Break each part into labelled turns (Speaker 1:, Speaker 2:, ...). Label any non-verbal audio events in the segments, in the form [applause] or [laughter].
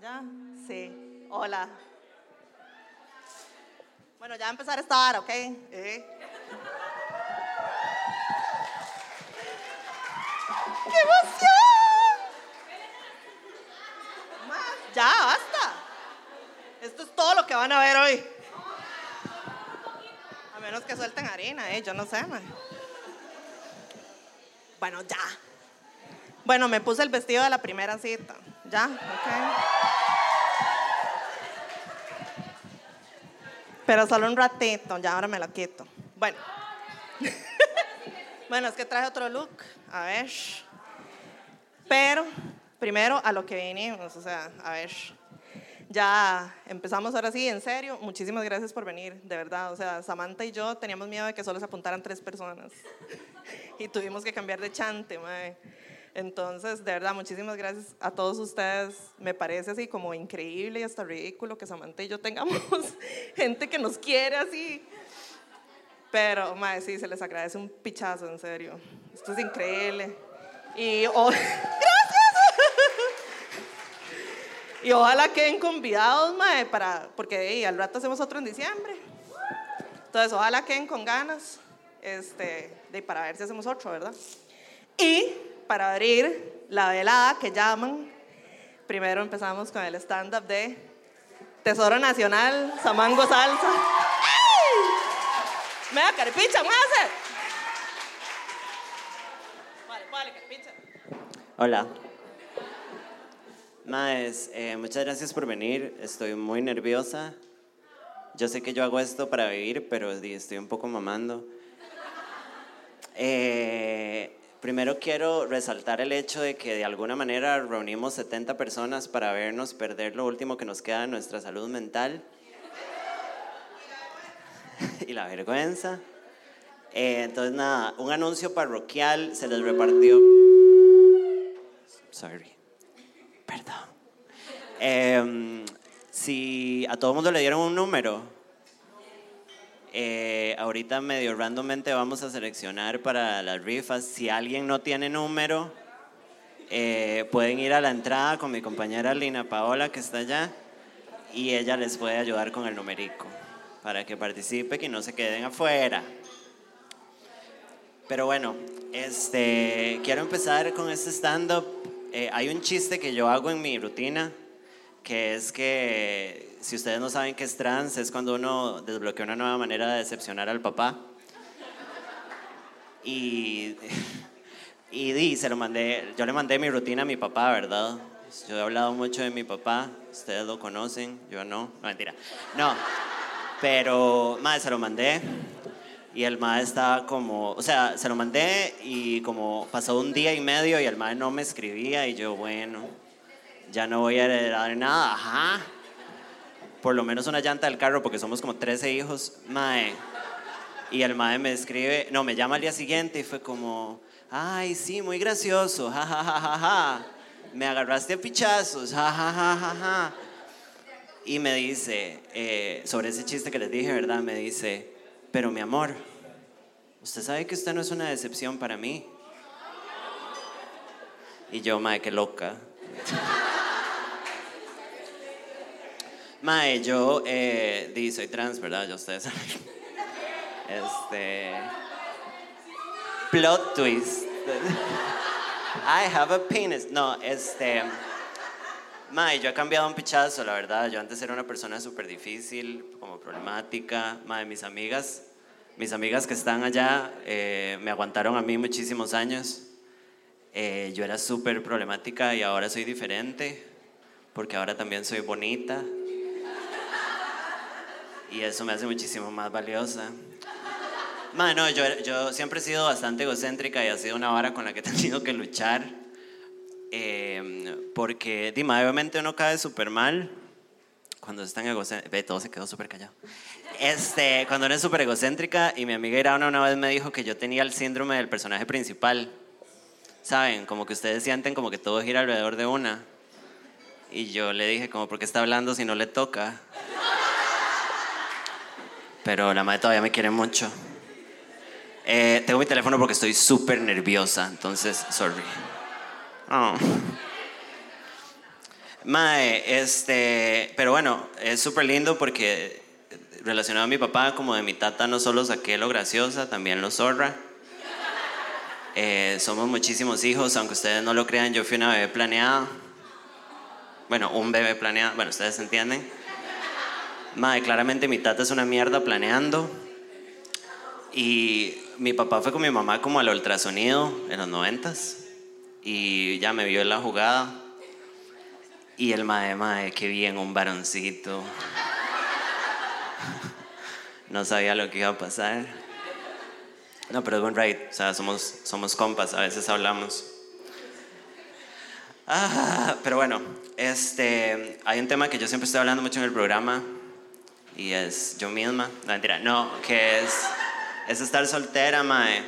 Speaker 1: ¿Ya? Sí. Hola. Bueno, ya va a empezar esta vara, ¿ok? Eh. ¡Qué emoción! Ma, ya, basta. Esto es todo lo que van a ver hoy. A menos que suelten harina, ¿eh? Yo no sé, ma. Bueno, ya. Bueno, me puse el vestido de la primera cita. ¿Ya? Ok. Pero solo un ratito, ya ahora me lo quito. Bueno. [laughs] bueno, es que traje otro look. A ver. Pero, primero a lo que vinimos, o sea, a ver. Ya empezamos ahora sí, en serio. Muchísimas gracias por venir, de verdad. O sea, Samantha y yo teníamos miedo de que solo se apuntaran tres personas y tuvimos que cambiar de chante, mae. Entonces, de verdad, muchísimas gracias a todos ustedes. Me parece así como increíble y hasta ridículo que Samantha y yo tengamos [laughs] gente que nos quiere así. Pero, mae, sí, se les agradece un pichazo, en serio. Esto es increíble. Y o- [laughs] y ojalá queden convidados, mae, para, porque ey, al rato hacemos otro en diciembre. Entonces, ojalá queden con ganas este, de, para ver si hacemos otro, ¿verdad? Y para abrir la velada que llaman, primero empezamos con el stand-up de Tesoro Nacional, Samango Salsa. ¡Ay! ¡Me da carpicha, muévase! Vale, vale, carpicha.
Speaker 2: Hola. Maes, eh, muchas gracias por venir. Estoy muy nerviosa. Yo sé que yo hago esto para vivir, pero di, estoy un poco mamando. Eh, primero quiero resaltar el hecho de que de alguna manera reunimos 70 personas para vernos perder lo último que nos queda de nuestra salud mental [laughs] y la vergüenza. Eh, entonces, nada, un anuncio parroquial se les repartió. Sorry. Perdón. Em, si a todo mundo le dieron un número, eh, ahorita medio randommente vamos a seleccionar para las rifas. Si alguien no tiene número, eh, pueden ir a la entrada con mi compañera Lina Paola, que está allá, y ella les puede ayudar con el numerico para que participen y no se queden afuera. Pero bueno, este, quiero empezar con este stand-up. Eh, hay un chiste que yo hago en mi rutina, que es que si ustedes no saben qué es trans, es cuando uno desbloquea una nueva manera de decepcionar al papá. Y, [laughs] y, di, se lo mandé, yo le mandé mi rutina a mi papá, ¿verdad? Yo he hablado mucho de mi papá, ustedes lo conocen, yo no, no mentira. No, pero madre, se lo mandé. Y el mae estaba como, o sea, se lo mandé y como pasó un día y medio y el mae no me escribía y yo, bueno, ya no voy a heredar nada, ajá. Por lo menos una llanta del carro porque somos como 13 hijos, mae. Y el mae me escribe, no, me llama al día siguiente y fue como, ay, sí, muy gracioso, ja, ja, ja, ja, ja. Me agarraste a pichazos, ja, ja, ja, ja, ja. Y me dice, eh, sobre ese chiste que les dije, ¿verdad? Me dice, pero mi amor, usted sabe que usted no es una decepción para mí. Y yo, mae, qué loca. mae, yo, eh, di, soy trans, ¿verdad? Ya ustedes saben. Este. Plot twist. I have a penis. No, este. Mae, yo he cambiado un pichazo, la verdad. Yo antes era una persona súper difícil, como problemática. Mae, mis amigas, mis amigas que están allá, eh, me aguantaron a mí muchísimos años. Eh, yo era súper problemática y ahora soy diferente, porque ahora también soy bonita. Y eso me hace muchísimo más valiosa. Mae, no, yo, yo siempre he sido bastante egocéntrica y ha sido una vara con la que he tenido que luchar. Eh, porque, Dima, obviamente uno cae súper mal cuando es tan egocéntrica. Ve, todo se quedó súper callado. Este, cuando uno es súper egocéntrica y mi amiga Iraona una vez me dijo que yo tenía el síndrome del personaje principal. ¿Saben? Como que ustedes sienten como que todo gira alrededor de una. Y yo le dije como, ¿por qué está hablando si no le toca? Pero la madre todavía me quiere mucho. Eh, tengo mi teléfono porque estoy súper nerviosa, entonces, sorry. Oh. Mae, este, pero bueno, es súper lindo porque relacionado a mi papá, como de mi tata, no solo saqué lo graciosa, también lo zorra. Eh, somos muchísimos hijos, aunque ustedes no lo crean, yo fui una bebé planeada. Bueno, un bebé planeado, bueno, ustedes entienden. Mae, claramente mi tata es una mierda planeando. Y mi papá fue con mi mamá como al ultrasonido en los noventas. Y ya me vio en la jugada. Y el mae, mae, qué bien, un varoncito. [laughs] No sabía lo que iba a pasar. No, pero es buen ride. O sea, somos, somos compas, a veces hablamos. Ah, pero bueno, este, hay un tema que yo siempre estoy hablando mucho en el programa y es yo misma. No, mentira, no, que es, es estar soltera, mae.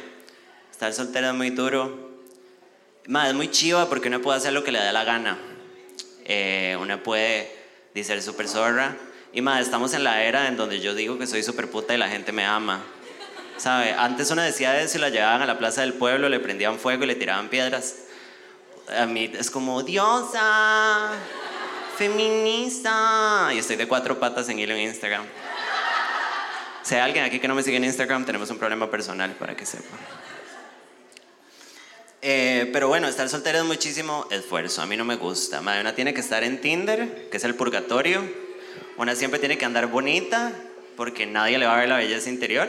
Speaker 2: Estar soltera es muy duro. Mae, es muy chiva porque uno puede hacer lo que le da la gana. Eh, uno puede decir súper zorra. Y mae, estamos en la era en donde yo digo que soy súper puta y la gente me ama. ¿Sabe? Antes uno decía eso y la llevaban a la plaza del pueblo, le prendían fuego y le tiraban piedras a mí es como diosa, feminista. Y estoy de cuatro patas en hilo en Instagram. Si hay alguien aquí que no me sigue en Instagram, tenemos un problema personal para que sepa. Eh, pero bueno, estar soltero es muchísimo esfuerzo. A mí no me gusta. Madre, una tiene que estar en Tinder, que es el purgatorio. Una siempre tiene que andar bonita, porque nadie le va a ver la belleza interior.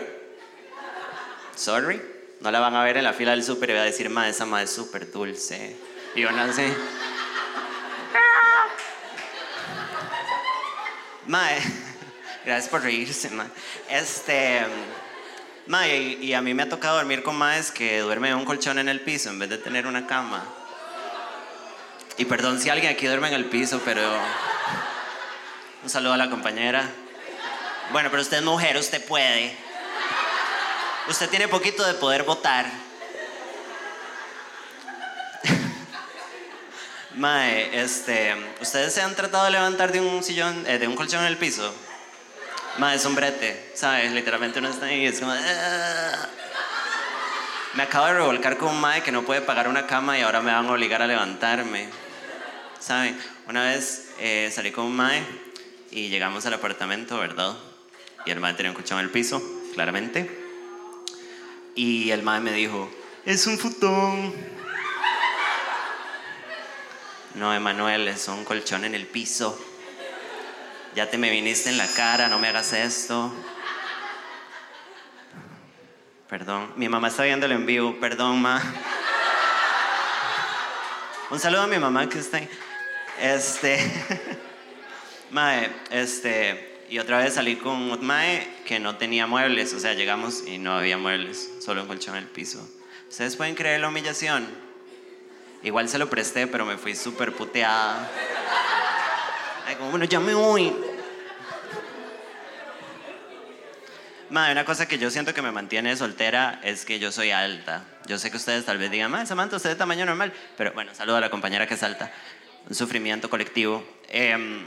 Speaker 2: Sorry. No la van a ver en la fila del súper y va a decir, ma, esa ma es súper dulce. Y van a decir... Mae, eh, [laughs] gracias por reírse, mae. Este, mae, y, y a mí me ha tocado dormir con maes que duermen en un colchón en el piso en vez de tener una cama. Y perdón si alguien aquí duerme en el piso, pero un saludo a la compañera. Bueno, pero usted es mujer, usted puede. Usted tiene poquito de poder votar. [laughs] Mae, este, ¿ustedes se han tratado de levantar de un sillón, eh, de un colchón en el piso? Mae, es un brete, ¿sabes? Literalmente uno está ahí y es como... "Ah". Me acabo de revolcar con un mae que no puede pagar una cama y ahora me van a obligar a levantarme. ¿Saben? Una vez eh, salí con un mae y llegamos al apartamento, ¿verdad? Y el mae tenía un colchón en el piso, claramente. Y el mae me dijo, es un futón. No, Emanuel, es un colchón en el piso. Ya te me viniste en la cara, no me hagas esto. Perdón, mi mamá está viéndolo en vivo, perdón, ma. Un saludo a mi mamá que está ahí. Este. [laughs] Mae, este, y otra vez salí con un mae que no tenía muebles, o sea, llegamos y no había muebles, solo un colchón en el piso. ¿Ustedes pueden creer la humillación? Igual se lo presté, pero me fui súper puteada. Ay, como, bueno, ya me voy. Mae, una cosa que yo siento que me mantiene soltera es que yo soy alta. Yo sé que ustedes tal vez digan, mae, Samantha, usted es de tamaño normal. Pero bueno, saludo a la compañera que es alta. Un sufrimiento colectivo. Em,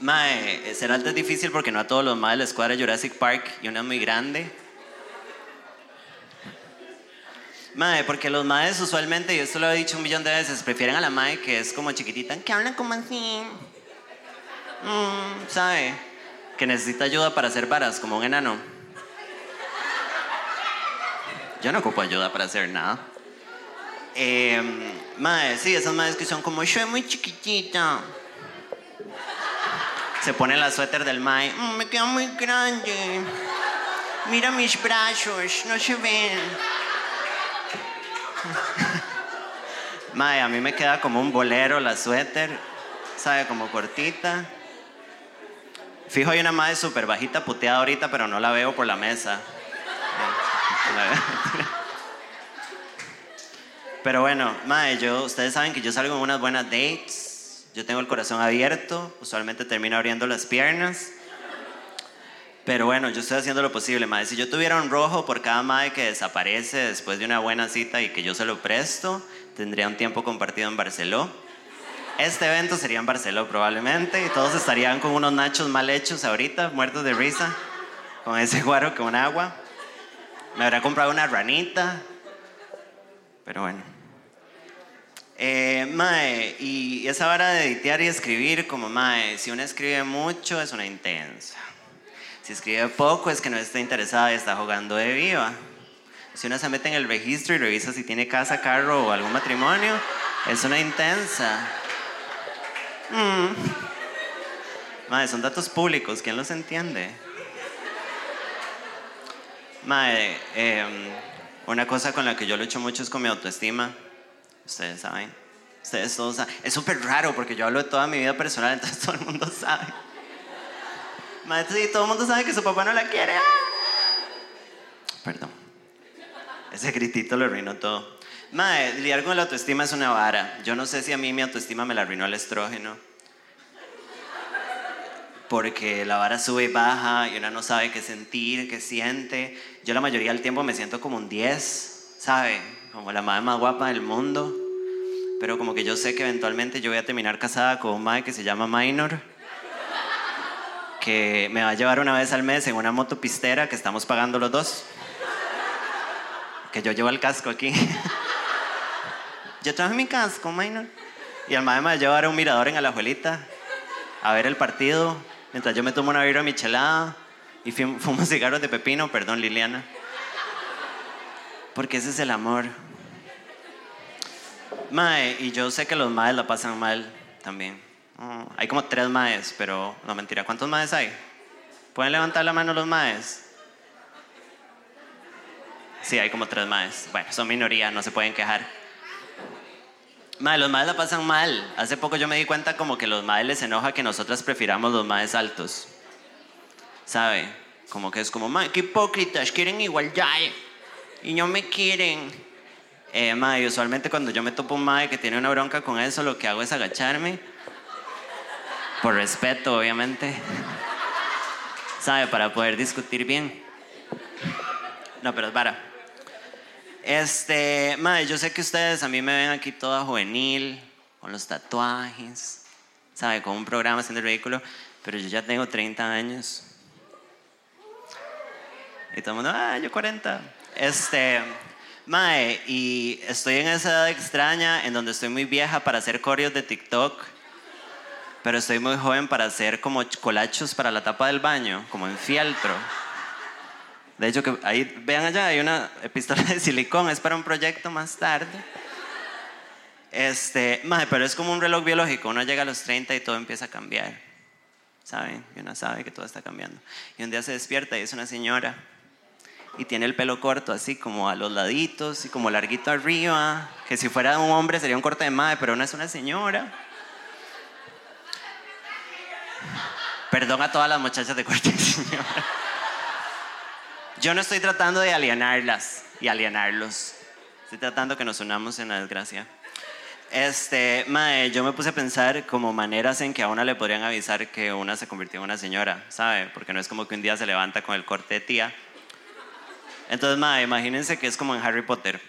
Speaker 2: Mae, ser alta es difícil porque no a todos los maes les cuadra Jurassic Park y una muy grande. Mae, eh, porque los maes usualmente, y esto lo he dicho un millón de veces, prefieren a la mae que es como chiquitita, que habla como así. Mm, ¿Sabe? Que necesita ayuda para hacer varas, como un enano. Yo no ocupo ayuda para hacer nada. Em, mae, sí, esas maes que son como, yo soy muy chiquitita. Se pone la suéter del Mae. "Mm, me queda muy grande. Mira mis brazos, no se ven. [laughs] Mae, a mí me queda como un bolero la suéter, ¿sabe? Como cortita. Fijo, hay una Mae súper bajita, puteada ahorita, pero no la veo por la mesa. [laughs] Pero bueno, mae, yo, ustedes saben que yo salgo en unas buenas dates. Yo tengo el corazón abierto, usualmente termino abriendo las piernas. Pero bueno, yo estoy haciendo lo posible, mae. Si yo tuviera un rojo por cada mae que desaparece después de una buena cita y que yo se lo presto, tendría un tiempo compartido en Barceló. Este evento sería en Barceló probablemente y todos estarían con unos nachos mal hechos ahorita, muertos de risa, con ese guaro con agua. Me habrá comprado una ranita, pero bueno. Eh, mae, y esa vara de editear y escribir, como mae, si una escribe mucho es una intensa. Si escribe poco es que no está interesada y está jugando de viva. Si una se mete en el registro y revisa si tiene casa, carro o algún matrimonio, es una intensa. Mm. Mae, son datos públicos, ¿quién los entiende? Mae, em, una cosa con la que yo lucho mucho es con mi autoestima. Ustedes saben. Ustedes todos saben. Es súper raro porque yo hablo de toda mi vida personal, [laughs] entonces todo el mundo sabe. Mae, sí, todo el mundo sabe que su papá no la quiere. ¡Ah! Perdón. Ese gritito lo arruinó todo. Mae, lidiar con la autoestima es una vara. Yo no sé si a mí mi autoestima me la arruinó el estrógeno. Porque la vara sube y baja y una no sabe qué sentir, qué siente. Yo la mayoría del tiempo me siento como un 10, ¿sabe? Como la madre más guapa del mundo. Pero como que yo sé que eventualmente yo voy a terminar casada con un mae que se llama Minor que me va a llevar una vez al mes en una moto pistera que estamos pagando los dos. Que yo llevo el casco aquí. yo traje mi casco, minor. Y al mae me va a llevar a un mirador en Alajuelita a ver el partido, mientras yo me tomo una birra michelada y fim- [laughs] fumo cigarros de pepino, perdón Liliana. Porque ese es el amor. Mae, y yo sé que los maes la pasan mal también. Mm, hay como tres maes, pero no mentira. ¿Cuántos maes hay? ¿Pueden levantar la mano los maes? Sí, hay como tres maes. Bueno, son minoría, no se pueden quejar. Mae, los maes la pasan mal. Hace poco yo me di cuenta como que los maes les enoja que nosotras prefiramos los maes altos. ¿Sabe? Como que es como, mae, qué hipócritas, quieren igualdad y no me quieren. Eh, mae, usualmente cuando yo me topo un mae que tiene una bronca con eso, lo que hago es agacharme. Por respeto, obviamente. ¿Sabe? Para poder discutir bien. No, pero es vara. Este, mae, yo sé que ustedes a mí me ven aquí toda juvenil, con los tatuajes, ¿sabe? Con un programa haciendo el vehículo, pero yo ya tengo 30 años. Y todo el mundo, ah, yo 40. Este, mae, y estoy en esa edad extraña en donde estoy muy vieja para hacer coreos de TikTok, pero estoy muy joven para hacer como ch- colachos para la tapa del baño, como en fieltro. De hecho, que ahí, vean allá, hay una pistola [laughs] de silicón, es para un proyecto más tarde. Este, mae, pero es como un reloj biológico, uno llega a los 30 y todo empieza a cambiar. ¿Saben? Y uno sabe que todo está cambiando. Y un día se despierta y es una señora y tiene el pelo corto, así como a los laditos y como larguito arriba, que si fuera un hombre sería un corte de madre, pero no es una señora. Perdón a todas las muchachas de corte de señora. Yo no estoy tratando de alienarlas y alienarlos. Estoy tratando que nos unamos en la desgracia. Este, mae, yo me puse a pensar como maneras en que a una le podrían avisar que una se convirtió en una señora, ¿sabe? Porque no es como que un día se levanta con el corte de tía entonces, mae, imagínense que es como en Harry Potter.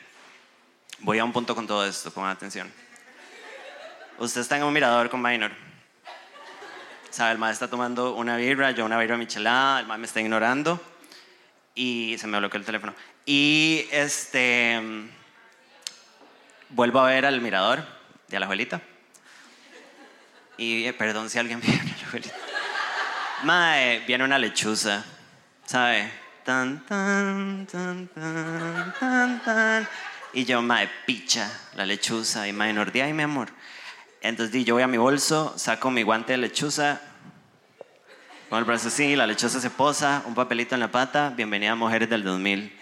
Speaker 2: Voy a un punto con todo esto, pongan atención. Usted está en un mirador con Minor. Sabe, el mae está tomando una birra, yo una birra michelada, el mae me está ignorando y se me bloqueó el teléfono. Y este mm, vuelvo a ver al mirador de la abuelita. Y eh, perdón si alguien [laughs] vio a la abuelita. Mae, viene una lechuza, ¿sabe? Tan, tan, tan, tan, tan, tan. Y yo, mae, picha la lechuza. Y mae, nordía, ay, mi amor. Entonces di, yo voy a mi bolso, saco mi guante de lechuza, con el brazo así, la lechuza se posa, un papelito en la pata, bienvenida Mujeres del 2000.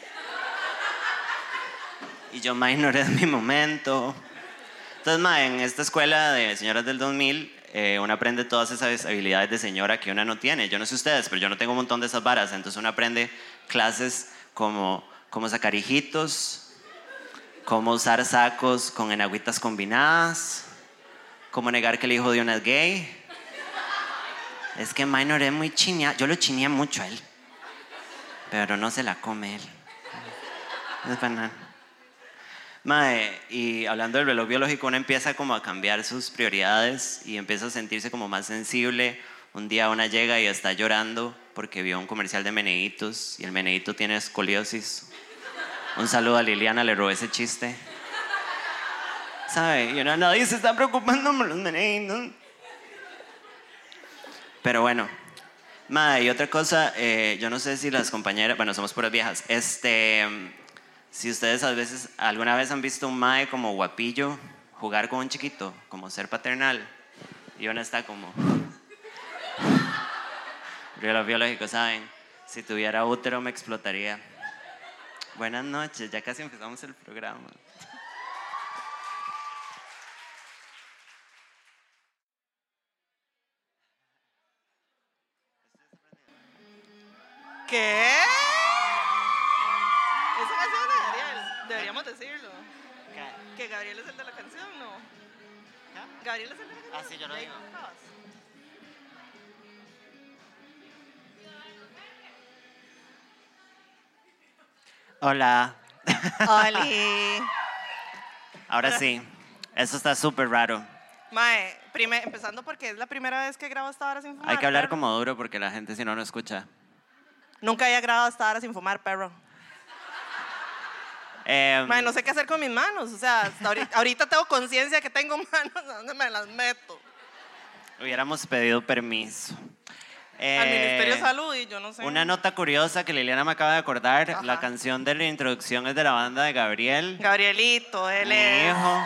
Speaker 2: Y yo, mae, no es mi momento. Entonces, mae, en esta escuela de señoras del 2000, eh, uno aprende todas esas habilidades de señora que una no tiene. Yo no sé ustedes, pero yo no tengo un montón de esas varas. Entonces, uno aprende clases como cómo sacar hijitos, cómo usar sacos con enagüitas combinadas, cómo negar que el hijo de una es gay. Es que Minor es muy chineado. Yo lo chineé mucho a él, pero no se la come él. Es banana. Mae, y hablando del reloj biológico, uno empieza como a cambiar sus prioridades y empieza a sentirse como más sensible. Un día una llega y está llorando porque vio un comercial de Meneitos y el Meneito tiene escoliosis. Un saludo a Liliana, le robé ese chiste. ¿Sabe? Y uno, nadie se está preocupando por los merengues. Pero bueno. Mae, y otra cosa, eh, yo no sé si las compañeras, bueno, somos puras viejas. Este, si ustedes a veces, alguna vez han visto un mae como guapillo jugar con un chiquito, como ser paternal, y uno está como. [laughs] Pero los biológicos saben, si tuviera útero me explotaría. Buenas noches, ya casi empezamos el programa.
Speaker 1: ¿Qué? Esa canción es de Gabriel. Deberíamos decirlo. Que Gabriel es el de la canción, ¿no? Gabriel es el de la canción.
Speaker 2: Ah, sí, yo lo
Speaker 1: Ahí
Speaker 2: digo.
Speaker 1: estabas.
Speaker 2: Hola,
Speaker 1: Oli.
Speaker 2: ahora sí, eso está súper raro.
Speaker 1: Mae, prime- empezando porque es la primera vez que grabo esta hora sin fumar.
Speaker 2: Hay que hablar
Speaker 1: perro.
Speaker 2: como duro porque la gente si no no escucha.
Speaker 1: Nunca había grabado esta hora sin fumar, perro.
Speaker 2: Em,
Speaker 1: Mae, no sé qué hacer con mis manos. O sea, hasta ahorita, ahorita tengo conciencia que tengo [laughs] manos. ¿A dónde me las meto?
Speaker 2: Hubiéramos pedido permiso.
Speaker 1: Al
Speaker 2: Eh,
Speaker 1: Ministerio de Salud y yo no sé.
Speaker 2: Una nota curiosa que Liliana me acaba de acordar, la
Speaker 1: Ajá.
Speaker 2: canción de la introducción es de la banda de Gabriel,
Speaker 1: Gabrielito, él
Speaker 2: mi
Speaker 1: es.
Speaker 2: hijo.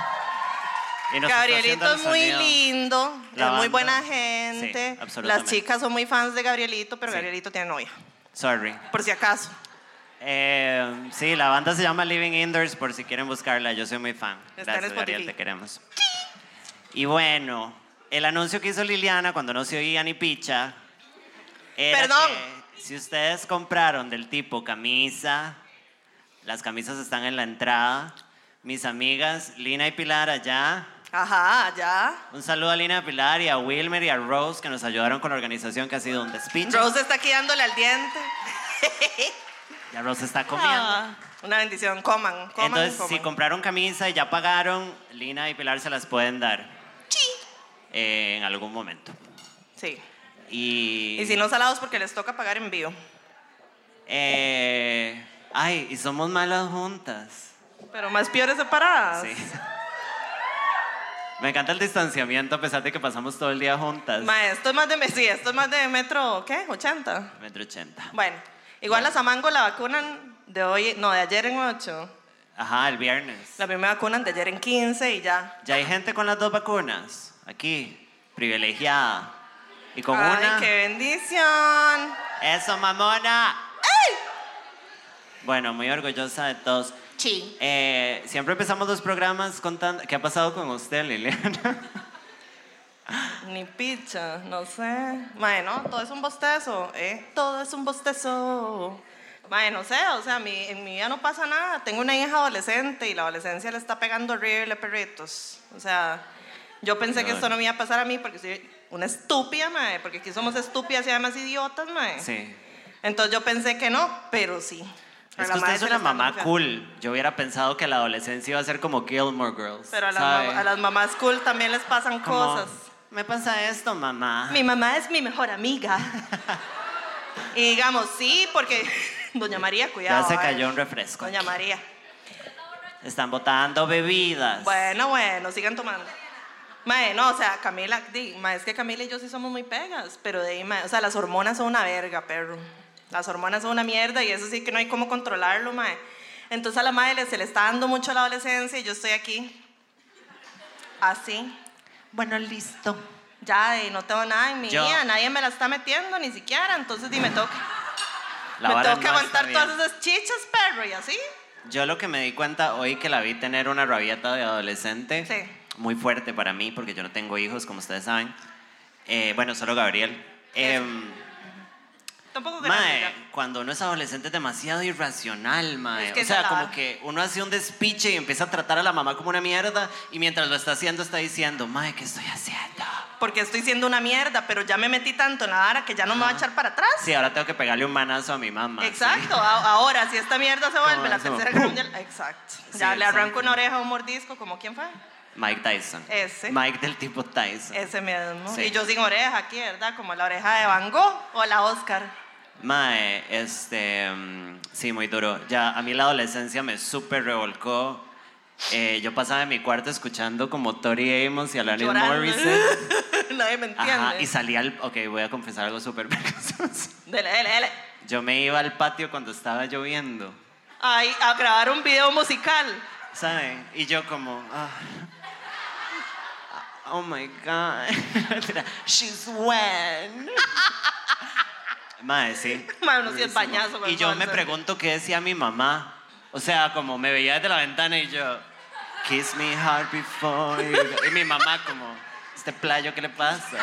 Speaker 2: y nos está
Speaker 1: Gabrielito
Speaker 2: haciendo el
Speaker 1: es muy
Speaker 2: sonido.
Speaker 1: lindo,
Speaker 2: La
Speaker 1: es muy
Speaker 2: banda.
Speaker 1: buena
Speaker 2: Sí,
Speaker 1: gente. Las
Speaker 2: absolutamente.
Speaker 1: chicas son muy fans de Gabrielito, pero
Speaker 2: Sí.
Speaker 1: Gabrielito tiene novia,
Speaker 2: Sorry.
Speaker 1: por si acaso.
Speaker 2: Eh, sí, la banda se llama Living Indoors por si quieren buscarla, yo soy muy fan.
Speaker 1: Está en
Speaker 2: Gracias,
Speaker 1: Spotify.
Speaker 2: Gabriel, te queremos. Y bueno, el anuncio que hizo Liliana cuando no se oía ni picha. era
Speaker 1: Perdón.
Speaker 2: que si ustedes compraron del tipo camisa, las camisas están en la entrada. Mis amigas Lina y Pilar allá.
Speaker 1: Ajá, ya.
Speaker 2: Un saludo a Lina, a Pilar y a Wilmer y a Rose que nos ayudaron con la organización que ha sido un despiche.
Speaker 1: Rose está aquí dándole al diente. Ah,
Speaker 2: Ya Rose está comiendo.
Speaker 1: Una bendición, coman, coman,
Speaker 2: Entonces,
Speaker 1: coman.
Speaker 2: si compraron camisa y ya pagaron, Lina y Pilar se las pueden dar. Eh, en algún momento.
Speaker 1: Sí.
Speaker 2: Y.
Speaker 1: Y si no salados porque les toca pagar envío.
Speaker 2: eh, ay, y somos malas juntas.
Speaker 1: Pero más peores separadas.
Speaker 2: Sí. Me encanta el distanciamiento a pesar de que pasamos todo el día juntas.
Speaker 1: Mae, esto es más de sí, esto es más de metro, ¿qué? 80.
Speaker 2: Metro ochenta.
Speaker 1: Bueno, igual las amango la vacunan de hoy, no, de ayer en 8.
Speaker 2: Ajá, el viernes.
Speaker 1: La primera vacunan de ayer en 15 y ya.
Speaker 2: Ya hay gente con las dos vacunas. Aquí, privilegiada. Y con
Speaker 1: Ay,
Speaker 2: una.
Speaker 1: qué bendición.
Speaker 2: ¡Eso, mamona! Bueno, muy orgullosa de todos.
Speaker 1: Sí.
Speaker 2: Eh, siempre empezamos los programas contando. ¿Qué ha pasado con usted, Liliana?
Speaker 1: Ni picha, no sé. Bueno, todo es un bostezo, ¿eh? Todo es un bostezo. Bueno, no sé, o sea, mi- en mi vida no pasa nada. Tengo una hija adolescente y la adolescencia le está pegando horrible, perritos. O sea, yo pensé que
Speaker 2: Claro.
Speaker 1: esto no me iba a pasar a mí porque soy una estúpida, mae, porque aquí somos estúpidas y además idiotas, mae.
Speaker 2: Sí.
Speaker 1: Entonces yo pensé que no, pero sí. A
Speaker 2: Es
Speaker 1: la
Speaker 2: que usted
Speaker 1: madre
Speaker 2: es
Speaker 1: se
Speaker 2: una
Speaker 1: la están
Speaker 2: mamá
Speaker 1: confiando.
Speaker 2: cool. Yo hubiera pensado que la adolescencia iba a ser como Gilmore Girls.
Speaker 1: Pero a las,
Speaker 2: ¿sabe?
Speaker 1: mam- a las mamás cool también les pasan
Speaker 2: Como,
Speaker 1: cosas.
Speaker 2: Me pasa esto, mamá.
Speaker 1: Mi mamá es mi mejor amiga. y digamos, sí, porque [laughs] Doña María, cuidado.
Speaker 2: ya se
Speaker 1: ¿eh?
Speaker 2: cayó un refresco.
Speaker 1: Doña María.
Speaker 2: Están botando bebidas.
Speaker 1: Bueno, bueno, sigan tomando. Mae, no, o sea, Camila, di, mae, es que Camila y yo sí somos muy pegas, pero de ahí, mae, o sea, las hormonas son una verga, perro. Las hormonas son una mierda y eso sí que no hay cómo controlarlo, mae. Entonces a la madre le- se le está dando mucho la adolescencia y yo estoy aquí. Así.
Speaker 2: Bueno, listo.
Speaker 1: Ya, y no tengo nada en mi
Speaker 2: Yo-
Speaker 1: vida, nadie me la está metiendo, ni siquiera. Entonces, dime, tengo que,
Speaker 2: La
Speaker 1: me
Speaker 2: vara
Speaker 1: tengo que
Speaker 2: no está
Speaker 1: aguantar
Speaker 2: bien.
Speaker 1: todas esas chichas, perro, y así.
Speaker 2: Yo lo que me di cuenta hoy que la vi tener una rabieta de adolescente,
Speaker 1: Sí.
Speaker 2: muy fuerte para mí, porque yo no tengo hijos, como ustedes saben. Eh, bueno, solo Gabriel. Em,
Speaker 1: [laughs] Tampoco que
Speaker 2: mae, cuando uno es adolescente es demasiado irracional, mae.
Speaker 1: Es que
Speaker 2: o
Speaker 1: esa
Speaker 2: sea,
Speaker 1: la-
Speaker 2: como que uno hace un despiche y empieza a tratar a la mamá como una mierda, y mientras lo está haciendo está diciendo, mae, ¿qué estoy haciendo?
Speaker 1: Porque estoy siendo una mierda, pero ya me metí tanto en la vara que ya no me va a echar para atrás.
Speaker 2: Sí, ahora tengo que pegarle un manazo a mi mamá. sí.
Speaker 1: Exacto, a- ahora si esta mierda se vuelve la
Speaker 2: hacemos?
Speaker 1: tercera guerra mundial. Exacto.
Speaker 2: Sí,
Speaker 1: ya le arranco
Speaker 2: exacto.
Speaker 1: una oreja, un mordisco, como quién fue.
Speaker 2: Mike Tyson.
Speaker 1: Ese.
Speaker 2: Mike del tipo Tyson.
Speaker 1: Ese mismo.
Speaker 2: Sí.
Speaker 1: Y yo sin oreja aquí, ¿verdad? Como la oreja de Van Gogh o la Oscar.
Speaker 2: Mae, este, mm, sí, muy duro. Ya, a mí la adolescencia me súper revolcó eh, yo pasaba en mi cuarto escuchando como Tori Amos y Alanis
Speaker 1: Llorando. [laughs]
Speaker 2: Morissette.
Speaker 1: Nadie me entiende.
Speaker 2: Ajá, y salía al... Ok, voy a confesar algo súper [laughs] vergonzoso.
Speaker 1: Dele, dele, dele.
Speaker 2: Yo me iba al patio cuando estaba lloviendo,
Speaker 1: Ay, a grabar un video musical.
Speaker 2: ¿saben? Y yo como... ah, oh my God. [laughs] She's wet. Madre, sí.
Speaker 1: Mae, uno sí es bañazo.
Speaker 2: Y yo me
Speaker 1: vergüenza.
Speaker 2: pregunto qué decía mi mamá. O sea, como me veía desde la ventana y yo... Kiss me hard before you go". Y mi mamá como... Este playo, ¿qué le pasa?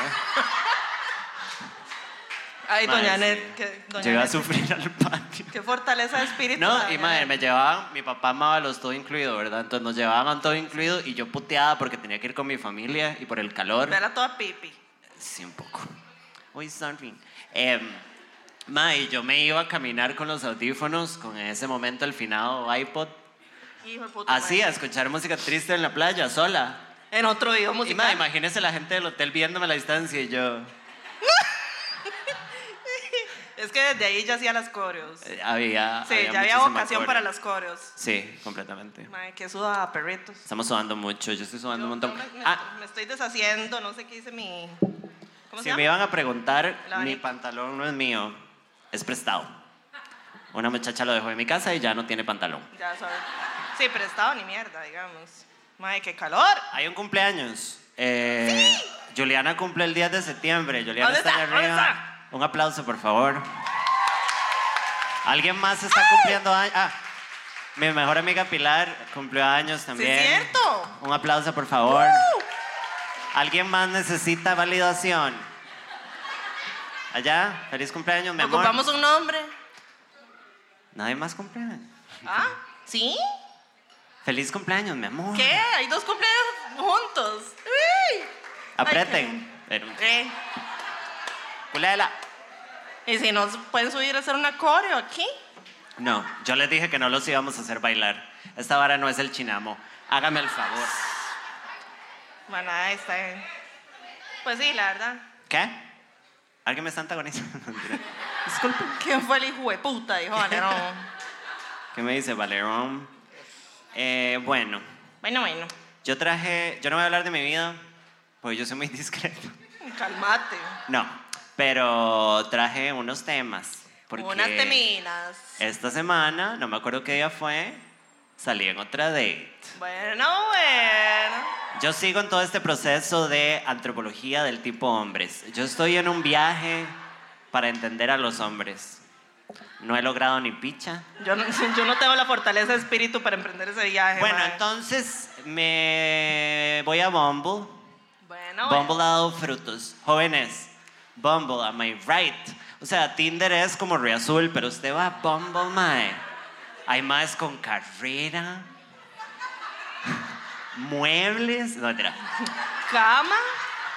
Speaker 1: Ay,
Speaker 2: Mae,
Speaker 1: doña
Speaker 2: sí.
Speaker 1: Net. Que, doña
Speaker 2: Yo iba a
Speaker 1: Net,
Speaker 2: sufrir al patio.
Speaker 1: Qué fortaleza de espíritu. la
Speaker 2: No, y
Speaker 1: doña
Speaker 2: madre,
Speaker 1: Net.
Speaker 2: me llevaban, mi papá amaba los todo incluido, ¿verdad? Entonces nos llevaban todo incluido y yo puteaba porque tenía que ir con mi familia y por el calor.
Speaker 1: Vela toda pipi.
Speaker 2: Sí, un poco. Uy, sorry. Eh, madre, y yo me iba a caminar con los audífonos, con en ese momento el finado iPod,
Speaker 1: Hijo de puta.
Speaker 2: así,
Speaker 1: mae.
Speaker 2: a escuchar música triste en la playa, sola.
Speaker 1: En otro video
Speaker 2: Y
Speaker 1: musical.
Speaker 2: madre, imagínese la gente del hotel viéndome a la distancia y yo.
Speaker 1: es que desde ahí ya hacía las coreos. Sí,
Speaker 2: eh, había.
Speaker 1: ya había
Speaker 2: muchísima
Speaker 1: vocación
Speaker 2: cora.
Speaker 1: para las coreos.
Speaker 2: Sí, completamente.
Speaker 1: Mae, que suda a perritos.
Speaker 2: Estamos sudando mucho, yo estoy sudando
Speaker 1: Yo-
Speaker 2: un
Speaker 1: yo
Speaker 2: montón.
Speaker 1: me, me-
Speaker 2: Ah,
Speaker 1: me estoy deshaciendo, no sé qué hice mi. ¿Cómo se
Speaker 2: Si me
Speaker 1: llama?
Speaker 2: iban a preguntar,
Speaker 1: El abanico.
Speaker 2: mi pantalón no es mío, es prestado. Una muchacha lo dejó en mi casa y ya no tiene pantalón.
Speaker 1: Ya sabes. Sí, prestado ni mierda, digamos. Mae, qué calor.
Speaker 2: Hay un cumpleaños. Eh, Juliana cumple el 10 de septiembre. Juliana
Speaker 1: ¿Dónde
Speaker 2: está allá
Speaker 1: está? ¿Dónde
Speaker 2: arriba. Un aplauso, por favor. ¿Alguien más está cumpliendo años? Ah, mi mejor amiga Pilar cumplió años
Speaker 1: Sí,
Speaker 2: también.
Speaker 1: es cierto.
Speaker 2: Un aplauso, por favor.
Speaker 1: ¡Uh!
Speaker 2: ¿Alguien más necesita validación? Allá, feliz cumpleaños, mi amor.
Speaker 1: Ocupamos un nombre.
Speaker 2: Nadie más cumpleaños.
Speaker 1: ¿Ah? ¿Sí?
Speaker 2: Feliz cumpleaños, mi amor.
Speaker 1: ¿Qué? Hay dos cumpleaños juntos. ¡Uy!
Speaker 2: Apreten. Pero,
Speaker 1: Eh,
Speaker 2: culela.
Speaker 1: Y si nos pueden subir a hacer una coreo aquí.
Speaker 2: No, yo les dije que no los íbamos a hacer bailar. Esta vara no es el chinamo. Hágame el favor.
Speaker 1: Bueno, ahí está. bien. Pues sí, la verdad.
Speaker 2: ¿Qué? ¿Alguien me está antagonizando? [laughs] Mentira.
Speaker 1: Disculpen. ¿Quién fue el hijo de puta? Dijo Valerón.
Speaker 2: ¿Qué me dice Valerón? Eh, [laughs] bueno,
Speaker 1: bueno, bueno.
Speaker 2: yo traje... Yo no voy a hablar de mi vida, porque yo soy muy [laughs] discreto.
Speaker 1: Calmate.
Speaker 2: No, pero traje unos temas. Porque
Speaker 1: Unas teminas.
Speaker 2: esta semana, no me acuerdo qué día fue, salí en otra date.
Speaker 1: Bueno, bueno.
Speaker 2: Yo sigo en todo este proceso de antropología del tipo hombres. Yo estoy en un viaje para entender a los hombres. No he logrado ni picha.
Speaker 1: Yo no, [laughs] yo no tengo la fortaleza de espíritu para emprender ese viaje.
Speaker 2: Bueno,
Speaker 1: mae.
Speaker 2: entonces me voy a Bumble.
Speaker 1: Ah, Bueno,
Speaker 2: Bumble ha dado frutos. Jóvenes, Bumble, am I right? O sea, Tinder es como Riazul, pero usted va a Bumble, mae. Hay más con carrera, [laughs] muebles, no, mentira.
Speaker 1: bueno. cama.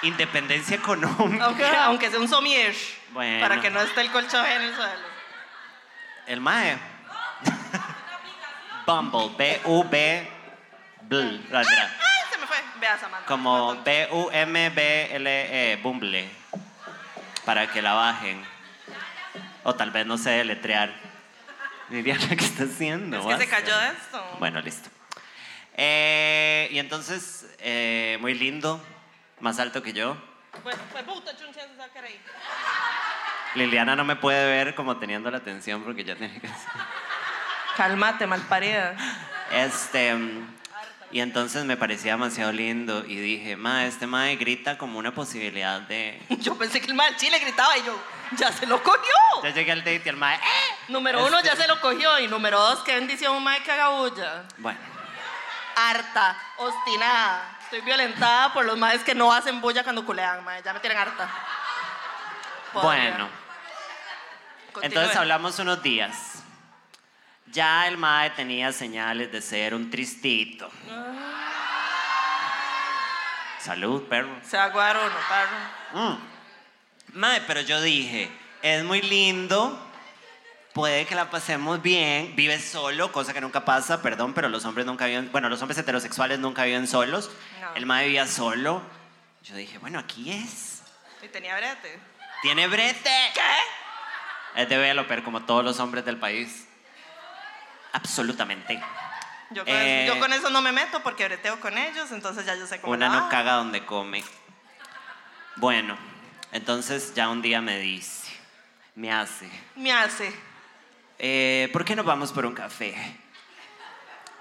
Speaker 2: independencia económica. [laughs]
Speaker 1: Aunque, aunque sea un somier.
Speaker 2: Bueno.
Speaker 1: Para que no esté el colchón en el suelo.
Speaker 2: El mae. Bumble, B-U-B, bl, la verdad.
Speaker 1: Ay, se me fue. Vea, Samantha.
Speaker 2: Como
Speaker 1: Perdón.
Speaker 2: B-U-M-B-L-E, E, Bumble. Para que la bajen. O tal vez no sé deletrear. Liliana, ¿qué está haciendo?
Speaker 1: Es que se
Speaker 2: Basta.
Speaker 1: cayó de esto.
Speaker 2: Bueno, listo. Eh, y entonces, eh, muy lindo, más alto que yo.
Speaker 1: Pues, pues puta, chunche, se saca ahí.
Speaker 2: Liliana no me puede ver como teniendo la atención porque ya tiene que
Speaker 1: Calmate, malparida.
Speaker 2: Este. mm, Y entonces me parecía demasiado lindo y dije, ma, este mae grita como una posibilidad de.
Speaker 1: [laughs] Yo pensé que el mal chile gritaba y yo, ya se lo cogió.
Speaker 2: Ya llegué al date y el mae, ¡eh!
Speaker 1: Número uno, ya se lo cogió. Y número dos, qué bendición, mae, que haga bulla.
Speaker 2: Bueno,
Speaker 1: Harta, obstinada. Estoy violentada por los maes que no hacen bulla cuando culean, mae. Ya me tienen harta. Podría.
Speaker 2: bueno.
Speaker 1: Continúe.
Speaker 2: Entonces hablamos unos días. Ya el mae tenía señales de ser un tristito. Ah. Salud, perro.
Speaker 1: Se va a aguar uno, parro.
Speaker 2: Mm. Mae, pero yo dije, es muy lindo, puede que la pasemos bien, vive solo, cosa que nunca pasa, perdón, pero los hombres nunca viven, bueno, los hombres heterosexuales nunca viven solos.
Speaker 1: No.
Speaker 2: El mae vivía solo. Yo dije, bueno, aquí es.
Speaker 1: Y tenía brete.
Speaker 2: Tiene brete. ¿Qué? Es developer, como todos los hombres del país. Absolutamente.
Speaker 1: Yo con,
Speaker 2: Eh,
Speaker 1: yo con eso no me meto porque breteo con ellos, entonces ya yo sé cómo
Speaker 2: Una
Speaker 1: la
Speaker 2: no
Speaker 1: va.
Speaker 2: caga donde come. Bueno, entonces ya un día me dice, me hace,
Speaker 1: Me hace.
Speaker 2: eh, ¿por qué no vamos por un café?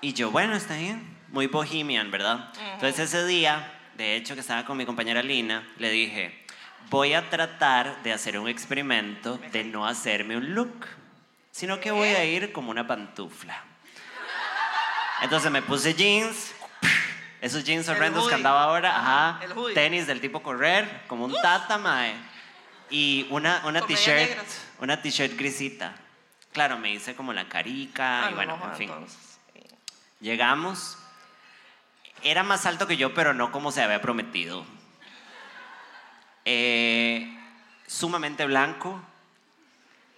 Speaker 2: Y yo, bueno, está bien, muy bohemian, ¿verdad? Entonces ese día, de hecho que estaba con mi compañera Lina, le dije, voy a tratar de hacer un experimento de no hacerme un look, sino que voy
Speaker 1: ¿Eh?
Speaker 2: a ir como una pantufla. Entonces me puse jeans, esos jeans
Speaker 1: El
Speaker 2: horrendos que
Speaker 1: hoodie.
Speaker 2: andaba ahora, ajá,
Speaker 1: El hoodie.
Speaker 2: tenis del tipo correr, como un tata, mae, y una, una
Speaker 1: Con medias
Speaker 2: t-shirt,
Speaker 1: negras.
Speaker 2: una t-shirt grisita. Claro, me hice como la carica
Speaker 1: Ah,
Speaker 2: y
Speaker 1: no,
Speaker 2: bueno,
Speaker 1: no,
Speaker 2: en fin.
Speaker 1: entonces, sí.
Speaker 2: Llegamos. Era más alto que yo, pero no como se había prometido. Eh, sumamente blanco.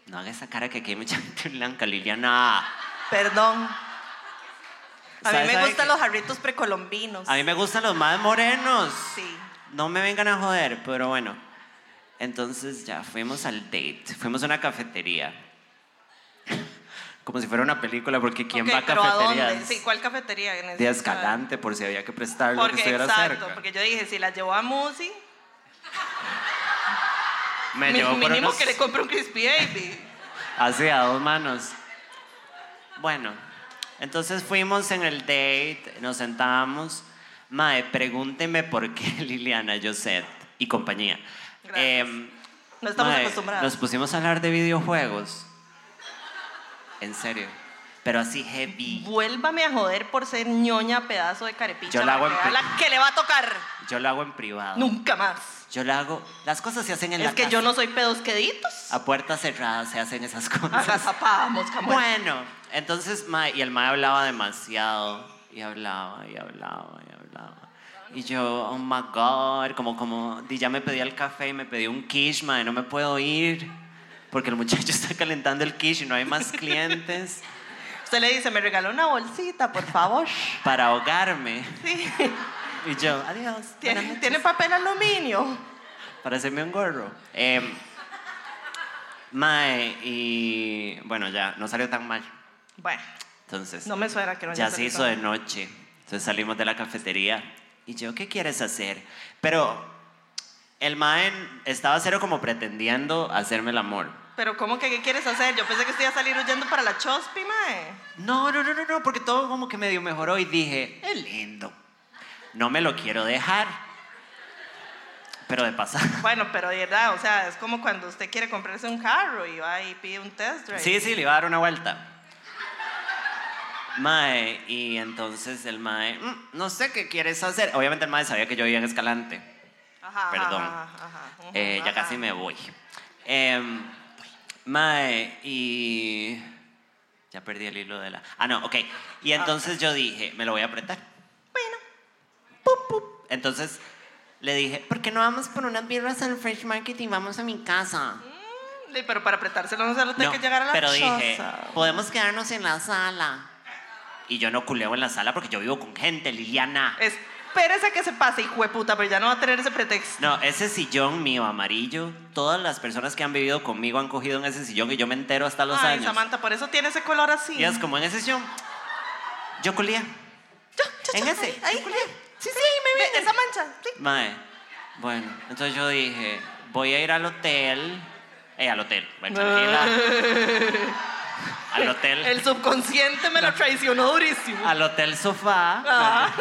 Speaker 2: No haga esa cara que aquí hay mucha [laughs] gente blanca, Liliana.
Speaker 1: Perdón. A mí
Speaker 2: ¿Sabes-
Speaker 1: me
Speaker 2: sabe
Speaker 1: gustan
Speaker 2: qué?
Speaker 1: los jarritos precolombinos.
Speaker 2: A mí me gustan los más morenos.
Speaker 1: Sí.
Speaker 2: No me vengan a joder, pero bueno. Entonces ya fuimos al date, fuimos a una cafetería. [laughs] Como si fuera una película, porque ¿quién
Speaker 1: Ok,
Speaker 2: va a
Speaker 1: pero
Speaker 2: cafeterías?
Speaker 1: ¿a dónde? Sí, ¿cuál cafetería?
Speaker 2: De
Speaker 1: Necesito saber.
Speaker 2: Escalante, por si había que prestar lo que
Speaker 1: Porque,
Speaker 2: estuviera
Speaker 1: exacto,
Speaker 2: cerca.
Speaker 1: porque yo dije, si la llevo a Musi,
Speaker 2: Me
Speaker 1: mi-
Speaker 2: llevó por
Speaker 1: mínimo
Speaker 2: unos-
Speaker 1: que le compre un Crispy Baby.
Speaker 2: Así, a dos manos. Bueno, entonces fuimos en el date, nos sentábamos. Mae, pregúnteme por qué [laughs] Liliana, Josette y compañía.
Speaker 1: Gracias.
Speaker 2: Em,
Speaker 1: No estamos
Speaker 2: mae,
Speaker 1: acostumbradas.
Speaker 2: Nos pusimos a hablar de videojuegos. En serio. Pero así heavy.
Speaker 1: Vuélvame a joder por ser ñoña pedazo de carepicha.
Speaker 2: Yo la hago
Speaker 1: porque
Speaker 2: en
Speaker 1: a
Speaker 2: pe-
Speaker 1: la que le va a tocar.
Speaker 2: Yo lo hago en privado.
Speaker 1: Nunca más.
Speaker 2: Yo lo hago. Las cosas se hacen en
Speaker 1: Es
Speaker 2: la
Speaker 1: que
Speaker 2: casa. Ah,
Speaker 1: yo Ah, no soy pedos queditos.
Speaker 2: A puertas cerradas se hacen
Speaker 1: [laughs]
Speaker 2: esas cosas.
Speaker 1: Agazapada, mosca muerta.
Speaker 2: pues. Bueno, entonces, mae, y el mae hablaba demasiado, y hablaba, y hablaba, y hablaba. Y yo, oh my god, como, como, y ya me pedía el café y me pedí un quiche, mae, no me puedo ir, porque el muchacho [laughs] está calentando el quiche y no hay más clientes
Speaker 1: Usted le dice, me regaló una bolsita, por favor.
Speaker 2: para ahogarme.
Speaker 1: Sí.
Speaker 2: Y yo, adiós. buenas
Speaker 1: ¿Tiene,
Speaker 2: noches",
Speaker 1: tiene papel aluminio.
Speaker 2: Para hacerme un gorro. Em, mae, y bueno, ya, no salió tan mal.
Speaker 1: Bueno,
Speaker 2: Entonces.
Speaker 1: no me suena que no haya
Speaker 2: Ya se hizo de
Speaker 1: salido.
Speaker 2: noche. Entonces salimos de la cafetería. Y yo, ¿qué quieres hacer? Pero el mae estaba cero como pretendiendo hacerme el amor.
Speaker 1: Pero ¿cómo que qué quieres hacer? Yo pensé que usted iba a salir huyendo para la chospi, mae.
Speaker 2: No, no, no, no, no, porque todo como que medio mejoró y dije, es lindo. No me lo quiero dejar. Pero de pasar.
Speaker 1: Bueno, pero de verdad, o sea, es como cuando usted quiere comprarse un carro y va y pide un test drive.
Speaker 2: Sí, sí, le iba a dar una vuelta. Mae, y entonces el mae, "Mm, no sé qué quieres hacer. Obviamente el mae sabía que yo vivía en Escalante.
Speaker 1: Ajá, ajá,
Speaker 2: Perdón.
Speaker 1: ajá, ajá, ujú,
Speaker 2: Eh, ya
Speaker 1: ajá.
Speaker 2: casi me voy. Em, mae, y. Ya perdí el hilo de la. Ah, no, ok. Y entonces yo dije, me lo voy a apretar.
Speaker 1: Bueno,
Speaker 2: Entonces le dije, ¿por qué no vamos por unas birras al Fresh Market y vamos a mi casa?
Speaker 1: Sí, pero para apretárselo no se lo tiene
Speaker 2: No,
Speaker 1: que llegar a la
Speaker 2: pero dije,
Speaker 1: choza.
Speaker 2: podemos quedarnos en la sala. Y yo no culeo en la sala porque yo vivo con gente, Liliana.
Speaker 1: Espérese a que se pase, hijo de puta, pero ya no va a tener ese pretexto.
Speaker 2: No, ese sillón mío amarillo, todas las personas que han vivido conmigo han cogido en ese sillón y yo me entero hasta los
Speaker 1: Ay,
Speaker 2: años.
Speaker 1: Samantha, por eso tiene ese color así.
Speaker 2: Y es como en ese sillón. Yo colía. en ese.
Speaker 1: Ahí, ahí, Sí, sí, me ve esa mancha. Sí.
Speaker 2: Mae. Bueno, entonces yo dije, voy a ir al hotel. Eh, al hotel. Bueno,
Speaker 1: Ah.
Speaker 2: tranquila. al
Speaker 1: [laughs]
Speaker 2: hotel.
Speaker 1: El subconsciente me lo traicionó durísimo.
Speaker 2: Al hotel sofá.
Speaker 1: Ajá. Ah,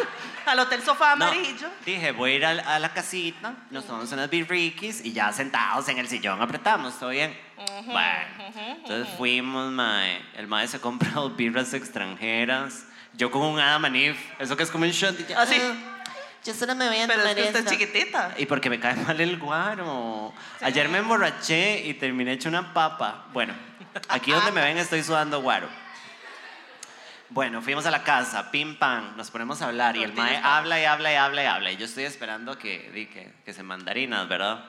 Speaker 1: Al hotel sofá
Speaker 2: No,
Speaker 1: amarillo.
Speaker 2: Dije, voy a ir al- a, la casita, nos tomamos unas birriquis y ya sentados en el sillón apretamos, ¿todo bien? bueno, entonces fuimos, mae. El mae se compró dos birras extranjeras. Yo con un Adamanif, eso que es como un shot. y yo,
Speaker 1: Así.
Speaker 2: "Ah, yo solo me voy a
Speaker 1: Oh, Pero es
Speaker 2: tomar
Speaker 1: que usted es
Speaker 2: esta".
Speaker 1: chiquitita.
Speaker 2: Y porque me cae mal el guaro. Ayer me emborraché y terminé hecho una papa. Bueno, aquí donde me ven estoy sudando guaro. Bueno, fuimos a la casa, pim pam, nos ponemos a hablar y el mae
Speaker 1: Tortillas, papas.
Speaker 2: habla y habla y habla y habla. Y yo estoy esperando que, di que, que se mandarinas, ¿verdad?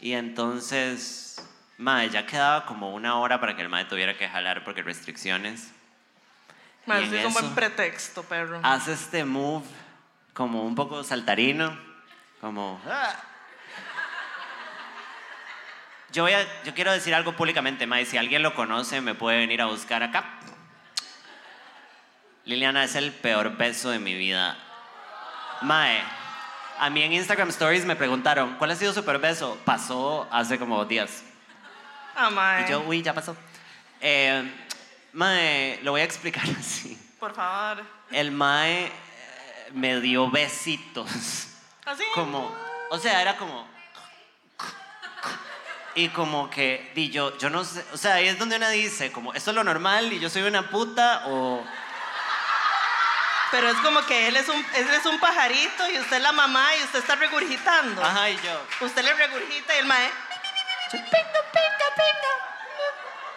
Speaker 2: Y entonces, mae, ya quedaba como una hora para que el mae tuviera que jalar porque restricciones.
Speaker 1: Mae,
Speaker 2: y
Speaker 1: sí
Speaker 2: en
Speaker 1: es un buen
Speaker 2: eso-
Speaker 1: pretexto, perro.
Speaker 2: Hace este move como un poco saltarino, como... "Ah". Yo, voy a- yo quiero decir algo públicamente, Mae. Si alguien lo conoce, me puede venir a buscar acá. Liliana, es el peor beso de mi vida. Mae, a mí en Instagram Stories me preguntaron, ¿cuál ha sido su peor beso? Pasó hace como dos días.
Speaker 1: Ah, mae.
Speaker 2: Y yo, uy, ya pasó. Eh, mae, lo voy a explicar [laughs] así.
Speaker 1: Por favor.
Speaker 2: El mae eh, me dio besitos.
Speaker 1: ¿Así?
Speaker 2: Como, o sea, era como... Y como que, di yo, yo no sé, o sea, ahí es donde una dice, como, esto es lo normal y yo soy una puta o...
Speaker 1: Pero es como que él es un, él es un pajarito y usted es la mamá y usted está regurgitando.
Speaker 2: Ajá, y yo.
Speaker 1: Usted le regurgita y el mae.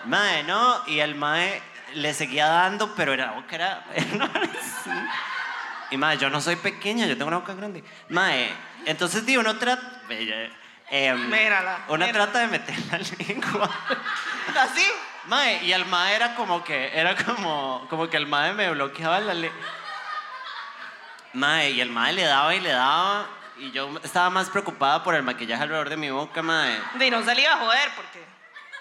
Speaker 2: Mae, ¿no? Y el mae le seguía dando, pero era boca, era... [laughs] no, sí. Y mae, yo no soy pequeña, yo tengo una boca grande. Mae, entonces, di, uno trata... em,
Speaker 1: Mírala,
Speaker 2: Uno
Speaker 1: mírala.
Speaker 2: trata de meter la [laughs] lengua.
Speaker 1: Así.
Speaker 2: Mae, y el mae era como que, era como, como que el mae me bloqueaba la lengua. Mae, y el mae le daba y le daba. Y yo estaba más preocupada por el maquillaje alrededor de mi boca, mae.
Speaker 1: Y no se le iba a joder porque.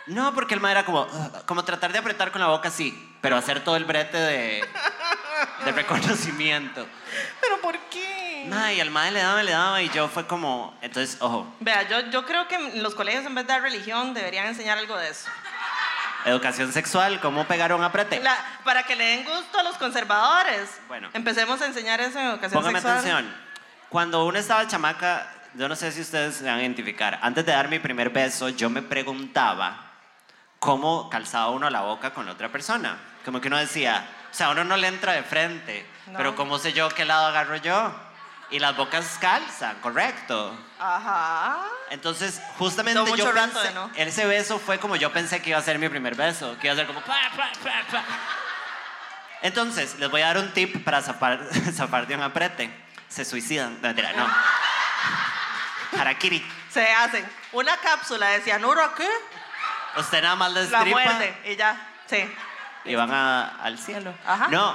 Speaker 2: No, porque el mae era como, "Ugh", como tratar de apretar con la boca, sí, pero hacer todo el brete de, de reconocimiento.
Speaker 1: ¿Pero por qué?
Speaker 2: Mae, y el mae le daba, le daba, y yo fue como, entonces, ojo,
Speaker 1: Vea, yo, yo creo que en los colegios en vez de dar religión deberían enseñar algo de eso.
Speaker 2: educación sexual, ¿cómo pegar un aprete?
Speaker 1: La- para que le den gusto a los conservadores.
Speaker 2: Bueno.
Speaker 1: Empecemos a enseñar eso en educación
Speaker 2: Póngame
Speaker 1: sexual.
Speaker 2: atención. Cuando uno estaba chamaca, yo no sé si ustedes se van a identificar, antes de dar mi primer beso, yo me preguntaba cómo calzaba uno la boca con la otra persona. Como que uno decía, o sea, uno no le entra de frente,
Speaker 1: No.
Speaker 2: pero ¿cómo sé yo qué lado agarro yo? Y las bocas calzan, correcto.
Speaker 1: Ajá.
Speaker 2: Entonces, justamente
Speaker 1: No, mucho
Speaker 2: yo
Speaker 1: rato
Speaker 2: pensé,
Speaker 1: de no.
Speaker 2: ese beso fue como yo pensé que iba a ser mi primer beso, que iba a ser como pa, pa, pa, pa. Entonces, les voy a dar un tip para zafar, [laughs] zafar de un aprete. Se suicidan. No, mentira, no. Harakiri.
Speaker 1: Se hacen una cápsula de cianuro aquí,
Speaker 2: Usted nada más les
Speaker 1: la
Speaker 2: tripa
Speaker 1: muerde y ya. Sí.
Speaker 2: y van a- al cielo.
Speaker 1: Ajá.
Speaker 2: No.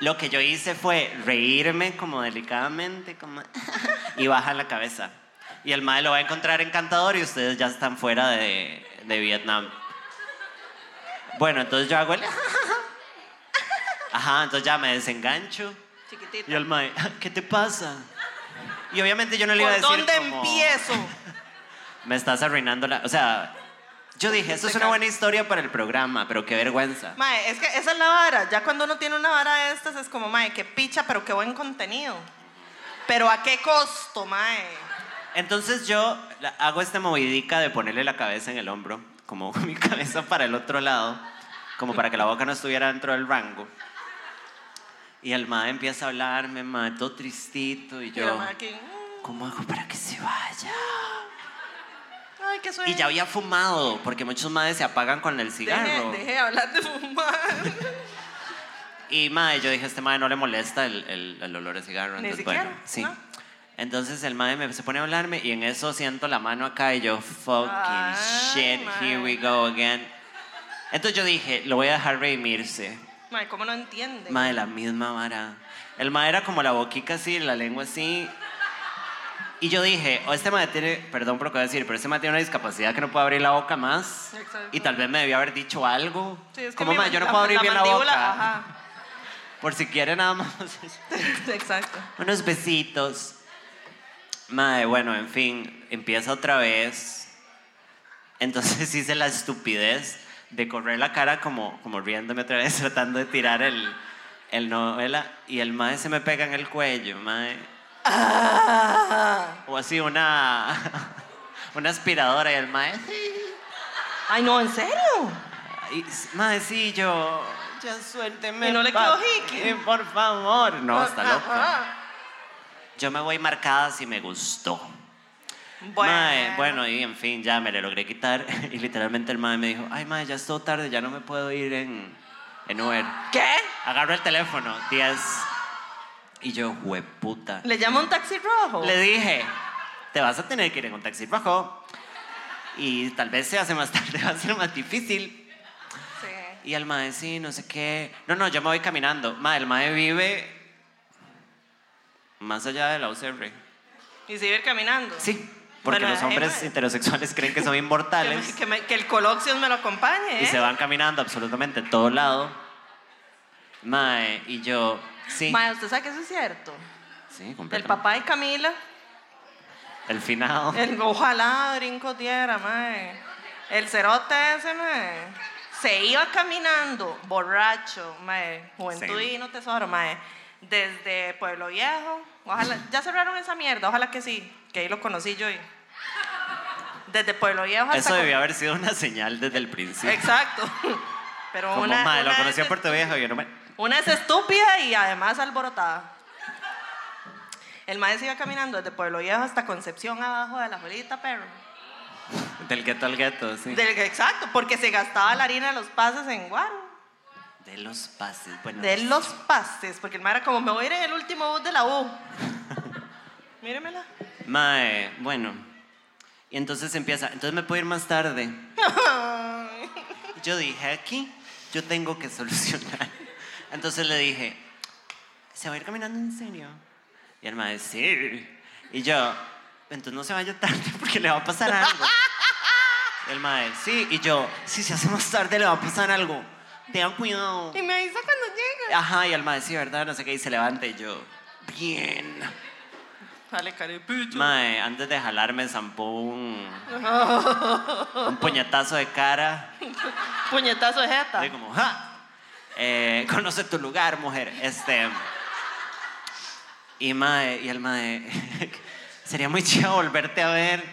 Speaker 2: Lo que yo hice fue reírme como delicadamente como y bajar la cabeza. Y el mae lo va a encontrar encantador y ustedes ya están fuera de, de Vietnam. Bueno, entonces yo hago el... Ajá, entonces ya me desengancho.
Speaker 1: Chiquitito.
Speaker 2: Y el mae, ¿qué te pasa? Y obviamente yo no le iba a
Speaker 1: ¿Por
Speaker 2: decir
Speaker 1: dónde
Speaker 2: como,
Speaker 1: empiezo?
Speaker 2: Me estás arruinando la... O sea, yo dije,
Speaker 1: este
Speaker 2: eso es una buena historia para el programa, pero qué vergüenza.
Speaker 1: Mae, es que esa es la vara. Ya cuando uno tiene una vara de estas es como, mae, qué picha, pero qué buen contenido. Pero a qué costo, mae.
Speaker 2: Entonces yo la- hago esta movidica de ponerle la cabeza en el hombro, como [laughs] mi cabeza para el otro lado, como para que la boca no estuviera dentro del rango. Y el mae empieza a hablarme, mae, todo tristito, y
Speaker 1: Y la
Speaker 2: yo,
Speaker 1: mae aquí, mm,
Speaker 2: ¿cómo hago para que se vaya?
Speaker 1: Ay, qué sueño.
Speaker 2: Y ya había fumado, porque muchos maes se apagan con el
Speaker 1: Deje,
Speaker 2: cigarro.
Speaker 1: deje de hablar de fumar. [laughs]
Speaker 2: Y mae, yo dije, este mae no le molesta el, el- el olor de cigarro.
Speaker 1: Ni
Speaker 2: entonces,
Speaker 1: siquiera,
Speaker 2: bueno, sí.
Speaker 1: ¿no?
Speaker 2: Entonces el mae me, se pone a hablarme y en eso siento la mano acá y yo, fucking
Speaker 1: Ay,
Speaker 2: shit, here we go again. Entonces yo dije, lo voy a dejar redimirse.
Speaker 1: Mae, ¿cómo no entiende?
Speaker 2: Mae, la misma vara. El mae era como la boquica así, la lengua así. Y yo dije, o este mae tiene, perdón por lo que voy a decir, pero este mae tiene una discapacidad que no puede abrir la boca más.
Speaker 1: Exacto.
Speaker 2: Y tal vez me debió haber dicho algo.
Speaker 1: Sí, es que
Speaker 2: como
Speaker 1: mi-
Speaker 2: mae, yo no
Speaker 1: la-
Speaker 2: puedo abrir bien la
Speaker 1: mandíbula,
Speaker 2: boca.
Speaker 1: Ajá. [laughs]
Speaker 2: Por si quiere nada más. [laughs]
Speaker 1: Exacto.
Speaker 2: Unos besitos. Madre, bueno, en fin, empieza otra vez. Entonces [laughs] hice la estupidez de correr la cara como, como riéndome otra vez, [laughs] tratando de tirar el, el novela. Y el mae se me pega en el cuello, mae.
Speaker 1: Ah.
Speaker 2: O así una, [laughs] una aspiradora y el mae.
Speaker 1: Ay, no, ¿en serio?
Speaker 2: Y, mae, sí, yo. Ya suélteme.
Speaker 1: Y no le
Speaker 2: pa-
Speaker 1: quedó jique.
Speaker 2: eh, Por favor. No, está
Speaker 1: Ajá.
Speaker 2: loca. Yo me voy marcada si me gustó.
Speaker 1: Bueno.
Speaker 2: Mae, bueno, y en fin, ya me le logré quitar. [laughs] Y literalmente el mae me dijo, ay, mae, ya es todo tarde, ya no me puedo ir en, en Uber.
Speaker 1: ¿Qué?
Speaker 2: Agarro el teléfono, 10. Y yo, jueputa.
Speaker 1: ¿Le llama un taxi rojo?
Speaker 2: Le dije, te vas a tener que ir en un taxi rojo. Y tal vez se hace más [laughs] tarde, va a ser más difícil.
Speaker 1: Sí.
Speaker 2: Y el mae, sí, no sé qué. No, no, yo me voy caminando. Mae, el mae vive más allá de la UCR.
Speaker 1: Y seguir caminando.
Speaker 2: Sí, porque
Speaker 1: Bueno,
Speaker 2: los
Speaker 1: ay,
Speaker 2: hombres
Speaker 1: mae.
Speaker 2: heterosexuales
Speaker 1: [laughs]
Speaker 2: creen que son
Speaker 1: Que,
Speaker 2: inmortales.
Speaker 1: me- que, me- que el Coloxios me lo acompañe.
Speaker 2: Y
Speaker 1: ¿eh?
Speaker 2: se van caminando absolutamente a todo lado. Mae, y yo, sí.
Speaker 1: Mae, ¿usted sabe que eso es cierto?
Speaker 2: Sí,
Speaker 1: El
Speaker 2: completamente.
Speaker 1: papá de Camila,
Speaker 2: El finado.
Speaker 1: el ojalá brinco diera, mae. El cerote ese, mae. Se iba caminando, borracho, mae. Juventud
Speaker 2: Sí.
Speaker 1: y no tesoro, mae. Desde Pueblo Viejo. Ojalá, ya cerraron esa mierda, ojalá que sí. Que ahí lo conocí yo y... Desde Pueblo Viejo hasta...
Speaker 2: Eso
Speaker 1: Co-
Speaker 2: debió haber sido una señal desde el principio. [laughs]
Speaker 1: Exacto. Pero
Speaker 2: Como,
Speaker 1: una,
Speaker 2: mae, lo
Speaker 1: una
Speaker 2: conocí en
Speaker 1: es-
Speaker 2: Puerto Viejo y yo no me...
Speaker 1: Una es estúpida y además alborotada. El maestro iba caminando desde Pueblo Viejo hasta Concepción abajo de la jolita, perro.
Speaker 2: Del gueto al gueto, sí.
Speaker 1: Del- exacto, porque se gastaba la harina de los pases en Guaro.
Speaker 2: De los pases, bueno.
Speaker 1: De los pases, porque el mae era como, me voy a ir en el último bus de la
Speaker 2: [laughs]
Speaker 1: U. Míremela.
Speaker 2: Mae, bueno. Y entonces empieza, entonces me puedo ir más tarde. Y Yo dije, aquí yo tengo que solucionar. [laughs] Entonces le dije, ¿se va a ir caminando en serio? Y el mae, sí. Y yo, entonces no se vaya tarde [laughs] porque le va a pasar algo. Y el mae, sí. Y yo, si se hace más tarde le va a pasar algo. Tengan cuidado.
Speaker 1: [laughs] Y me avisa cuando llegue.
Speaker 2: Ajá, y el mae, sí, ¿verdad? No sé qué, y se levanta y yo, bien.
Speaker 1: Dale, caripicho.
Speaker 2: Mae, antes de jalarme zampó un, un puñetazo de cara.
Speaker 1: Puñetazo de jeta.
Speaker 2: [laughs] Yo como, ¡ja! Eh, [laughs] conoce tu lugar, mujer. Este. Y mae, y el mae, [laughs] sería muy chido volverte a ver.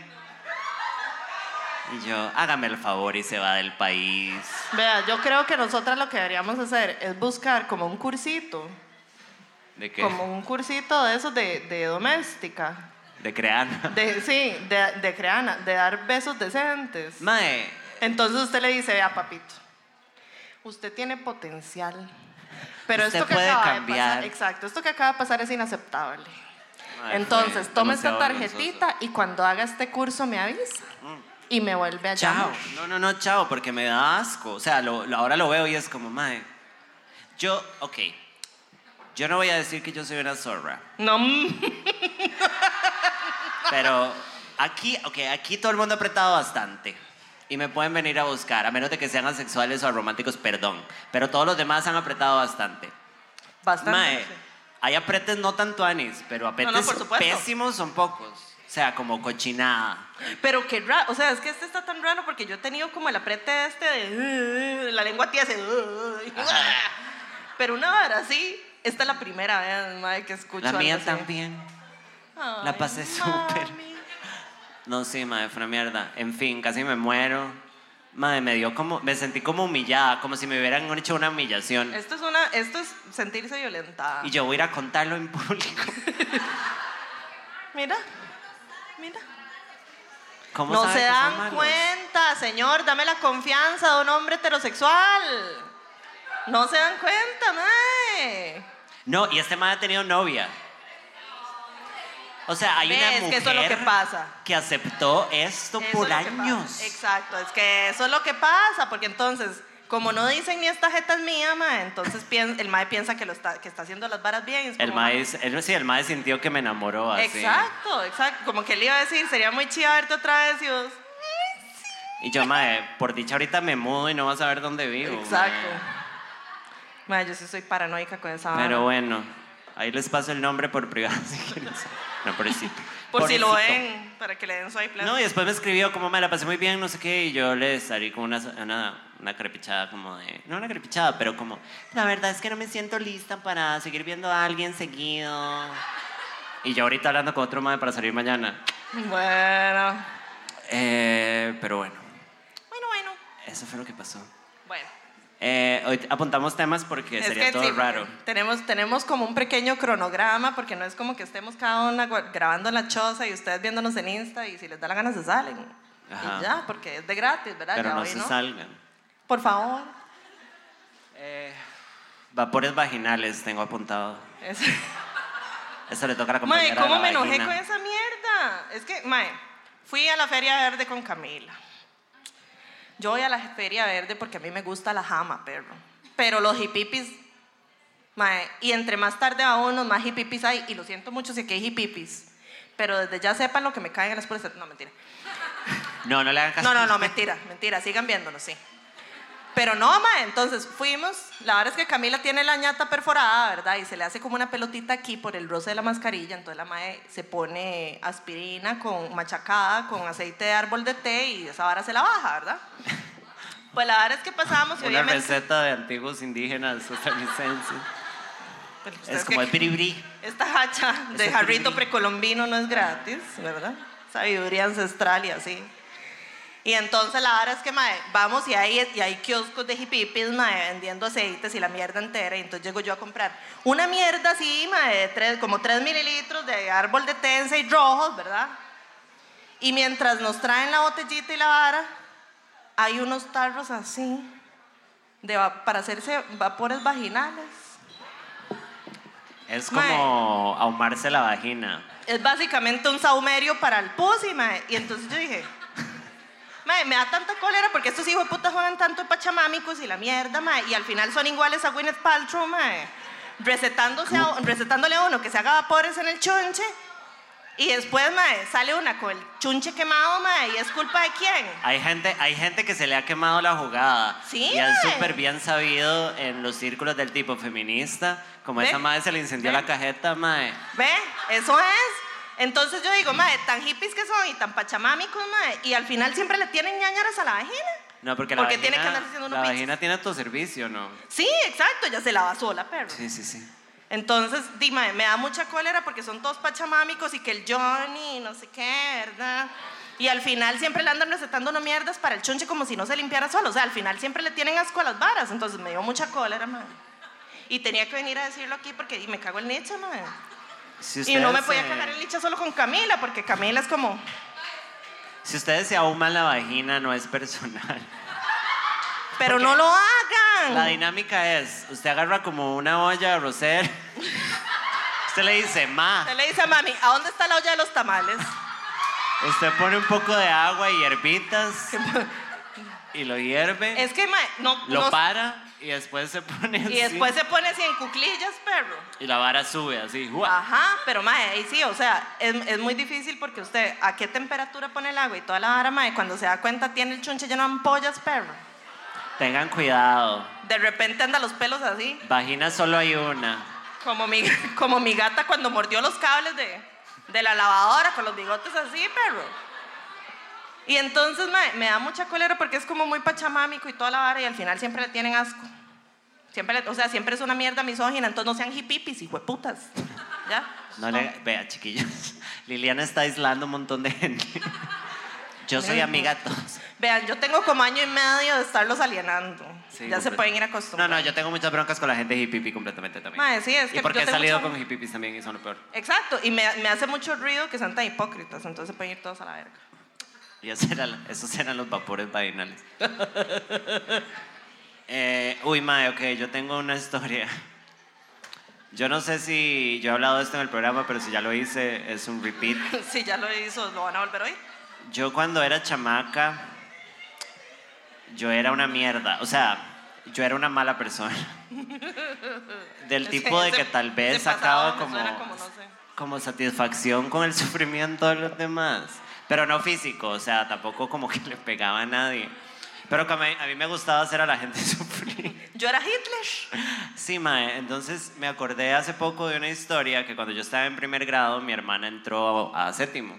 Speaker 2: Y yo, hágame el favor y se va del país.
Speaker 1: Vea, yo creo que nosotras lo que deberíamos hacer es buscar como un cursito.
Speaker 2: ¿De qué?
Speaker 1: Como un cursito de esos de, de doméstica.
Speaker 2: De crear. [laughs]
Speaker 1: De, sí, de, de creana, de dar besos decentes.
Speaker 2: Mae,
Speaker 1: Entonces usted le dice, vea, papito, usted tiene potencial. Pero
Speaker 2: Usted
Speaker 1: esto que
Speaker 2: puede
Speaker 1: acaba
Speaker 2: cambiar.
Speaker 1: de pasar, exacto, esto que acaba de pasar es inaceptable.
Speaker 2: Ay,
Speaker 1: Entonces,
Speaker 2: fue
Speaker 1: tome esta
Speaker 2: demasiado
Speaker 1: tarjetita y cuando haga este curso me avisa y me vuelve a
Speaker 2: Mm. Chao.
Speaker 1: llamar.
Speaker 2: No, no, no, chao, porque me da asco. O sea, lo- lo- ahora lo veo y es como, mae. Yo, ok. Yo no voy a decir que yo soy una zorra,
Speaker 1: No, mm,
Speaker 2: pero aquí, ok, aquí todo el mundo ha apretado bastante. Y me pueden venir a buscar, a menos de que sean asexuales o románticos, perdón. Pero todos los demás han apretado bastante.
Speaker 1: bastante.
Speaker 2: Mae, hay apretes no tanto anis, pero apretes
Speaker 1: por supuesto.
Speaker 2: pésimos son pocos. O sea, como cochinada.
Speaker 1: Pero qué raro, o sea, es que este está tan raro porque yo he tenido como el aprete este de la lengua tía hace
Speaker 2: Ajá.
Speaker 1: pero una vara así, esta es la primera vez madre, que escucho
Speaker 2: La
Speaker 1: algo
Speaker 2: mía
Speaker 1: así.
Speaker 2: también. la
Speaker 1: Ay,
Speaker 2: pasé
Speaker 1: mami.
Speaker 2: súper. No, sí, madre, fue una mierda. En fin, casi me muero. Madre, me dio como, me sentí como humillada, como si me hubieran hecho una humillación.
Speaker 1: Esto es una esto es sentirse violentada.
Speaker 2: Y yo voy a ir a contarlo en público. [laughs]
Speaker 1: Mira. Mira.
Speaker 2: ¿Cómo
Speaker 1: No
Speaker 2: sabe
Speaker 1: se
Speaker 2: que son
Speaker 1: dan
Speaker 2: malos?
Speaker 1: cuenta, señor, dame la confianza de un hombre heterosexual. No se dan cuenta, mae.
Speaker 2: No, y este madre ha tenido novia. O sea, hay
Speaker 1: Ve,
Speaker 2: una
Speaker 1: es
Speaker 2: mujer
Speaker 1: que eso es lo que pasa.
Speaker 2: que aceptó esto
Speaker 1: Eso
Speaker 2: por
Speaker 1: es lo que pasa.
Speaker 2: años.
Speaker 1: Exacto, es que eso es lo que pasa, porque entonces, como no dicen ni esta jeta es mía, mae, entonces pien- el mae piensa que, lo está, que está haciendo las varas bien. y es
Speaker 2: El
Speaker 1: como, "Ah,
Speaker 2: mae, él- sí, el mae sintió que me enamoró así.
Speaker 1: Exacto, exacto. Como que él iba a decir, sería muy chido verte otra vez y vos.
Speaker 2: Y yo, madre, por dicha ahorita me mudo y no vas a ver dónde vivo.
Speaker 1: exacto. Ah.
Speaker 2: mae.
Speaker 1: Mae, yo sí soy paranoica con esa vara.
Speaker 2: Pero bueno, ahí les paso el nombre por privado [laughs] si quieren. No, pobrecito.
Speaker 1: Por si lo
Speaker 2: Pobrecito.
Speaker 1: ven, para que le den swipe left.
Speaker 2: No, y después me escribió como me la pasé muy bien, no sé qué, y yo le salí con una, una, una crepichada como de... No una crepichada, pero como... La verdad es que no me siento lista para seguir viendo a alguien seguido. Y yo ahorita hablando con otro madre para salir mañana.
Speaker 1: Bueno.
Speaker 2: Eh, pero bueno,
Speaker 1: Bueno, bueno.
Speaker 2: eso fue lo que pasó.
Speaker 1: Bueno.
Speaker 2: Eh, hoy apuntamos temas porque sería todo
Speaker 1: sí,
Speaker 2: raro.
Speaker 1: Tenemos, tenemos como un pequeño cronograma, porque no es como que estemos cada una gua- grabando en la choza y ustedes viéndonos en Insta y si les da la gana se salen.
Speaker 2: Ajá.
Speaker 1: Y ya, porque es de gratis, ¿verdad?
Speaker 2: Pero
Speaker 1: Ya
Speaker 2: no
Speaker 1: hoy,
Speaker 2: se salgan.
Speaker 1: Por favor.
Speaker 2: Vapores vaginales tengo apuntado.
Speaker 1: Es-
Speaker 2: Eso le toca a la compañera
Speaker 1: Mae,
Speaker 2: de
Speaker 1: ¿cómo
Speaker 2: la
Speaker 1: me enojé
Speaker 2: vagina.
Speaker 1: con esa mierda? Es que, Mae, fui a la Feria Verde con Camila. Yo voy a la Feria Verde porque a mí me gusta la jama, perro. Pero los hipipis, Mae, y entre más tarde va uno, más hipipis hay. Y lo siento mucho si aquí hay hipipis. Pero desde ya sepan lo que me caen en las puras. No, mentira.
Speaker 2: No, no le hagan caso.
Speaker 1: No,
Speaker 2: [laughs]
Speaker 1: no, no, mentira, mentira. Sigan viéndonos, sí. Pero no, ma, entonces fuimos. La verdad es que Camila tiene la ñata perforada, ¿verdad? Y se le hace como una pelotita aquí por el roce de la mascarilla. Entonces la mae se pone aspirina con machacada, con aceite de árbol de té y esa vara se la baja, ¿verdad? Pues la verdad es que pasamos y
Speaker 2: Una
Speaker 1: obviamente.
Speaker 2: receta de antiguos indígenas costarricenses.
Speaker 1: Pues, ustedes
Speaker 2: Es como
Speaker 1: que-
Speaker 2: el piribrí.
Speaker 1: Esta hacha de
Speaker 2: Ese
Speaker 1: jarrito
Speaker 2: piribí.
Speaker 1: precolombino no es gratis, ¿verdad? Sabiduría ancestral y así. Y entonces la vara es que, mae, vamos y hay, y hay kioscos de hipipis, mae, vendiendo aceites y la mierda entera. Y entonces llego yo a comprar una mierda así, mae, de tres, como 3 mililitros de árbol de tensa y rojos, ¿verdad? Y mientras nos traen la botellita y la vara, hay unos tarros así de, va- para hacerse vapores vaginales.
Speaker 2: Es como ahumarse la vagina.
Speaker 1: es básicamente un saumerio para el pussy, mae. Y entonces yo dije, mae, me da tanta cólera porque estos hijos de puta juegan tanto de pachamámicos y la mierda, mae. Y al final son iguales a Gwyneth Paltrow, mae. Recetándose a- recetándole a uno que se haga vapores en el chunche. Y después, mae, sale una con el chunche quemado, mae. ¿Y es culpa de quién?
Speaker 2: Hay gente, hay gente que se le ha quemado la jugada.
Speaker 1: Sí,
Speaker 2: Y es
Speaker 1: mae.
Speaker 2: súper bien sabido en los círculos del tipo feminista. Como
Speaker 1: ¿Ve?
Speaker 2: esa madre se le incendió
Speaker 1: ¿Ve?
Speaker 2: la cajeta, madre.
Speaker 1: ¿Ve? Eso es. Entonces yo digo, mae, tan hippies que son y tan pachamámicos, mae. Y al final siempre le tienen ñañaras a la vagina.
Speaker 2: No, porque la
Speaker 1: Porque
Speaker 2: vagina,
Speaker 1: tiene que andar haciendo unos
Speaker 2: la
Speaker 1: pinches.
Speaker 2: vagina tiene tu servicio, ¿no?
Speaker 1: Sí, exacto, ya se lava sola, perro.
Speaker 2: Sí, sí, sí.
Speaker 1: Entonces, dime, me da mucha cólera porque son todos pachamámicos y que el Johnny, no sé qué, ¿verdad? Y al final siempre le andan recetando unas mierdas para el chunche como si no se limpiara solo. O sea, al final siempre le tienen asco a las varas. Entonces me dio mucha cólera, man. Y tenía que venir a decirlo aquí porque y me cago el nicho, man.
Speaker 2: Si
Speaker 1: Y no me
Speaker 2: ustedes,
Speaker 1: podía
Speaker 2: eh,
Speaker 1: cagar el nicho solo con Camila porque Camila es como,
Speaker 2: Si ustedes se ahuman la vagina, no es personal.
Speaker 1: pero no lo
Speaker 2: La
Speaker 1: hagan.
Speaker 2: dinámica es, usted agarra como una olla de roser. [laughs] Usted le dice, ma,
Speaker 1: Usted le dice a mami, ¿a dónde está la olla de los
Speaker 2: [laughs]
Speaker 1: tamales?
Speaker 2: usted pone un poco de agua y hierbitas y lo hierve,
Speaker 1: Es que, mae, no,
Speaker 2: lo
Speaker 1: no-
Speaker 2: para y después se pone [laughs] así.
Speaker 1: Y después se pone así en cuclillas, perro.
Speaker 2: Y la vara sube así. ¡guau!
Speaker 1: Ajá, pero mae, ahí sí, o sea, es, es muy difícil porque usted, ¿a qué temperatura pone el agua? Y toda la vara, mae, cuando se da cuenta tiene el chunche lleno de ampollas, perro.
Speaker 2: Tengan cuidado,
Speaker 1: De repente anda los pelos así,
Speaker 2: vagina solo hay una.
Speaker 1: como mi, [laughs] como mi gata cuando mordió los cables de, de la lavadora, con los bigotes así, perro. Y entonces, mae, me da mucha cólera porque es como muy pachamámico y toda la vara y al final siempre le tienen asco. Siempre le- o sea, siempre es una mierda misógina, entonces no sean hipipis, hijueputas. [laughs] ¿Ya?
Speaker 2: No le, vea, chiquillos, [laughs] Liliana está aislando un montón de gente. Yo soy amiga de todos.
Speaker 1: Vean, yo tengo como año y medio de estarlos alienando.
Speaker 2: Sí,
Speaker 1: ya se
Speaker 2: completo.
Speaker 1: pueden ir
Speaker 2: No,
Speaker 1: acostumbrando.
Speaker 2: no, yo tengo muchas broncas con la gente hippie completamente también.
Speaker 1: Mae, sí, es que
Speaker 2: y porque
Speaker 1: yo
Speaker 2: he
Speaker 1: tengo
Speaker 2: salido
Speaker 1: mucha-
Speaker 2: con hippie también y son lo peor.
Speaker 1: Exacto, y me, me hace mucho ruido que sean tan hipócritas, entonces se pueden ir todos a la verga. [laughs]
Speaker 2: Y eso era- esos eran los vapores vaginales. [laughs] Eh, uy, mae, ok, yo tengo una historia. Yo no sé si yo he hablado de esto en el programa, pero si ya lo hice, es un repeat.
Speaker 1: si ya lo hizo, lo van a volver hoy.
Speaker 2: Yo cuando era chamaca, yo era una mierda. O sea, yo era una
Speaker 1: [laughs]
Speaker 2: mala persona. Del tipo de que tal vez sacaba como,
Speaker 1: como no sé.
Speaker 2: como satisfacción con el [laughs] sufrimiento de los demás. Pero no físico, o sea, tampoco como que le pegaba a nadie. Pero que a mí, a mí me gustaba hacer a la gente [laughs] sufrir.
Speaker 1: Yo era Hitler.
Speaker 2: Sí, Mae, entonces me acordé hace poco de una historia que cuando yo estaba en primer grado, mi hermana entró a, a séptimo.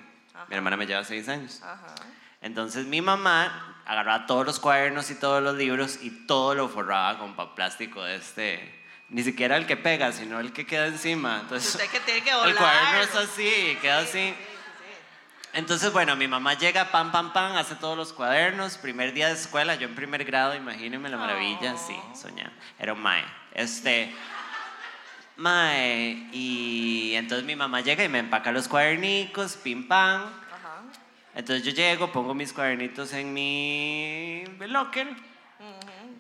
Speaker 2: Mi hermana me lleva seis años.
Speaker 1: Ajá.
Speaker 2: Entonces mi mamá agarraba todos los cuadernos y todos los libros y todo lo forraba con pa- plástico de este. Ni siquiera el que pega, sino el que queda encima. Entonces,
Speaker 1: Usted que tiene que
Speaker 2: [laughs] el
Speaker 1: volar.
Speaker 2: cuaderno es así, queda así. Entonces, bueno, mi mamá llega, pam, pam, pam, hace todos los cuadernos. Primer día de escuela, yo en primer grado, imagínense la maravilla, sí, soñaba. Era un mae. Este. Mae. Y entonces mi mamá llega y me empaca los cuadernicos, pim, pam.
Speaker 1: Ajá.
Speaker 2: Entonces yo llego, pongo mis cuadernitos en mi locker.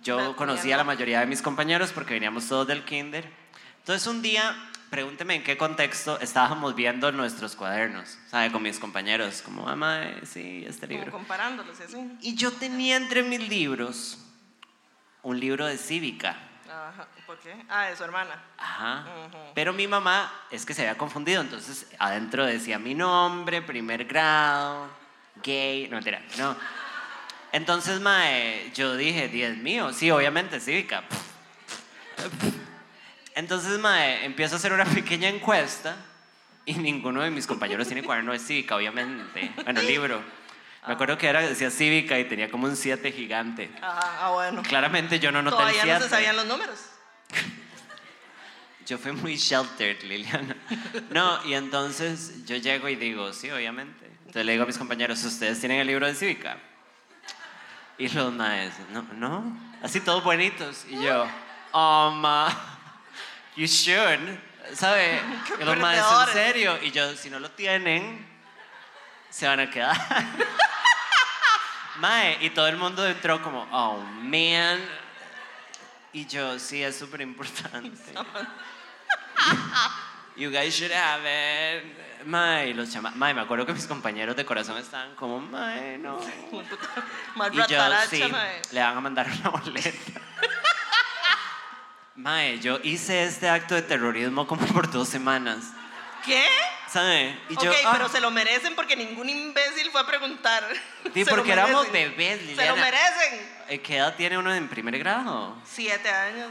Speaker 2: Yo conocía a la mayoría de mis compañeros porque veníamos todos del kinder. Entonces un día, pregúnteme en qué contexto estábamos viendo nuestros cuadernos, ¿sabe? Con mis compañeros, como, mamá, sí, este
Speaker 1: Como
Speaker 2: libro.
Speaker 1: comparándolos y así.
Speaker 2: Y yo tenía entre mis libros un libro de cívica.
Speaker 1: Ajá. ¿Por qué? Ah, de su hermana.
Speaker 2: Ajá.
Speaker 1: Ujú.
Speaker 2: Pero mi mamá es que se había confundido, entonces adentro decía mi nombre, primer grado, gay, no mentira, no. Entonces, mae, yo dije, Dios mío, sí, obviamente, cívica. Entonces, mae, empiezo a hacer una [laughs] pequeña encuesta y ninguno de mis compañeros tiene cuaderno de cívica, obviamente. Bueno, libro. Me acuerdo que era, decía cívica y tenía como un 7 gigante.
Speaker 1: Ajá, ah, bueno.
Speaker 2: Claramente yo no noté el
Speaker 1: Todavía no
Speaker 2: 7.
Speaker 1: se sabían los números.
Speaker 2: Yo fui muy sheltered, Liliana. No, y entonces yo llego y digo, sí, obviamente. Entonces le digo a mis compañeros, ¿ustedes tienen el libro de cívica? Y los maestros, no, no. Así todos bonitos. Y yo, um, uh, you should. ¿Sabe?
Speaker 1: [laughs] Qué
Speaker 2: Y los maestros,
Speaker 1: perdedores.
Speaker 2: en serio. Y yo, si no lo tienen, se van a quedar. [laughs] Mae, y todo el mundo entró como, oh, man. Y yo, sí, es
Speaker 1: [laughs]
Speaker 2: súper importante. You guys should have it. Mae, y los chama Mae, me acuerdo que mis compañeros de corazón estaban como, mae, no.
Speaker 1: Más
Speaker 2: Y yo,
Speaker 1: rataracha,
Speaker 2: sí,
Speaker 1: mae.
Speaker 2: le van a mandar
Speaker 1: [laughs]
Speaker 2: una boleta. Mae, yo hice este acto de terrorismo como por dos semanas.
Speaker 1: ¿Qué?
Speaker 2: ¿Sabe? Y yo,
Speaker 1: ok,
Speaker 2: ah,
Speaker 1: pero se lo merecen porque ningún imbécil fue a preguntar. [laughs]
Speaker 2: Sí,
Speaker 1: Se lo
Speaker 2: porque éramos
Speaker 1: merecen.
Speaker 2: bebés,
Speaker 1: Se lo
Speaker 2: Liliana.
Speaker 1: merecen.
Speaker 2: eh, ¿qué edad tiene uno en primer grado?
Speaker 1: Siete años.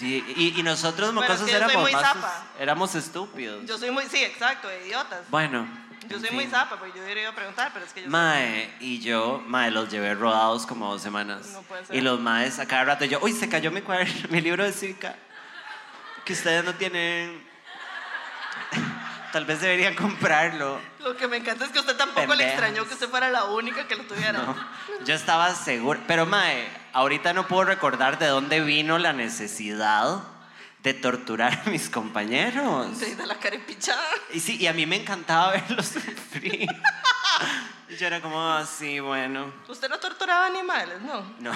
Speaker 2: Y, y- y nosotros,
Speaker 1: Bueno, es
Speaker 2: mocosos,
Speaker 1: que yo soy
Speaker 2: éramos
Speaker 1: muy
Speaker 2: más-
Speaker 1: zapa.
Speaker 2: éramos estúpidos.
Speaker 1: Yo soy muy, sí, exacto, idiotas.
Speaker 2: bueno.
Speaker 1: Yo
Speaker 2: en
Speaker 1: soy muy
Speaker 2: fin.
Speaker 1: zapa, porque yo hubiera ido a preguntar, pero es que yo...
Speaker 2: Mae, y yo, mae, los llevé rodados como dos semanas.
Speaker 1: No puede ser.
Speaker 2: Y los maes a cada rato, yo, uy, se cayó mi cuaderno, [laughs] mi libro de cívica. Que ustedes no tienen. [laughs] Tal vez deberían comprarlo.
Speaker 1: Lo que me encanta es que usted tampoco le
Speaker 2: Pendejas.
Speaker 1: extrañó que usted fuera la única que lo tuviera.
Speaker 2: No, yo estaba seguro. Pero, mae, ahorita no puedo recordar de dónde vino la necesidad de torturar a mis compañeros.
Speaker 1: [laughs] Sí, de la cara empichada.
Speaker 2: Y sí, y a mí me encantaba [laughs] verlos sufrir. [laughs] Y yo era como, así, bueno.
Speaker 1: Usted no torturaba animales, ¿no?
Speaker 2: No.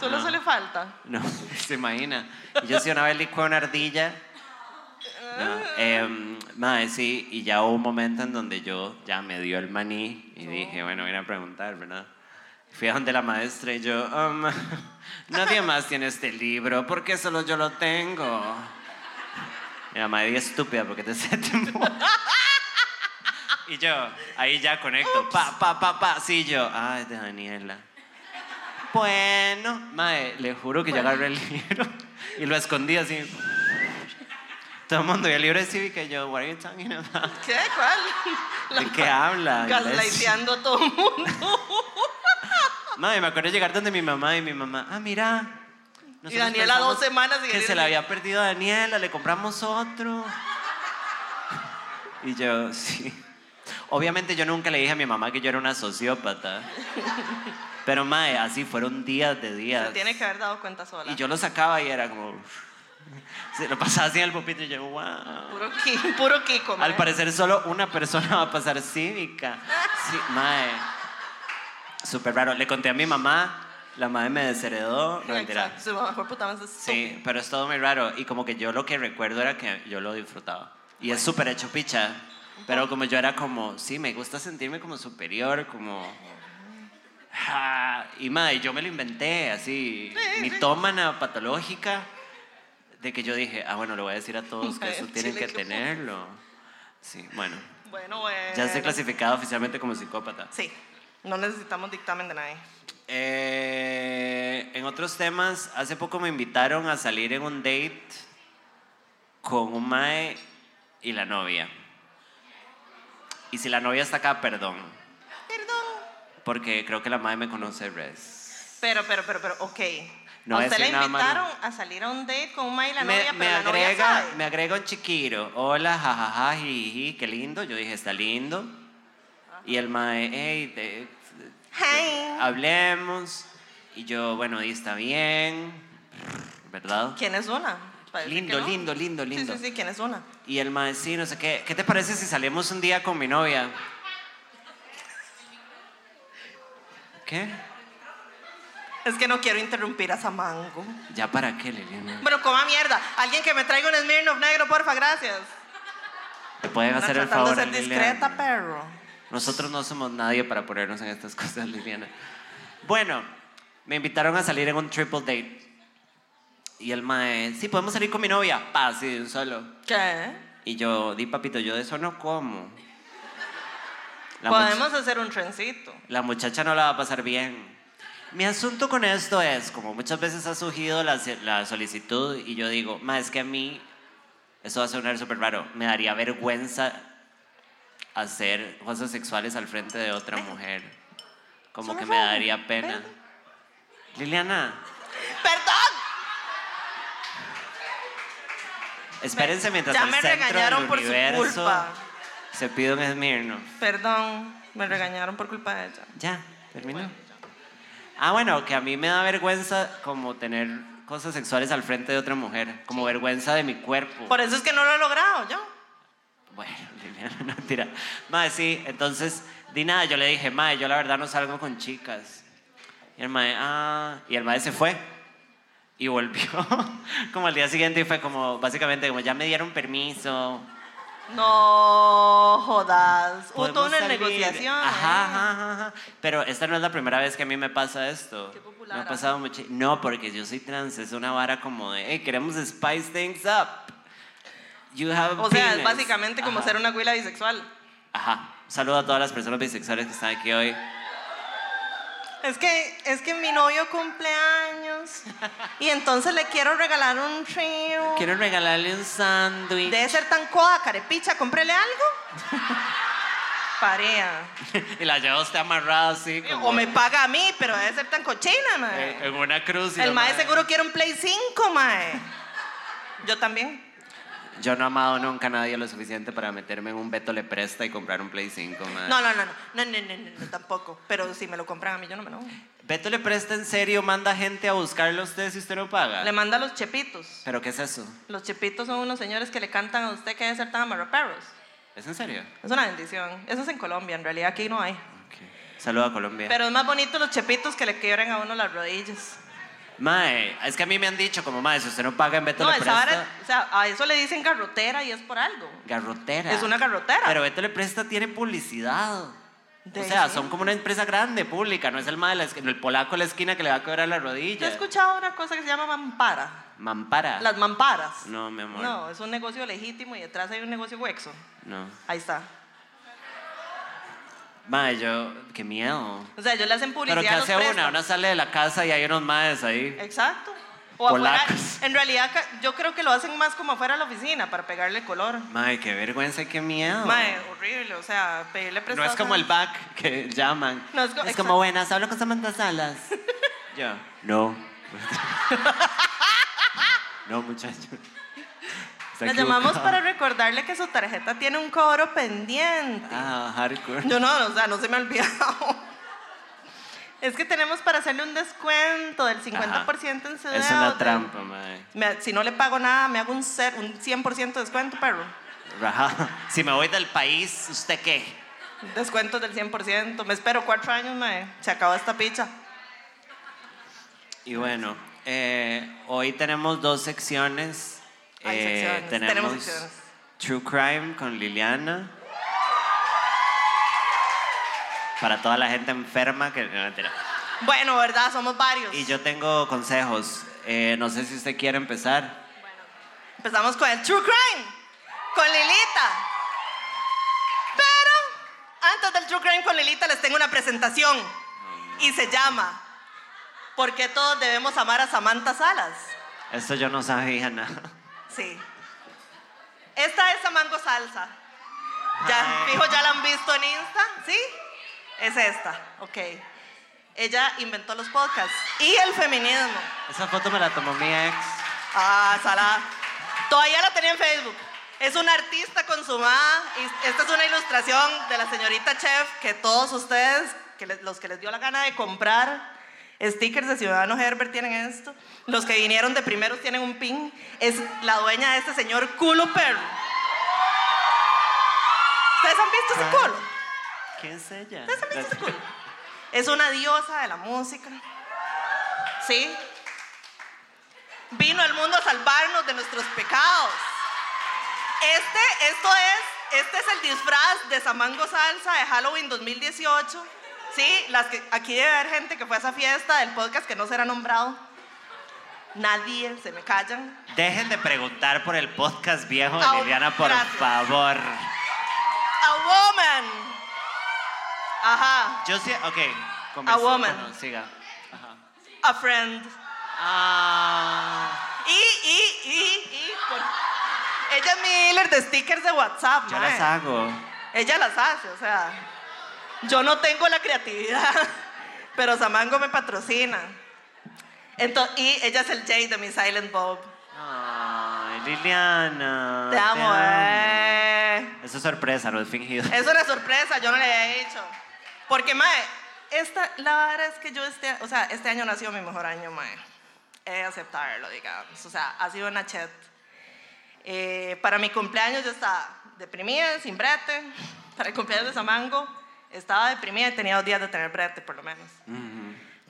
Speaker 1: Solo
Speaker 2: No.
Speaker 1: se le falta.
Speaker 2: No, se imagina. Y Yo sí una vez licué una ardilla. No, em, mae, sí, y ya hubo un momento en donde yo ya me dio el maní y dije, bueno, voy a ir a preguntar, ¿verdad? Fui a donde la maestra y yo, "Um, [laughs] nadie más tiene este libro, ¿por qué solo yo lo tengo? Y la madre estúpida porque te [laughs] se Y yo, ahí ya conecto, pa, pa, pa, pa, sí, yo, ay, de Daniela. Bueno, mae, le juro que yo agarré el libro [laughs] y lo escondí así. Todo el mundo vio el libro de cívica y yo, what are you talking about?
Speaker 1: ¿Qué? ¿Cuál? [laughs]
Speaker 2: ¿De qué habla?
Speaker 1: Gaslighteando a todo el mundo.
Speaker 2: Mae, me acuerdo llegar donde mi mamá y mi mamá, ah, mira. nosotros
Speaker 1: Daniela
Speaker 2: pensamos
Speaker 1: dos semanas sin
Speaker 2: Que
Speaker 1: el
Speaker 2: se la
Speaker 1: libro".
Speaker 2: había perdido a Daniela, le compramos otro. Y yo, sí. Obviamente yo nunca le dije a mi mamá que yo era una sociópata. Pero, mae, así fueron días de días.
Speaker 1: Se tiene que haber dado cuenta sola.
Speaker 2: Y yo lo sacaba y era como. Se lo pasaba así en el pupitre y yo, wow.
Speaker 1: Puro, qui- puro Kiko, mae.
Speaker 2: Al parecer, solo una persona va a pasar cívica.
Speaker 1: [laughs]
Speaker 2: Sí, mae. Súper raro. Le conté a mi mamá, la madre me desheredó. No mentira.
Speaker 1: Exacto, su mamá fue puta más estúpida.
Speaker 2: Sí, pero es todo muy raro. Y como que yo lo que recuerdo era que yo lo disfrutaba. Y es súper hecho picha. Pero como yo era como, sí, me gusta sentirme como superior, como. Ja. Y madre, yo me lo inventé así,
Speaker 1: Sí,
Speaker 2: mitómana patológica, de que yo dije, ah, bueno, le voy a decir a todos que
Speaker 1: Mae, [laughs]
Speaker 2: eso
Speaker 1: sí
Speaker 2: tienen
Speaker 1: le
Speaker 2: que
Speaker 1: quedó.
Speaker 2: tenerlo. Sí, bueno,
Speaker 1: Bueno, bueno.
Speaker 2: ya estoy clasificado oficialmente como psicópata.
Speaker 1: Sí, no necesitamos dictamen de nadie.
Speaker 2: Eh, en otros temas, hace poco me invitaron a salir en un date con un mae y la novia. Y si la novia está acá, perdón,
Speaker 1: Perdón.
Speaker 2: porque creo que la mae me conoce res.
Speaker 1: Pero, pero, pero, pero, ok.
Speaker 2: No
Speaker 1: a
Speaker 2: voy a
Speaker 1: usted la
Speaker 2: decir nada malo.
Speaker 1: invitaron a salir a un date con una y la
Speaker 2: me,
Speaker 1: novia,
Speaker 2: me
Speaker 1: pero la novia
Speaker 2: agrega,
Speaker 1: sabe.
Speaker 2: me agrega un chiquiro. Hola, jajaja, jiji, qué lindo. Yo dije, está lindo. Y el mae, hey, te- Ah.
Speaker 1: Hi.
Speaker 2: hablemos. Y yo, bueno, y está bien, ¿verdad?
Speaker 1: ¿Quién es una? Parece que
Speaker 2: Lindo,
Speaker 1: no.
Speaker 2: lindo, lindo, lindo.
Speaker 1: Sí, sí, sí, ¿quién es una?
Speaker 2: Y el mae, sí, no sé qué. ¿Qué te parece si salimos un día con mi novia? ¿Qué?
Speaker 1: Es que no quiero interrumpir a Samango.
Speaker 2: ¿Ya para qué, Liliana?
Speaker 1: Bueno, coma mierda. Alguien que me traiga un Smirnoff negro, porfa, gracias.
Speaker 2: ¿Te pueden
Speaker 1: Ana,
Speaker 2: hacer el
Speaker 1: tratando de
Speaker 2: favor,
Speaker 1: ser discreta,
Speaker 2: Liliana?
Speaker 1: perro.
Speaker 2: Nosotros no somos nadie para ponernos en estas [laughs] cosas, Liliana. Bueno, me invitaron a salir en un triple date. Y el mae, sí, podemos salir con mi novia. Pa, sí, de un solo.
Speaker 1: ¿Qué?
Speaker 2: Y yo, di papito, yo de eso no como. La
Speaker 1: Podemos hacer un trencito.
Speaker 2: la muchacha no la va a pasar bien. Mi asunto con esto es, como muchas veces ha surgido la, se- la solicitud y yo digo, ma, es que a mí, eso va a sonar súper raro, me daría vergüenza hacer cosas sexuales al frente de otra mujer. Como
Speaker 1: Solo
Speaker 2: que me
Speaker 1: raro,
Speaker 2: daría pena. Liliana,
Speaker 1: ¡Perdón!
Speaker 2: espérense mientras
Speaker 1: ya
Speaker 2: el
Speaker 1: me
Speaker 2: centro
Speaker 1: regañaron
Speaker 2: del
Speaker 1: por su
Speaker 2: universo
Speaker 1: culpa.
Speaker 2: se pide un esmirno.
Speaker 1: Perdón, me regañaron por culpa de ella.
Speaker 2: Ya, terminó. Ah, bueno, que a mí me da vergüenza como tener cosas sexuales al frente de otra mujer, como vergüenza de mi cuerpo.
Speaker 1: Por eso es que no lo he logrado yo.
Speaker 2: Bueno, [laughs] Liliana, no tira. Mae, sí, entonces, di nada, yo le dije, mae, yo la verdad no salgo con chicas. Y el mae, ah, y el mae se fue. Y volvió [laughs] como al día siguiente y fue como, básicamente, como ya me dieron permiso.
Speaker 1: No jodas. Hubo
Speaker 2: podemos
Speaker 1: una
Speaker 2: salir".
Speaker 1: negociación.
Speaker 2: Ajá, ajá, ajá, ajá. Pero esta no es la primera vez que a mí me pasa esto.
Speaker 1: Qué popular,
Speaker 2: Me ha
Speaker 1: ¿ah?
Speaker 2: pasado mucho. No, porque yo soy trans. Es una vara como de, hey, queremos spice things up. You have a
Speaker 1: O sea, es
Speaker 2: penis".
Speaker 1: básicamente como
Speaker 2: Ajá.
Speaker 1: ser una güila bisexual.
Speaker 2: Ajá. Un saludo a todas las personas bisexuales que están aquí hoy.
Speaker 1: Es que, es que mi novio cumpleaños y entonces le quiero regalar un río.
Speaker 2: Quiero regalarle un sándwich.
Speaker 1: Debe ser tan coda, carepicha, cómprele algo. Parea.
Speaker 2: [laughs] Y la lleva usted amarrada así. Como Eh,
Speaker 1: O me paga a mí, pero debe ser tan cochina, mae.
Speaker 2: en, en una cruz. y
Speaker 1: El
Speaker 2: la
Speaker 1: mae
Speaker 2: madre-
Speaker 1: seguro quiere un Play 5, mae. Yo también.
Speaker 2: Yo no he amado nunca a nadie lo suficiente para meterme en un Beto le presta y comprar un Play 5, madre.
Speaker 1: No, no, no, no, no, no, no, no, no, tampoco. Pero si me lo compran a mí, yo no me enojo.
Speaker 2: Beto le presta en serio, manda gente a buscarlo a usted si usted no paga.
Speaker 1: Le manda los chepitos.
Speaker 2: ¿Pero qué es eso?
Speaker 1: Los chepitos son unos señores que le cantan a usted que debe ser tan amarraperros.
Speaker 2: ¿Es en serio?
Speaker 1: Es una bendición. Eso es en Colombia, en realidad aquí no hay.
Speaker 2: Saludo a Colombia.
Speaker 1: Pero es más bonito los chepitos que le quiebran a uno las rodillas.
Speaker 2: Mae, es que a mí me han dicho como, mae, si usted no paga en Beto
Speaker 1: No,
Speaker 2: le
Speaker 1: esa
Speaker 2: presta...
Speaker 1: vara, o sea, a eso le dicen garrotera y es por algo.
Speaker 2: Garrotera.
Speaker 1: Es una garrotera.
Speaker 2: Pero Beto le presta tiene publicidad.
Speaker 1: De-
Speaker 2: o sea,
Speaker 1: sí.
Speaker 2: son como una empresa grande, pública. No es el mae, de la esquina- el polaco de la esquina que le va a cobrar la rodilla.
Speaker 1: Yo he escuchado una cosa que se llama mampara.
Speaker 2: Mampara.
Speaker 1: Las mamparas.
Speaker 2: Ah. No, mi amor.
Speaker 1: No, es un negocio legítimo y detrás hay un negocio huexo.
Speaker 2: No.
Speaker 1: Ahí está.
Speaker 2: Mae, yo... Qué miedo.
Speaker 1: O sea, ellos le hacen publicidad
Speaker 2: Pero ¿qué
Speaker 1: a los Eh.
Speaker 2: hace una?
Speaker 1: préstamos.
Speaker 2: Una sale de la casa y hay unos maes ahí.
Speaker 1: Exacto. O afuera,
Speaker 2: Polacos.
Speaker 1: en realidad ca- yo creo que lo hacen más como afuera de la oficina para pegarle color.
Speaker 2: Mae, qué vergüenza y qué miedo.
Speaker 1: Mae, horrible, o sea, pedirle
Speaker 2: No
Speaker 1: prestado.
Speaker 2: es como el back que [laughs] llaman.
Speaker 1: No, es co-
Speaker 2: es
Speaker 1: exacto.
Speaker 2: como buenas, hablo con
Speaker 1: [laughs]
Speaker 2: Samantha Salas. Yo. No. [laughs]
Speaker 1: [laughs]
Speaker 2: no, muchacho. Está
Speaker 1: Nos llamamos
Speaker 2: equivocado.
Speaker 1: para recordarle que su tarjeta tiene un cobro pendiente.
Speaker 2: Ah, hardcore. [laughs]
Speaker 1: Yo no, o sea, no se me ha olvidado. Es que tenemos para hacerle un descuento del 50% en su
Speaker 2: Es
Speaker 1: deuda.
Speaker 2: una trampa, mae.
Speaker 1: Me- si no le pago nada, me hago un, cer- un 100% de descuento, perro.
Speaker 2: Rajá. [laughs] Si me voy del país, ¿usted qué?
Speaker 1: Descuentos del 100%. Me espero cuatro años, mae. Se acabó esta picha.
Speaker 2: Y bueno, eh, hoy tenemos dos secciones. Eh,
Speaker 1: Hay secciones, tenemos secciones.
Speaker 2: True Crime con Liliana. Para toda la gente enferma que... no, mentira.
Speaker 1: Bueno, ¿verdad? Somos varios.
Speaker 2: Y yo tengo consejos. Eh, no sé si usted quiere empezar.
Speaker 1: Empezamos con el True Crime, con Lilita. Pero antes del True Crime con Lilita les tengo una presentación. Y se llama ¿Por qué todos debemos amar a Samantha Salas?
Speaker 2: Esto yo no sabía nada.
Speaker 1: Sí. Esta es Samango Salsa. Ya,
Speaker 2: Ay.
Speaker 1: fijo, ya la han visto en Insta, ¿sí? Es esta, ok. Ella inventó los podcasts y el feminismo.
Speaker 2: Esa foto me la tomó mi ex.
Speaker 1: Ah, Sala. Todavía la tenía en Facebook. Es una artista consumada. Y esta es una ilustración de la señorita Chef que todos ustedes, que les- los que les dio la gana de comprar stickers de Ciudadanos Herbert tienen esto. Los que vinieron de primeros tienen un pin. Es la dueña de este señor culo perro. ¿Ustedes han visto ese culo?
Speaker 2: ¿Qué es ella?
Speaker 1: ¿Ustedes han visto ese culo? Es una diosa de la música. ¿Sí? Vino al mundo a salvarnos de nuestros pecados. Este, esto es, este es el disfraz de Samango Salsa de Halloween 2018. ¿Sí? Las que, aquí debe haber gente que fue a esa fiesta del podcast que no será nombrado. Nadie, se me callan.
Speaker 2: Dejen de preguntar por el podcast viejo de
Speaker 1: Ah,
Speaker 2: Liliana, por
Speaker 1: gracias.
Speaker 2: favor.
Speaker 1: A woman Ajá.
Speaker 2: Yo sí, ok.
Speaker 1: A woman.
Speaker 2: Bueno, siga. Ajá.
Speaker 1: A friend.
Speaker 2: Ah,
Speaker 1: Y, y, y, y. por- Ella es mi dealer de stickers de WhatsApp,
Speaker 2: yo
Speaker 1: mae.
Speaker 2: las hago.
Speaker 1: Ella las hace, o sea. Yo no tengo la creatividad, [laughs] pero Samango me patrocina. Entonces, y ella es el Jay de mi Silent Bob.
Speaker 2: Ay, Liliana.
Speaker 1: Ah, Te amo, eh.
Speaker 2: Eso es sorpresa, lo he fingido. [laughs]
Speaker 1: Es una sorpresa, yo no le había dicho. Porque, mae, esta, la vara es que yo este, o sea, este año no ha sido mi mejor año, mae. He de aceptarlo, digamos. O sea, ha sido una chat. Eh, para mi cumpleaños yo estaba deprimida, sin brete. [laughs] Para el cumpleaños de Samango estaba deprimida y tenía dos días de tener brete, por lo menos.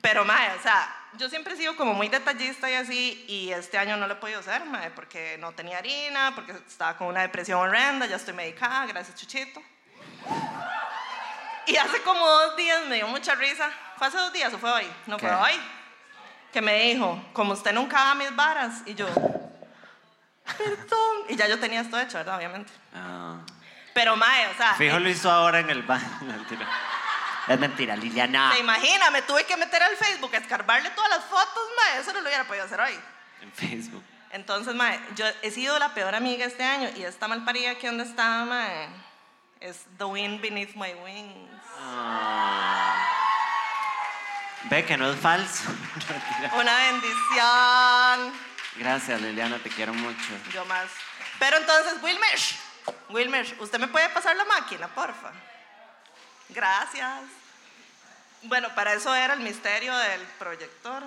Speaker 1: Pero, mae, o sea, yo siempre he sido como muy detallista y así, y este año no lo he podido hacer, mae, porque no tenía harina, porque estaba con una depresión horrenda, ya estoy medicada, gracias, Chuchito. Y hace como dos días me dio mucha risa. ¿Fue hace dos días o fue hoy? No
Speaker 2: ¿Qué?
Speaker 1: fue hoy. Que me dijo, como usted nunca va a mis varas. Y yo, perdón. Y ya yo tenía esto hecho, ¿verdad? Obviamente.
Speaker 2: Ah.
Speaker 1: Pero, mae, o sea,
Speaker 2: Fijo lo hizo ahora en el baño. [laughs] No, mentira. Es mentira, Liliana.
Speaker 1: se imagina, me tuve que meter al Facebook a escarbarle todas las fotos, mae. Eso no lo hubiera podido hacer hoy.
Speaker 2: En Facebook.
Speaker 1: Entonces, mae, yo he sido la peor amiga este año y esta malparida aquí donde está, mae, es The Wind Beneath My Wings.
Speaker 2: Ah. Ve que no es falso. No, mentira.
Speaker 1: Una bendición.
Speaker 2: Gracias, Liliana, te quiero mucho.
Speaker 1: Yo más. Pero entonces, Wilmer, Wilmer, ¿usted me puede pasar la máquina, porfa? Gracias. Bueno, para eso era el misterio del proyector.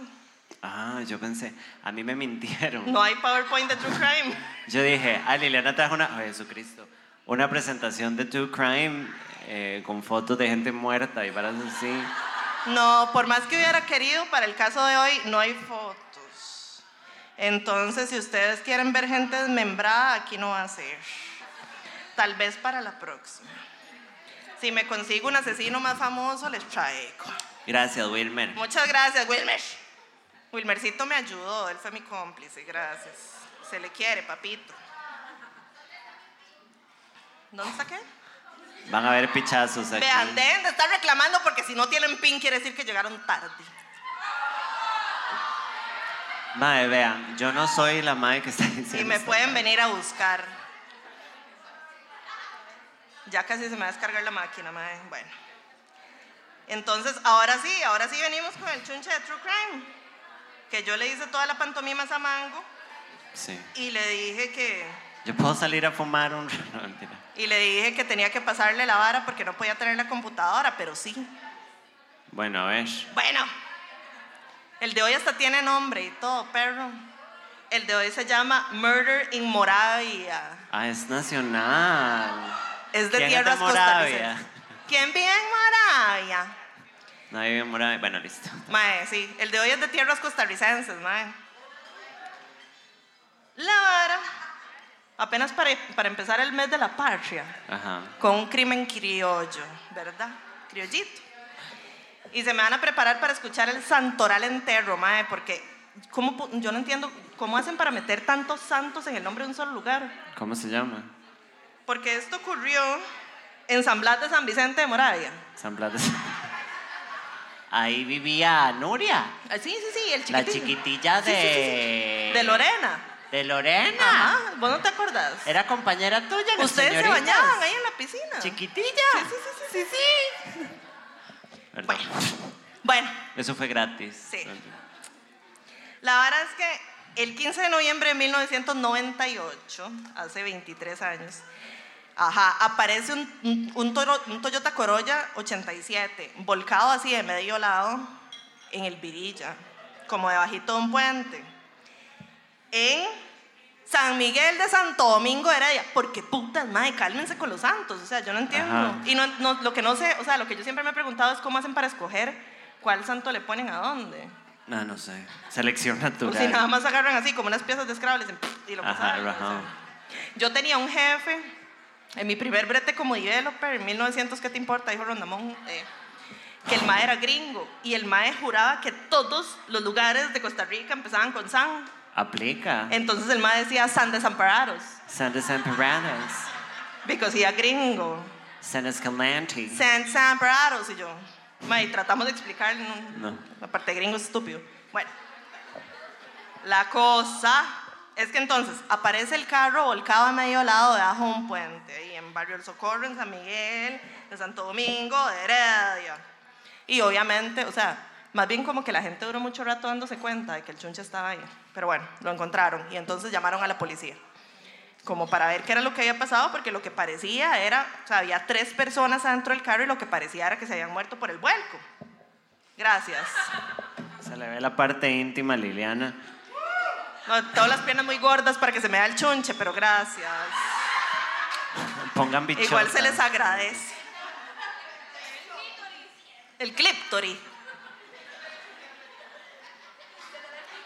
Speaker 2: Ah, yo pensé, a mí me mintieron.
Speaker 1: No hay PowerPoint de True Crime.
Speaker 2: Yo dije, ah, Liliana trajo una, ay, Jesucristo, una presentación de True Crime eh, con fotos de gente muerta y varas así.
Speaker 1: No, por más que hubiera querido, para el caso de hoy no hay fotos. Entonces, si ustedes quieren ver gente desmembrada, aquí no va a ser. Tal vez para la próxima. Si me consigo un asesino más famoso, les traigo.
Speaker 2: Gracias, Wilmer.
Speaker 1: Muchas gracias, Wilmer. Wilmercito me ayudó, él fue mi cómplice, gracias. Se le quiere, papito. ¿Dónde está qué?
Speaker 2: Van a haber pichazos aquí.
Speaker 1: Vean, dejen de estar reclamando porque si no tienen pin quiere decir que llegaron tarde.
Speaker 2: Mae, vean, yo no soy la madre que está diciendo.
Speaker 1: Y me
Speaker 2: esta
Speaker 1: pueden
Speaker 2: madre.
Speaker 1: venir a buscar. Ya casi se me va a descargar la máquina, mae. Bueno. Entonces, ahora sí, ahora sí venimos con el chunche de True Crime. Que yo le hice toda la pantomima a Mango
Speaker 2: Sí.
Speaker 1: y le dije que
Speaker 2: Yo puedo salir a fumar un. [laughs] No, mentira.
Speaker 1: Y le dije que tenía que pasarle la vara porque no podía tener la computadora, pero sí.
Speaker 2: Bueno, a ver.
Speaker 1: Bueno, el de hoy hasta tiene nombre y todo, perro. El de hoy se llama Murder in Moravia.
Speaker 2: Ah, es nacional.
Speaker 1: Es de
Speaker 2: ¿Quién es de
Speaker 1: tierras
Speaker 2: Moravia?
Speaker 1: costarricenses. ¿Quién vive en Moravia?
Speaker 2: Nadie vive en Moravia. Bueno, listo.
Speaker 1: Mae, sí. El de hoy es de tierras costarricenses, mae. La vara. Apenas para, para empezar el mes de la patria.
Speaker 2: Ajá.
Speaker 1: con un crimen criollo, ¿verdad? Criollito. Y se me van a preparar para escuchar el santoral entero, mae, porque ¿cómo, pu- yo no entiendo cómo hacen para meter tantos santos en el nombre de un solo lugar.
Speaker 2: ¿Cómo se llama?
Speaker 1: Porque esto ocurrió en San Blas de San Vicente de Moravia.
Speaker 2: San Blas. de San- [laughs] Ahí vivía Nuria.
Speaker 1: Ah, sí, sí, sí, el chiquitillo.
Speaker 2: La chiquitilla
Speaker 1: Sí,
Speaker 2: de.
Speaker 1: sí, sí, sí. De Lorena.
Speaker 2: De Lorena.
Speaker 1: Ajá, ¿vos no te acordás?
Speaker 2: Era compañera tuya. las
Speaker 1: Ustedes se
Speaker 2: señoritas.
Speaker 1: bañaban ahí en la piscina.
Speaker 2: Chiquitilla.
Speaker 1: Sí, sí, sí, sí, sí, sí.
Speaker 2: Perdón.
Speaker 1: Bueno, bueno.
Speaker 2: Eso fue gratis.
Speaker 1: Sí. La verdad es que el 15 de noviembre de 1998, hace 23 años, ajá, aparece un, un- un Toro- un Toyota Corolla 87, volcado así de medio lado en el Virilla, como debajito de un puente. En San Miguel de Santo Domingo de Heredia. Porque putas, madre, cálmense con los santos. O sea, yo no entiendo.
Speaker 2: Ajá.
Speaker 1: Y no- no- lo que no sé, o sea, lo que yo siempre me he preguntado es cómo hacen para escoger cuál santo le ponen a dónde.
Speaker 2: No, no sé. Selección
Speaker 1: O
Speaker 2: natural.
Speaker 1: si nada más agarran así como unas piezas de Scrabble y, dicen, "Pff", y lo
Speaker 2: Ajá,
Speaker 1: pasaron. o
Speaker 2: ajá.
Speaker 1: sea. Yo tenía un jefe en mi primer brete como developer en 1900, ¿qué te importa? Dijo Rondamón. eh, que el MAE era gringo y el MAE juraba que todos los lugares de Costa Rica empezaban con San.
Speaker 2: Aplica.
Speaker 1: Entonces el MAE decía San Desamparados,
Speaker 2: San de San Peranas.
Speaker 1: because he era gringo.
Speaker 2: San Escalante.
Speaker 1: San San Prados, y yo. Ma, y tratamos de explicarle, no,
Speaker 2: No.
Speaker 1: La parte de gringo es estúpido. Bueno, la cosa es que entonces aparece el carro volcado a medio lado debajo de un puente, ahí en Barrio El Socorro, en San Miguel, en Santo Domingo, de Heredia. Y obviamente, o sea, más bien como que la gente duró mucho rato dándose cuenta de que el chunche estaba ahí. Pero bueno, lo encontraron y entonces llamaron a la policía como para ver qué era lo que había pasado, porque lo que parecía era, o sea, había tres personas adentro del carro y lo que parecía era que se habían muerto por el vuelco. Gracias.
Speaker 2: Se le ve la parte íntima a Liliana.
Speaker 1: No, todas las piernas muy gordas para que se me vea el chunche, pero gracias. E
Speaker 2: Pongan bichota.
Speaker 1: Igual se les agradece. El clíptori.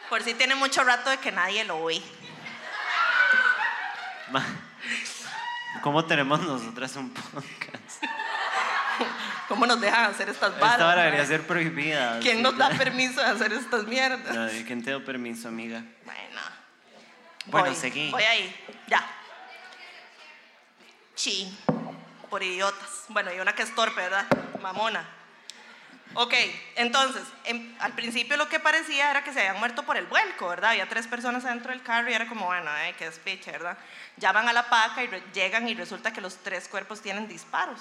Speaker 1: Por si tiene mucho rato de que nadie lo ve.
Speaker 2: Ma, [laughs] ¿Cómo tenemos nosotras un podcast?
Speaker 1: ¿Cómo nos dejan hacer estas varas?
Speaker 2: Esta hora
Speaker 1: mae?
Speaker 2: debería ser prohibida.
Speaker 1: ¿Quién
Speaker 2: sí,
Speaker 1: nos da
Speaker 2: ya.
Speaker 1: permiso de hacer estas
Speaker 2: [laughs]
Speaker 1: mierdas?
Speaker 2: Nadie, ¿Quién te dio permiso, amiga?
Speaker 1: Bueno.
Speaker 2: Bueno,
Speaker 1: Voy,
Speaker 2: seguí.
Speaker 1: Voy ahí, ya. Chi, por idiotas. Bueno, y una que es torpe, ¿verdad? Mamona. Ok, entonces, em- al principio lo que parecía era que se habían muerto por el vuelco, ¿verdad? Había tres personas adentro del carro y era como, bueno, ay, qué despiche, ¿verdad? Llaman a la paca y re- llegan y resulta que los tres cuerpos tienen disparos.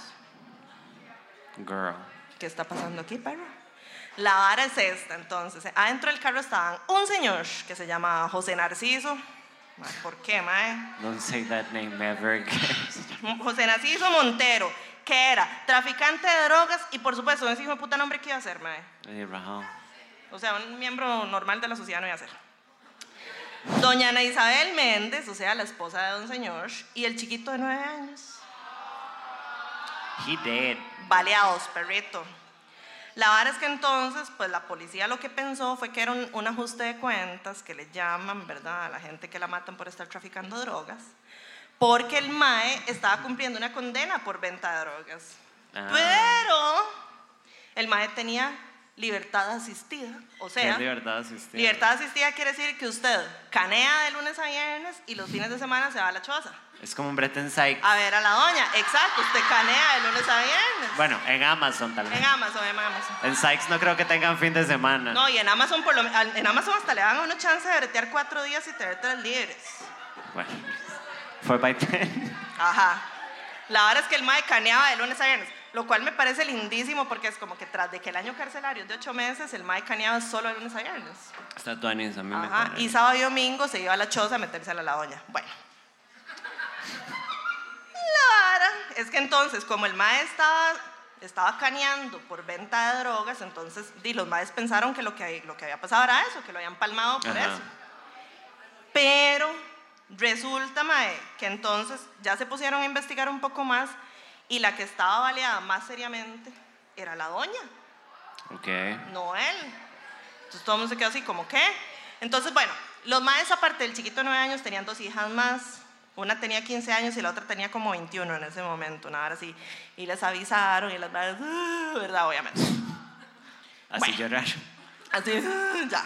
Speaker 2: Girl.
Speaker 1: ¿Qué está pasando aquí, perro? La vara es esta, entonces. Adentro del carro estaban un señor que se llama José Narciso. Ma, ¿Por qué, mae?
Speaker 2: Don't say that name ever again. [laughs]
Speaker 1: José Narciso Montero, que era traficante de drogas y, por supuesto, ese hijo de puta nombre que iba a ser, mae.
Speaker 2: Ay, Rahul.
Speaker 1: O sea, un miembro normal de la sociedad no iba a ser. Doña Ana Isabel Méndez, o sea, la esposa de don señor, y el chiquito de nueve años.
Speaker 2: He did.
Speaker 1: baleados, perrito. La vara es que entonces, pues la policía lo que pensó fue que era un, un ajuste de cuentas que le llaman, ¿verdad?, a la gente que la matan por estar traficando drogas, porque el MAE estaba cumpliendo una condena por venta de drogas.
Speaker 2: Ah.
Speaker 1: Pues, Pero el MAE tenía libertad asistida, o
Speaker 2: ¿Qué
Speaker 1: sea,
Speaker 2: es libertad este. asistida?
Speaker 1: libertad asistida quiere decir que usted canea de lunes a viernes y los fines de semana se va a la choza.
Speaker 2: Es como un Bretton Sykes.
Speaker 1: A ver a la doña, exacto, usted canea de lunes a viernes.
Speaker 2: Bueno, en Amazon tal vez.
Speaker 1: En Amazon, en Amazon.
Speaker 2: En Sykes no creo que tengan fin de semana.
Speaker 1: No, y en Amazon, por lo, me- al- en Amazon hasta le dan a uno chance de bretear cuatro días y tener tres libres.
Speaker 2: Bueno, fue by ten. [laughs]
Speaker 1: Ajá. La verdad es que el MAE caneaba de lunes a viernes, lo cual me parece lindísimo porque es como que tras de que el año carcelario es de ocho meses, el MAE caneaba solo de lunes a viernes.
Speaker 2: Está tu anís, a mí me
Speaker 1: Ajá.
Speaker 2: cuadra.
Speaker 1: Y sábado y domingo se iba a la choza a meterse a la doña. Bueno. La vara es que entonces, como el MAE estaba, estaba caneando por venta de drogas, entonces di, los MAES pensaron que lo que, lo que había pasado era eso, que lo habían palmado por
Speaker 2: Ajá.
Speaker 1: eso. Pero resulta, mae, que entonces ya se pusieron a investigar un poco más y la que estaba baleada más seriamente era la doña,
Speaker 2: Ok.
Speaker 1: no él. Entonces todo el mundo se quedó así como, ¿qué? Entonces, bueno, los maes aparte del chiquito de 9 años tenían dos hijas más. Una tenía 15 años y la otra tenía como 21 en ese momento, una hora así. Y les avisaron y las maes, "Ah", ¿verdad? Obviamente.
Speaker 2: Así
Speaker 1: Bueno.
Speaker 2: llorar.
Speaker 1: Así, [laughs] ya.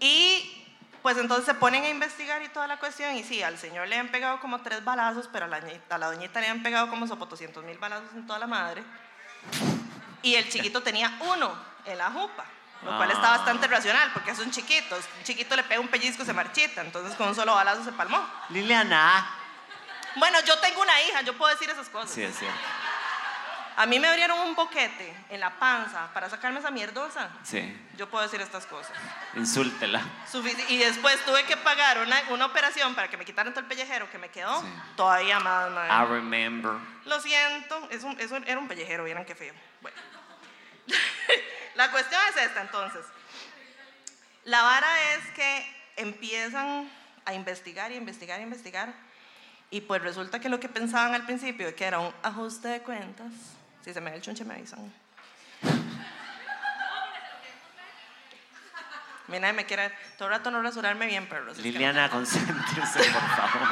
Speaker 1: Y pues entonces se ponen a investigar y toda la cuestión. Y sí, al señor le han pegado como tres balazos, pero a la, ñi- a la doñita le han pegado como sopotoscientos mil balazos en toda la madre. Y el chiquito tenía uno en la jupa, lo cual está
Speaker 2: Ah.
Speaker 1: bastante racional porque es un chiquito. Un chiquito le pega un pellizco, se marchita. Entonces con un solo balazo se palmó.
Speaker 2: Liliana.
Speaker 1: Bueno, yo tengo una hija, yo puedo decir esas cosas.
Speaker 2: Sí, es cierto.
Speaker 1: A mí me abrieron un boquete en la panza para sacarme esa mierdosa.
Speaker 2: Sí.
Speaker 1: Yo puedo decir estas cosas.
Speaker 2: Insúltela.
Speaker 1: Sufici- Y después tuve que pagar una, una operación para que me quitaran todo el pellejero que me quedó.
Speaker 2: Sí.
Speaker 1: Todavía más, madre.
Speaker 2: I remember.
Speaker 1: Lo siento, es un- eso era un pellejero, vieran qué feo. Bueno. [laughs] la cuestión es esta entonces. La vara es que empiezan a investigar y investigar y investigar. Y pues resulta que lo que pensaban al principio, de que era un ajuste de cuentas, si se me da el chunche me avisan. Mira, nadie me quiere ver. todo el rato no rasurarme bien, perros. es que no
Speaker 2: Liliana, concéntrese, por
Speaker 1: [laughs]
Speaker 2: favor.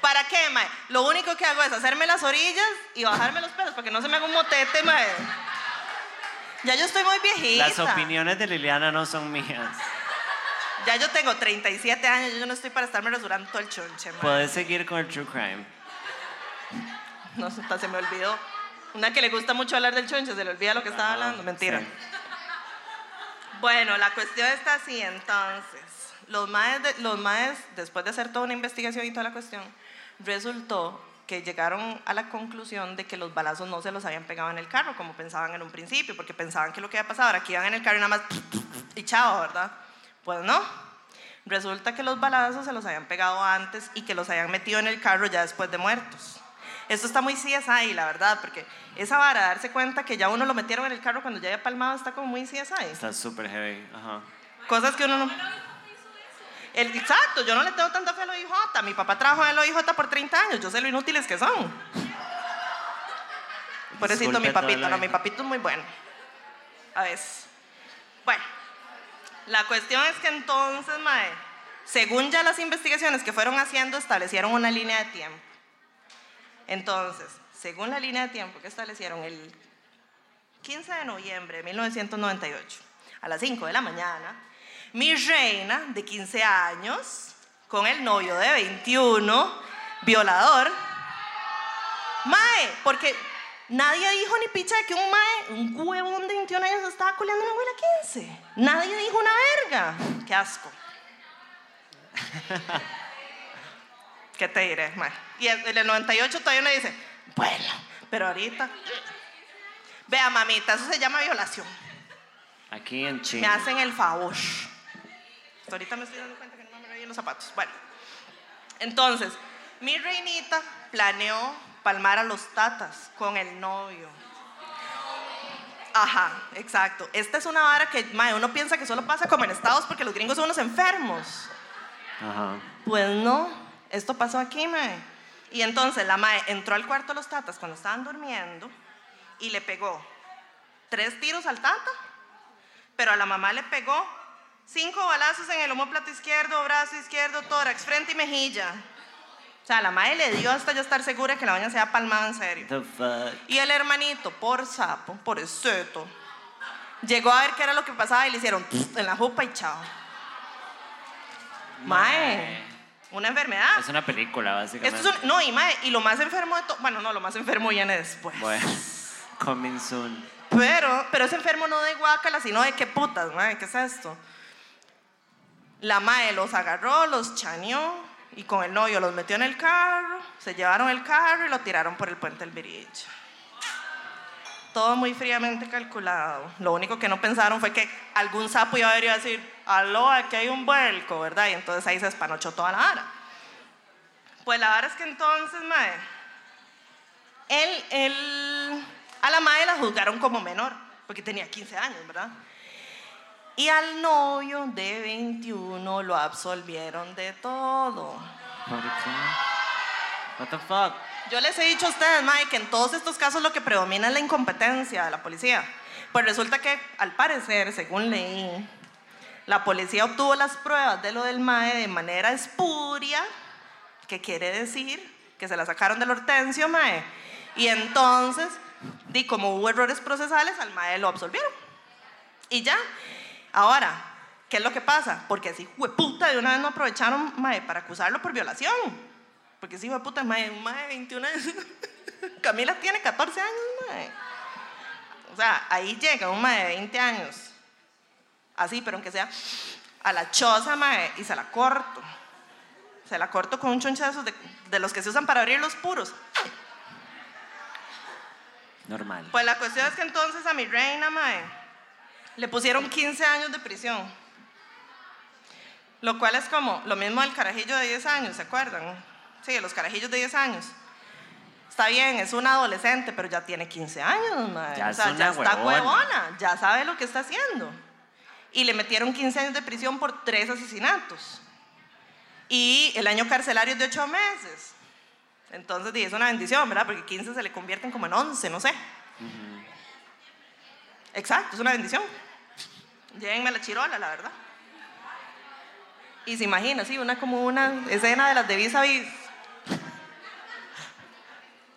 Speaker 1: ¿Para qué, mae? Lo único que hago es hacerme las orillas y bajarme los pelos para que no se me haga un motete, mae. Ya yo estoy muy viejita.
Speaker 2: Las opiniones de Liliana no son mías.
Speaker 1: Ya yo tengo 37 años, yo no estoy para estarme rasurando todo el chonche, mae.
Speaker 2: Podés seguir con el true crime.
Speaker 1: No, hasta se me olvidó. Una que le gusta mucho hablar del chonche, se le olvida lo que estaba
Speaker 2: Ah,
Speaker 1: hablando. Mentira.
Speaker 2: sí.
Speaker 1: Bueno, la cuestión está así entonces. Los maes, de- los maes, después de hacer toda una investigación y toda la cuestión, resultó que llegaron a la conclusión de que los balazos no se los habían pegado en el carro, como pensaban en un principio, porque pensaban que lo que había pasado era que iban en el carro y nada más y chao, ¿verdad? Pues no. Resulta que los balazos se los habían pegado antes y que los habían metido en el carro ya después de muertos. Esto está muy CSI, la verdad, porque esa vara, darse cuenta que ya uno lo metieron en el carro cuando ya había palmado, está como muy CSI.
Speaker 2: Está súper heavy. Ajá.
Speaker 1: Cosas que uno no. El, exacto, yo no le tengo tanta fe al OIJ. Mi papá trabajó en el OIJ por 30 años. Yo sé lo inútiles que son. Pobrecito
Speaker 2: Disculpe
Speaker 1: mi
Speaker 2: a todo el
Speaker 1: papito. No,
Speaker 2: OIJ.
Speaker 1: mi papito es muy bueno. A veces. Bueno, la cuestión es que entonces, mae, según ya las investigaciones que fueron haciendo, establecieron una línea de tiempo. Entonces, según la línea de tiempo que establecieron el 15 de noviembre de 1998, a las 5 de la mañana, mi reina de 15 años, con el novio de 21, violador, Mae, porque nadie dijo ni picha de que un mae, un huevón de 21 años estaba coleando a una abuela de 15. Nadie dijo una verga. Qué asco. ¿Qué te diré, mae? Y el el 98 todavía uno dice, bueno, pero ahorita. Vea, mamita, eso se llama violación.
Speaker 2: Aquí en Chile.
Speaker 1: Me hacen el favor. Hasta ahorita me estoy dando cuenta que no me veo bien los zapatos. Bueno, entonces, mi reinita planeó palmar a los tatas con el novio. Ajá, exacto. Esta es una vara que mae, uno piensa que solo pasa como en Estados porque los gringos son unos enfermos.
Speaker 2: Ajá.
Speaker 1: Pues no, esto pasó aquí, mae. Y entonces la mae entró al cuarto de los tatas cuando estaban durmiendo y le pegó tres tiros al tata, pero a la mamá le pegó cinco balazos en el homóplato izquierdo, brazo izquierdo, tórax, frente y mejilla. O sea, la mae le dio hasta ya estar segura que la doña se ha palmado en serio.
Speaker 2: The fuck.
Speaker 1: Y el hermanito, por sapo, por seto, llegó a ver qué era lo que pasaba y le hicieron en la jupa y chao. Mae, una enfermedad.
Speaker 2: Es una película, básicamente.
Speaker 1: Esto es un- no, y mae, y lo más enfermo de todo, bueno, no, lo más enfermo viene después.
Speaker 2: Bueno. [laughs] Coming soon.
Speaker 1: Pero, pero ese enfermo no de guácala, sino de qué putas, mae, ¿qué es esto? La mae los agarró, los chaneó y con el novio los metió en el carro, se llevaron el carro y lo tiraron por el puente del Virillo. Todo muy fríamente calculado. Lo único que no pensaron fue que algún sapo iba a venir y iba a decir, aló, aquí hay un vuelco, ¿verdad? Y entonces ahí se espanochó toda la vara. Pues la vara es que entonces, mae, él, él, a la madre la juzgaron como menor, porque tenía 15 años, ¿verdad? Y al novio de 21 lo absolvieron de todo.
Speaker 2: ¿Por qué? What the fuck?
Speaker 1: Yo les he dicho a ustedes, Mae, que en todos estos casos lo que predomina es la incompetencia de la policía. Pues resulta que, al parecer, según leí, la policía obtuvo las pruebas de lo del Mae de manera espuria, que quiere decir que se la sacaron del Hortensio, Mae. Y entonces, di como hubo errores procesales, al Mae lo absolvieron. Y ya. Ahora, ¿qué es lo que pasa? Porque si puta de una vez no aprovecharon, Mae, para acusarlo por violación. Porque si hijo de puta es mae, un mae de 21 años. [laughs] Camila tiene 14 años, mae. O sea, ahí llega un mae de 20 años. Así, pero aunque sea a la choza, mae, y se la corto. Se la corto con un chonchazo de, de los que se usan para abrir los puros.
Speaker 2: Normal.
Speaker 1: Pues la cuestión es que entonces a mi reina, mae, le pusieron 15 años de prisión. Lo cual es como lo mismo del carajillo de 10 años, ¿se acuerdan? Sí, de los carajillos de 10 años. Está bien, es una adolescente, pero ya tiene 15 años, mae.
Speaker 2: Ya
Speaker 1: o sea,
Speaker 2: es
Speaker 1: ya
Speaker 2: una
Speaker 1: está
Speaker 2: huevona.
Speaker 1: huevona, ya sabe lo que está haciendo. Y le metieron 15 años de prisión por tres asesinatos. Y el año carcelario es de 8 meses. Entonces, di, es una bendición, ¿verdad? Porque 15 se le convierten como en 11, no sé. Exacto, es una bendición. Llévenme a la chirola, la verdad. Y se imagina, sí, una como una escena de las de Vis a Vis.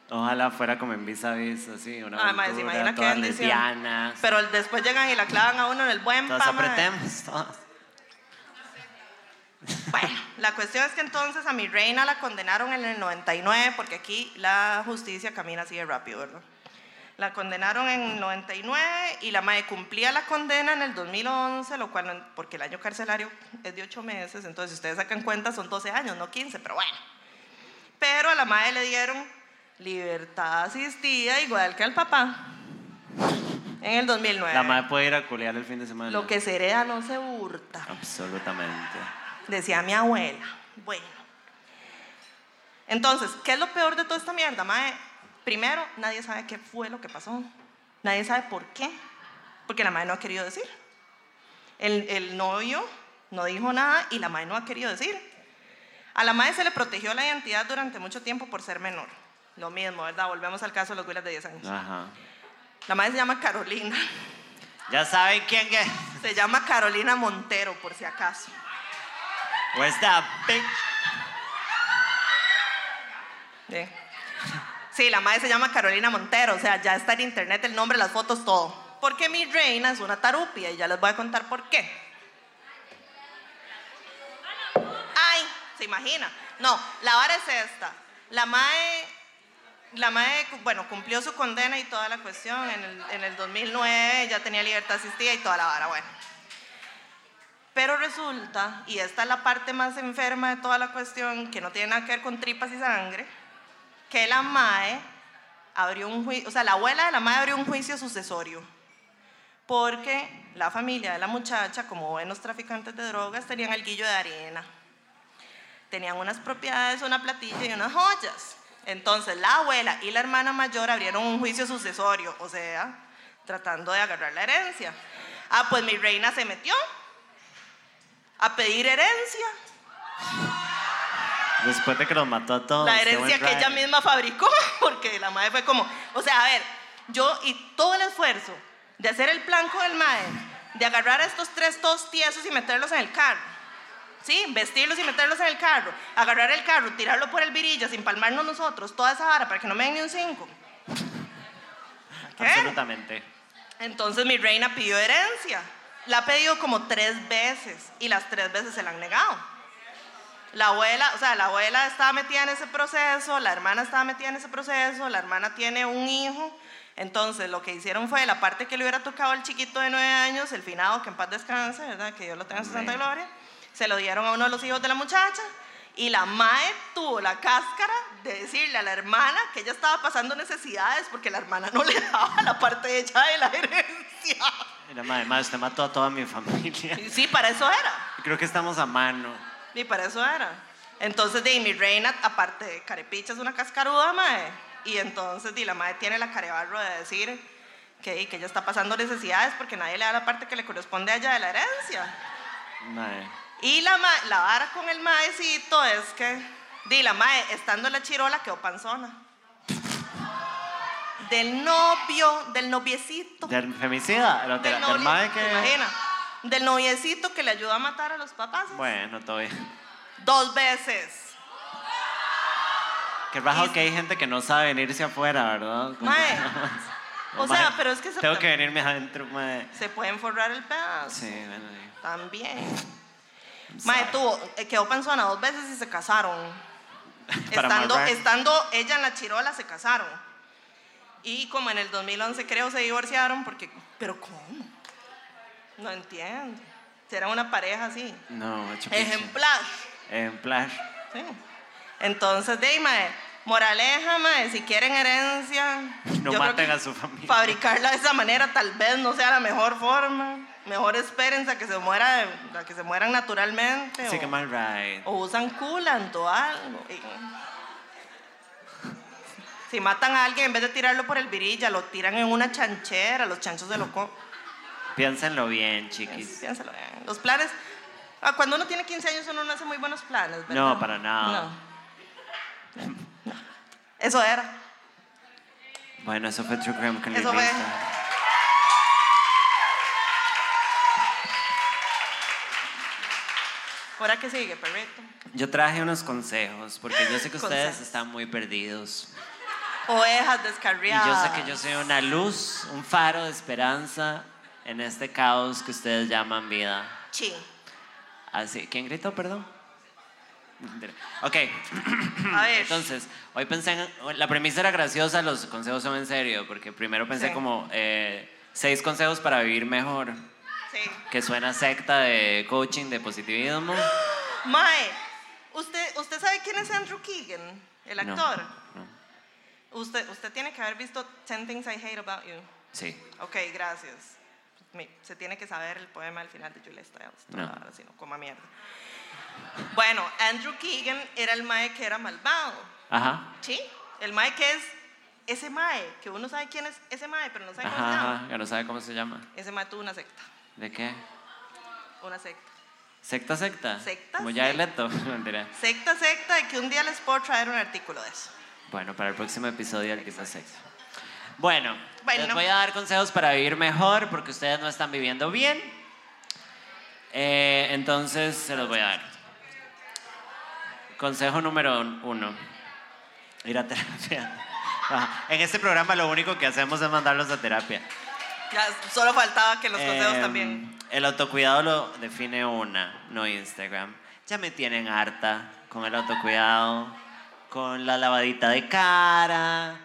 Speaker 2: Ojalá fuera como en vis a vis, así, una
Speaker 1: Ah, mae, se
Speaker 2: aventura,
Speaker 1: imagina qué
Speaker 2: todas
Speaker 1: bendición.
Speaker 2: lesbianas.
Speaker 1: Pero después llegan y la clavan a uno en el buen
Speaker 2: Todas
Speaker 1: pan, mae.
Speaker 2: apretemos, todas.
Speaker 1: Bueno, La cuestión es que entonces a mi reina la condenaron en el 99, porque aquí la justicia camina así de rápido, ¿verdad? La condenaron en el 99 y la madre cumplía la condena en el 2011, lo cual, no- porque el año carcelario es de 8 meses, entonces si ustedes sacan cuenta son 12 años, no 15, pero bueno. Pero a la madre le dieron libertad asistida igual que al papá en el 2009.
Speaker 2: La madre puede ir a culear el fin de semana.
Speaker 1: Lo que se hereda no se hurta
Speaker 2: Absolutamente.
Speaker 1: decía mi abuela. Bueno. Entonces, ¿qué es lo peor de toda esta mierda, mae? Primero, nadie sabe qué fue lo que pasó. Nadie sabe por qué. Porque la mae no ha querido decir. El, el novio no dijo nada y la mae no ha querido decir. A la mae se le protegió la identidad durante mucho tiempo por ser menor. Lo mismo, ¿verdad? Volvemos al caso de los güilas de 10 años.
Speaker 2: Ajá.
Speaker 1: La mae se llama Carolina. [laughs]
Speaker 2: Ya saben quién es.
Speaker 1: Se llama Carolina Montero, por si acaso.
Speaker 2: What's that big?
Speaker 1: Sí. Sí, la madre se llama Carolina Montero, o sea, ya está en internet el nombre, las fotos, todo. Porque mi reina es una tarupia y ya les voy a contar por qué. Ay, se imagina. No, la vara es esta. La mae, la mae, cu- bueno, cumplió su condena y toda la cuestión en el, en el 2009, ya tenía libertad asistida y toda la vara, bueno. Pero resulta, y esta es la parte más enferma de toda la cuestión, que no tiene nada que ver con tripas y sangre, que la MAE abrió un juicio, o sea, la abuela de la MAE abrió un juicio sucesorio, porque la familia de la muchacha, como buenos traficantes de drogas, tenían el guillo de arena, tenían unas propiedades, una platilla y unas joyas. Entonces la abuela y la hermana mayor abrieron un juicio sucesorio, o sea, tratando de agarrar la herencia. Ah, pues mi reina se metió a pedir herencia,
Speaker 2: Después de que los mató a todos.
Speaker 1: la
Speaker 2: qué buen
Speaker 1: herencia que
Speaker 2: ride.
Speaker 1: ella misma fabricó, [laughs] porque la madre fue como, o sea, a ver, yo y todo el esfuerzo de hacer el planco del madre, de agarrar a estos tres todos tiesos y meterlos en el carro, ¿sí? Vestirlos y meterlos en el carro, agarrar el carro, tirarlo por el virillo sin palmarnos nosotros, toda esa vara para que no me den ni un cinco. ¿Qué?
Speaker 2: Absolutamente.
Speaker 1: Entonces mi reina pidió herencia. La ha pedido como tres veces y las tres veces se la han negado. La abuela, o sea, la abuela estaba metida en ese proceso, la hermana estaba metida en ese proceso, la hermana tiene un hijo. Entonces lo que hicieron fue la parte que le hubiera tocado al chiquito de nueve años, el finado, que en paz descanse, ¿verdad? Que Dios lo tenga en su santa
Speaker 2: Amén.
Speaker 1: gloria. Se lo dieron a uno de los hijos de la muchacha y la madre tuvo la cáscara de decirle a la hermana que ella estaba pasando necesidades porque la hermana no le daba la parte de ella de la herencia.
Speaker 2: Y la madre, madre, usted mató a toda mi familia.
Speaker 1: Y sí, para eso era.
Speaker 2: Creo que estamos a mano.
Speaker 1: Y para eso era. Entonces, de mi reina, aparte de carepicha, es una cascaruda, mae. Y entonces, di, la mae tiene la carebarro de decir que, di, que ella está pasando necesidades porque nadie le da la parte que le corresponde a ella de la herencia.
Speaker 2: Madre.
Speaker 1: Y la, ma- la vara con el maecito es que, di, la mae, estando en la chirola, quedó panzona. Del novio, del noviecito.
Speaker 2: Del femicida, de la, de la- del
Speaker 1: novio-
Speaker 2: madre
Speaker 1: ¿te
Speaker 2: que.
Speaker 1: imaginas? Del noviecito que le ayudó a matar a los papás.
Speaker 2: Bueno, todo bien.
Speaker 1: Dos veces.
Speaker 2: Qué rajado que hay gente que no sabe venirse afuera, ¿verdad? Como-
Speaker 1: Mae.
Speaker 2: No,
Speaker 1: O sea,
Speaker 2: mae,
Speaker 1: pero es que se,
Speaker 2: Tengo que venirme adentro, mae.
Speaker 1: se pueden forrar el pedazo.
Speaker 2: Sí, bueno. sí.
Speaker 1: También.
Speaker 2: I'm
Speaker 1: Mae,
Speaker 2: sorry.
Speaker 1: tuvo, eh, quedó panzona dos veces y se casaron.
Speaker 2: [laughs] Para
Speaker 1: estando,
Speaker 2: amarrar.
Speaker 1: estando ella en la chirola, se casaron. Y como en el 2011 creo se divorciaron porque... ¿Pero cómo? No entiendo. Será una pareja así.
Speaker 2: No, chupiche.
Speaker 1: Ejemplar.
Speaker 2: Ejemplar.
Speaker 1: Sí. Entonces, de ahí, mae, moraleja, mae, si quieren herencia... yo
Speaker 2: No
Speaker 1: creo
Speaker 2: maten
Speaker 1: que-
Speaker 2: a su familia.
Speaker 1: fabricarla de esa manera tal vez no sea la mejor forma. Mejor espérense a que se muera, a que se mueran naturalmente.
Speaker 2: Sí,
Speaker 1: o,
Speaker 2: que mal ride.
Speaker 1: o usan coolant o algo. Y- si matan a alguien, en vez de tirarlo por el virilla, lo tiran en una chanchera, los chanchos de loco.
Speaker 2: Piénsenlo bien, chiquis.
Speaker 1: Piénsalo, eh, los planes. ah, cuando uno tiene 15 años, uno no hace muy buenos planes, ¿verdad?
Speaker 2: No, para nada.
Speaker 1: No. No. Eso era.
Speaker 2: Bueno, eso fue True Crime con
Speaker 1: Eso
Speaker 2: Luis
Speaker 1: fue.
Speaker 2: Vista.
Speaker 1: Ahora que sigue, perrito.
Speaker 2: Yo traje unos consejos, porque yo
Speaker 1: [laughs]
Speaker 2: sé que ustedes
Speaker 1: Consejos.
Speaker 2: están muy perdidos.
Speaker 1: Ovejas
Speaker 2: Y
Speaker 1: descarriadas.
Speaker 2: yo sé que yo soy una luz, un faro de esperanza en este caos que ustedes llaman vida.
Speaker 1: Sí.
Speaker 2: Así, ¿quién gritó, perdón? [laughs] Mentira. Ok.
Speaker 1: A ver.
Speaker 2: Mm. Entonces, hoy pensé en. La premisa era graciosa, los consejos son en serio, porque primero pensé
Speaker 1: Sí.
Speaker 2: como eh, seis consejos para vivir mejor,
Speaker 1: Sí.
Speaker 2: que suena secta de coaching, de positivismo.
Speaker 1: Mae, ¿usted, ¿usted sabe quién es Andrew Keegan, el
Speaker 2: No,
Speaker 1: actor?
Speaker 2: no.
Speaker 1: Usted, usted tiene que haber visto 10 Things I Hate About You.
Speaker 2: Sí.
Speaker 1: Ok, gracias. Mi- Se tiene que saber el poema al final de Julia Stiles. toda
Speaker 2: No.
Speaker 1: la vara, si no, coma mierda. Bueno, Andrew Keegan era el mae que era malvado.
Speaker 2: Ajá.
Speaker 1: ¿Sí? El mae que es ese mae, que uno sabe quién es ese mae, pero no sabe cómo se
Speaker 2: Ajá,
Speaker 1: llama.
Speaker 2: ajá. Ya no sabe cómo se llama.
Speaker 1: Ese mae tuvo una secta.
Speaker 2: ¿De qué?
Speaker 1: Una secta.
Speaker 2: Secta, secta.
Speaker 1: Secta,
Speaker 2: Como ya el
Speaker 1: secta.
Speaker 2: leto. [laughs] Mentira.
Speaker 1: Secta, secta, de que un día les puedo traer un artículo de eso.
Speaker 2: Bueno, para el próximo episodio del tipo sexo. Bueno,
Speaker 1: Bueno.
Speaker 2: les voy a dar consejos para vivir mejor porque ustedes no están viviendo bien. Eh, entonces se los voy a dar. Consejo número uno. Ir a terapia. [laughs] Ajá. En este programa lo único que hacemos es mandarlos a terapia.
Speaker 1: Ya solo faltaba que los consejos
Speaker 2: Em,
Speaker 1: también.
Speaker 2: El autocuidado lo define una, no Instagram. Ya me tienen harta con el autocuidado, con la lavadita de cara,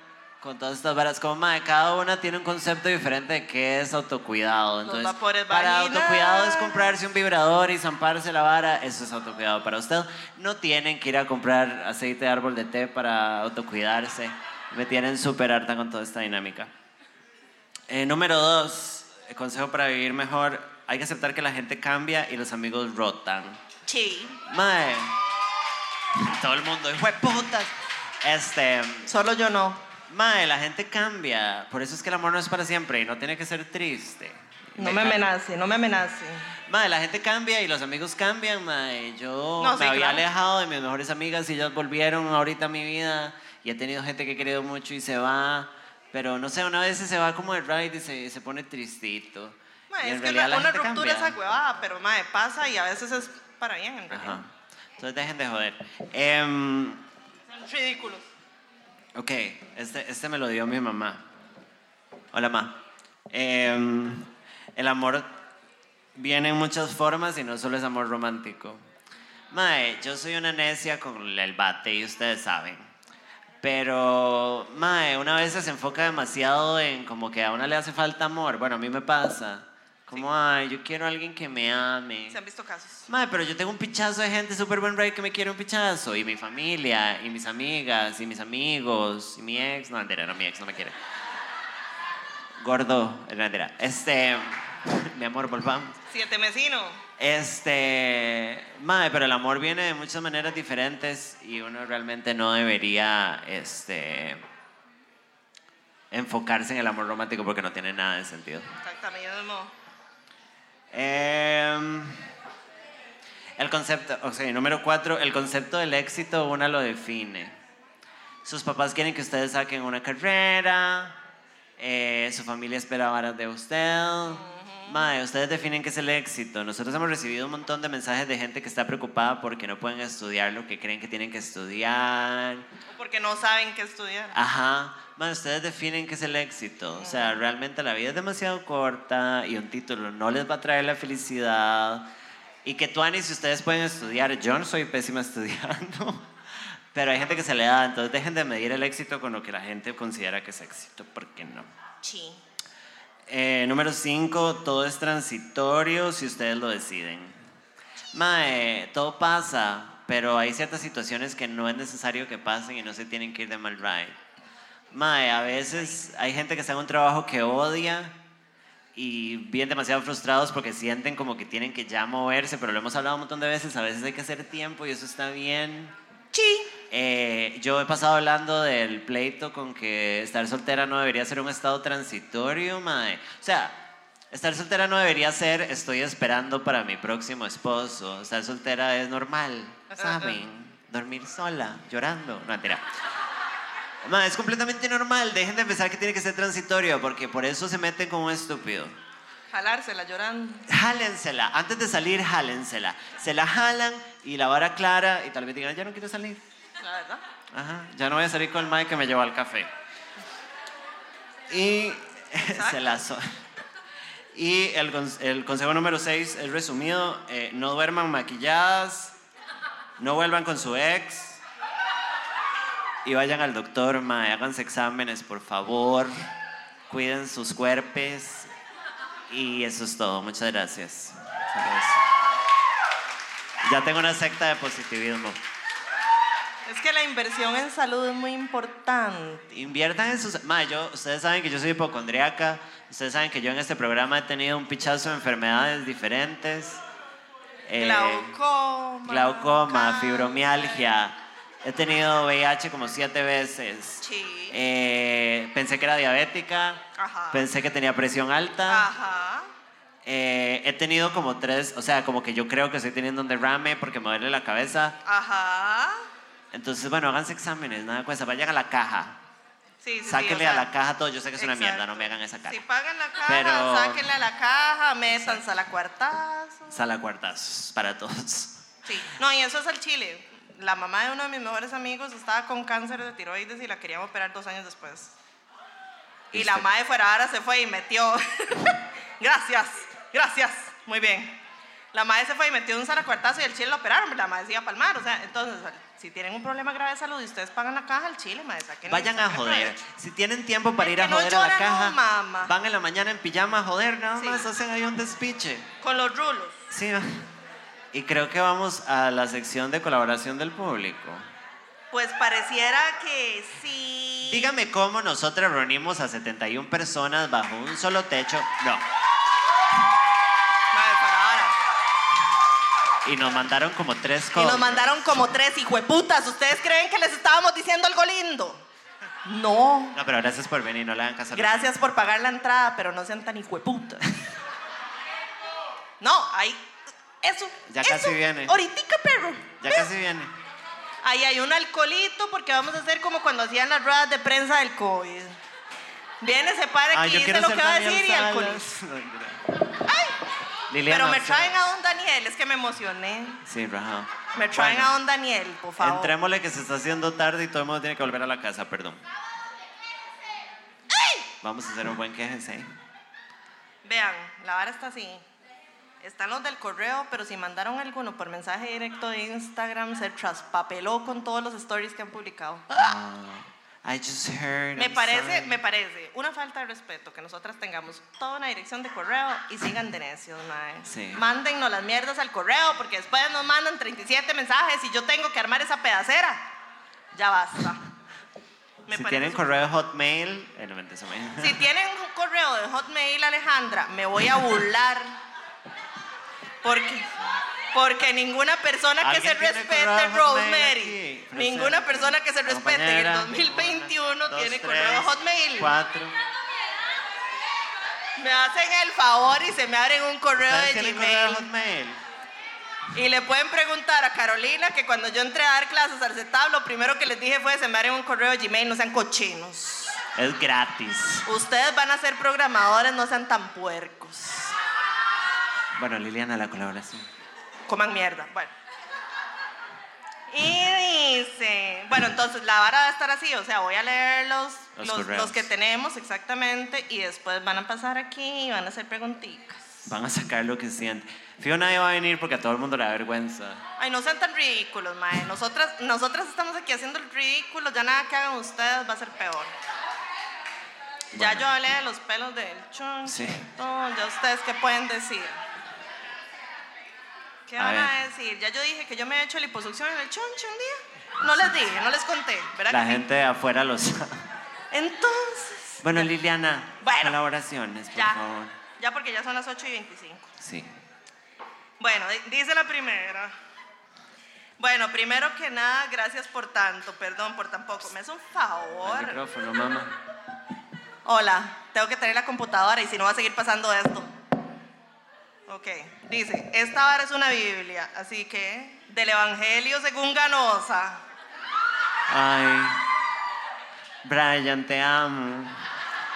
Speaker 2: con todas estas varas. Como madre, cada una tiene un concepto diferente de qué es autocuidado. Entonces,
Speaker 1: vapores
Speaker 2: para
Speaker 1: vaginales.
Speaker 2: autocuidado es comprarse un vibrador y zamparse la vara. Eso es autocuidado para usted. No tienen que ir a comprar aceite de árbol de té para autocuidarse. Me tienen súper harta con toda esta dinámica. Eh, número dos, el consejo para vivir mejor, hay que aceptar que la gente cambia y los amigos rotan.
Speaker 1: Sí.
Speaker 2: Mae. Todo el mundo, hijo de putas. Este,
Speaker 1: Solo yo no.
Speaker 2: mae, la gente cambia. Por eso es que el amor no es para siempre y no tiene que ser triste.
Speaker 1: No me amenace, no me amenace.
Speaker 2: Mae, la gente cambia y los amigos cambian, mae. Yo
Speaker 1: No,
Speaker 2: me
Speaker 1: sí,
Speaker 2: había
Speaker 1: claro.
Speaker 2: alejado de mis mejores amigas y ellas volvieron ahorita a mi vida. Y he tenido gente que he querido mucho y se va. Pero no sé, una vez se va como de ride y se, se pone tristito.
Speaker 1: Mae,
Speaker 2: Y en
Speaker 1: es que una,
Speaker 2: realidad la
Speaker 1: una
Speaker 2: gente
Speaker 1: ruptura es
Speaker 2: cambia.
Speaker 1: esa huevada, pero mae, pasa y a veces es para bien en realidad.
Speaker 2: Ajá. Entonces dejen de joder. Em,
Speaker 1: Son ridículos.
Speaker 2: ok, este, este me lo dio mi mamá. Hola, ma. Em, el amor viene en muchas formas y no solo es amor romántico. Mae, yo soy una necia con el bate y ustedes saben. Pero, mae, una vez se enfoca demasiado en como que a una le hace falta amor. Bueno, a mí me pasa. Como, ay, yo quiero a alguien que me ame.
Speaker 1: Se han visto casos.
Speaker 2: Madre, pero yo tengo un pichazo de gente súper buen rey que me quiere un pichazo. Y mi familia, y mis amigas, y mis amigos, y mi ex. No, mentira, no, mi ex no me quiere. Gordo, eh, no, mentira. Este, [laughs] mi amor, volvamos.
Speaker 1: Siete mesino.
Speaker 2: Este, madre, pero el amor viene de muchas maneras diferentes y uno realmente no debería, este, enfocarse en el amor romántico porque no tiene nada de sentido.
Speaker 1: Exactamente. mismo.
Speaker 2: Em, el concepto, o sea, número cuatro, el concepto del éxito, una lo define. Sus papás quieren que ustedes saquen una carrera, eh, su familia espera varas de usted. Mae, ustedes definen qué es el éxito. Nosotros hemos recibido un montón de mensajes de gente que está preocupada porque no pueden estudiar lo que creen que tienen que estudiar.
Speaker 1: O porque no saben qué estudiar.
Speaker 2: Ajá. Mae, ustedes definen qué es el éxito. O sea, realmente la vida es demasiado corta y un título no les va a traer la felicidad. Y que tú, si ustedes pueden estudiar, yo no soy pésima [laughs] estudiando, pero hay gente que se le da, entonces dejen de medir el éxito con lo que la gente considera que es éxito, porque no.
Speaker 1: Sí.
Speaker 2: Eh, número 5, todo es transitorio si ustedes lo deciden. Mae, todo pasa, pero hay ciertas situaciones que no es necesario que pasen y no se tienen que ir de mal ride. Mae, a veces hay gente que está en un trabajo que odia y vienen demasiado frustrados porque sienten como que tienen que ya moverse, pero lo hemos hablado un montón de veces, a veces hay que hacer tiempo y eso está bien.
Speaker 1: Sí.
Speaker 2: Eh, yo he pasado hablando del pleito con que estar soltera no debería ser un estado transitorio, mae. O sea, estar soltera no debería ser estoy esperando para mi próximo esposo. Estar soltera es normal, ¿saben? Dormir sola, llorando. No, mentira. Mae, es completamente normal. Dejen de pensar que tiene que ser transitorio porque por eso se meten como un estúpido.
Speaker 1: Jalársela llorando.
Speaker 2: Jálensela. Antes de salir, jálensela. Se la jalan y la vara clara y tal vez digan, ya no quiero salir.
Speaker 1: La verdad.
Speaker 2: Ajá, ya no voy a salir con el mae que me llevó al café. Y [laughs] se la so- Y el, cons- el consejo número 6 es resumido, eh, no duerman maquilladas, No vuelvan con su ex. Y vayan al doctor, mae. Háganse exámenes, por favor. Cuiden sus cuerpos. Y eso es todo. Muchas gracias. Saludos. Ya tengo una secta de positivismo.
Speaker 1: Es que la inversión en salud es muy importante.
Speaker 2: Inviertan en sus... Ma, yo, ustedes saben que yo soy hipocondriaca. Ustedes saben que yo en este programa he tenido un pichazo de enfermedades diferentes. Eh,
Speaker 1: glaucoma.
Speaker 2: glaucoma,
Speaker 1: cáncer.
Speaker 2: fibromialgia. He tenido VIH como siete veces.
Speaker 1: Sí.
Speaker 2: Eh, pensé que era diabética.
Speaker 1: Ajá.
Speaker 2: Pensé que tenía presión alta.
Speaker 1: Ah. Ajá.
Speaker 2: Eh, he tenido como tres, o sea, como que yo creo que estoy teniendo un derrame porque me duele la cabeza.
Speaker 1: Ajá.
Speaker 2: Entonces, bueno, háganse exámenes, nada cuesta. Vayan a la caja.
Speaker 1: Sí, sí, sí,
Speaker 2: Sáquenle
Speaker 1: o sea,
Speaker 2: a la caja todo. Yo sé que es una mierda,
Speaker 1: exacto.
Speaker 2: no me hagan esa cara.
Speaker 1: Si pagan la caja,
Speaker 2: Pero-
Speaker 1: sáquenle a la caja, métanse a la cuartazo.
Speaker 2: Sala cuartazos para todos.
Speaker 1: Sí. No, y eso es el chile. La mamá de uno de mis mejores amigos estaba con cáncer de tiroides y la querían operar dos años después. Y la
Speaker 2: Este.
Speaker 1: madre fuera ahora se fue y metió. [laughs] gracias, gracias. Muy bien. La madre se fue y metió un zaracuartazo y el chile lo operaron, pero la madre se iba a palmar. O sea, entonces, si tienen un problema grave de salud y ustedes pagan la caja, el chile, madre, saquen
Speaker 2: Vayan a
Speaker 1: saquen
Speaker 2: joder.
Speaker 1: provecho.
Speaker 2: Si tienen tiempo para
Speaker 1: El
Speaker 2: ir a
Speaker 1: que no
Speaker 2: joder a
Speaker 1: llora
Speaker 2: la
Speaker 1: no
Speaker 2: caja,
Speaker 1: mama.
Speaker 2: van en la mañana en pijama a joder, nada
Speaker 1: Sí.
Speaker 2: más hacen ahí un despiche.
Speaker 1: Con los rulos.
Speaker 2: Sí. va. Y creo que vamos a la sección de colaboración del público.
Speaker 1: Pues pareciera que sí.
Speaker 2: Dígame cómo nosotros reunimos a 71 personas bajo un solo techo. No.
Speaker 1: Madre, fuera ahora.
Speaker 2: Y nos mandaron como tres
Speaker 1: Y
Speaker 2: cosas.
Speaker 1: nos mandaron como tres hijueputas. ¿Ustedes creen que les estábamos diciendo algo lindo? No.
Speaker 2: No, pero gracias por venir, no le hagan caso. a la-
Speaker 1: Gracias por pagar la entrada, pero no sean tan hijueputas. No, ahí. Eso.
Speaker 2: Ya
Speaker 1: eso.
Speaker 2: casi viene.
Speaker 1: Ahoritica, perro.
Speaker 2: Ya casi viene.
Speaker 1: Ahí hay un alcoholito porque vamos a hacer como cuando hacían las ruedas de prensa del COVID. Viene, se para
Speaker 2: Ah,
Speaker 1: aquí,
Speaker 2: yo
Speaker 1: dice
Speaker 2: quiero
Speaker 1: lo
Speaker 2: ser
Speaker 1: que va a
Speaker 2: Daniel
Speaker 1: decir y
Speaker 2: Salas. [laughs]
Speaker 1: alcoholito.
Speaker 2: Liliana,
Speaker 1: Pero me
Speaker 2: o sea-
Speaker 1: traen a don Daniel, es que me emocioné.
Speaker 2: Sí, Raja.
Speaker 1: Me traen
Speaker 2: Bueno.
Speaker 1: a don Daniel, por favor.
Speaker 2: Entrémosle que se está haciendo tarde y todo el mundo tiene que volver a la casa, perdón. Vamos a hacer un buen quéjense.
Speaker 1: Vean, la vara está así. Están los del correo, pero si mandaron alguno por mensaje directo de Instagram, se traspapeló con todos los stories que han publicado.
Speaker 2: Ah, I just heard.
Speaker 1: Ah. Me
Speaker 2: I'm
Speaker 1: parece,
Speaker 2: sorry.
Speaker 1: me parece una falta de respeto que nosotras tengamos toda una dirección de correo y sigan de necios, mae.
Speaker 2: Sí.
Speaker 1: Mándennos las mierdas al correo porque después nos mandan 37 mensajes y yo tengo que armar esa pedacera. Ya basta. Me
Speaker 2: Si
Speaker 1: parece
Speaker 2: tienen
Speaker 1: su-
Speaker 2: correo de Hotmail, eh, no, mentira, eso me-
Speaker 1: Si tienen un correo de Hotmail, Alejandra, me voy a burlar. Porque, porque ninguna persona que
Speaker 2: ¿Alguien
Speaker 1: se
Speaker 2: tiene correo de
Speaker 1: respete,
Speaker 2: Hotmail
Speaker 1: Rosemary,
Speaker 2: aquí? Presente.
Speaker 1: ninguna persona que se respete en el
Speaker 2: Compañera,
Speaker 1: 2021
Speaker 2: una, dos,
Speaker 1: tiene
Speaker 2: tres,
Speaker 1: correo de Hotmail.
Speaker 2: Cuatro.
Speaker 1: Me hacen el favor y se me abren un correo
Speaker 2: ¿Ustedes
Speaker 1: de
Speaker 2: tienen correo
Speaker 1: Gmail.
Speaker 2: de Hotmail?
Speaker 1: Y le pueden preguntar a Carolina que cuando yo entré a dar clases al CETAB, lo primero que les dije fue, se me abren un correo de Gmail, no sean cochinos.
Speaker 2: Es gratis.
Speaker 1: Ustedes van a ser programadores, no sean tan puercos.
Speaker 2: Bueno, Liliana, la colaboración.
Speaker 1: coman mierda. Bueno. Y dice, bueno, entonces la vara va a estar así, o sea, voy a leer los,
Speaker 2: Los
Speaker 1: los,
Speaker 2: correos.
Speaker 1: los que tenemos exactamente y después van a pasar aquí y van a hacer preguntitas.
Speaker 2: Van a sacar lo que sienten. Fijo, nadie va a venir porque a todo el mundo le da vergüenza.
Speaker 1: Ay, no sean tan ridículos, mae. Nosotras, nosotras estamos aquí haciendo el ridículo, ya nada que hagan ustedes va a ser peor. Ya
Speaker 2: Bueno.
Speaker 1: yo hablé de los pelos del chon,
Speaker 2: Sí.
Speaker 1: Oh, ya ustedes qué pueden decir. ¿Qué
Speaker 2: A
Speaker 1: van a
Speaker 2: ver.
Speaker 1: decir? Ya yo dije que yo me he hecho liposucción en el chonche un día. No les dije, no les conté, ¿verdad?
Speaker 2: La
Speaker 1: que sí?
Speaker 2: gente de afuera lo sabe.
Speaker 1: [laughs] Entonces,
Speaker 2: Bueno, Liliana,
Speaker 1: Bueno.
Speaker 2: colaboraciones, por
Speaker 1: ya,
Speaker 2: favor.
Speaker 1: ya porque ya son las 8 y 25.
Speaker 2: Sí.
Speaker 1: Bueno, di- dice la primera. Bueno, primero que nada, gracias por tanto, perdón por tampoco. Me hace un
Speaker 2: Al
Speaker 1: favor.
Speaker 2: micrófono, mamá.
Speaker 1: Hola, tengo que tener la computadora y si no va a seguir pasando esto. Ok, dice, esta vara es una Biblia, así que del Evangelio según Ganosa.
Speaker 2: Ay. Brian, te amo.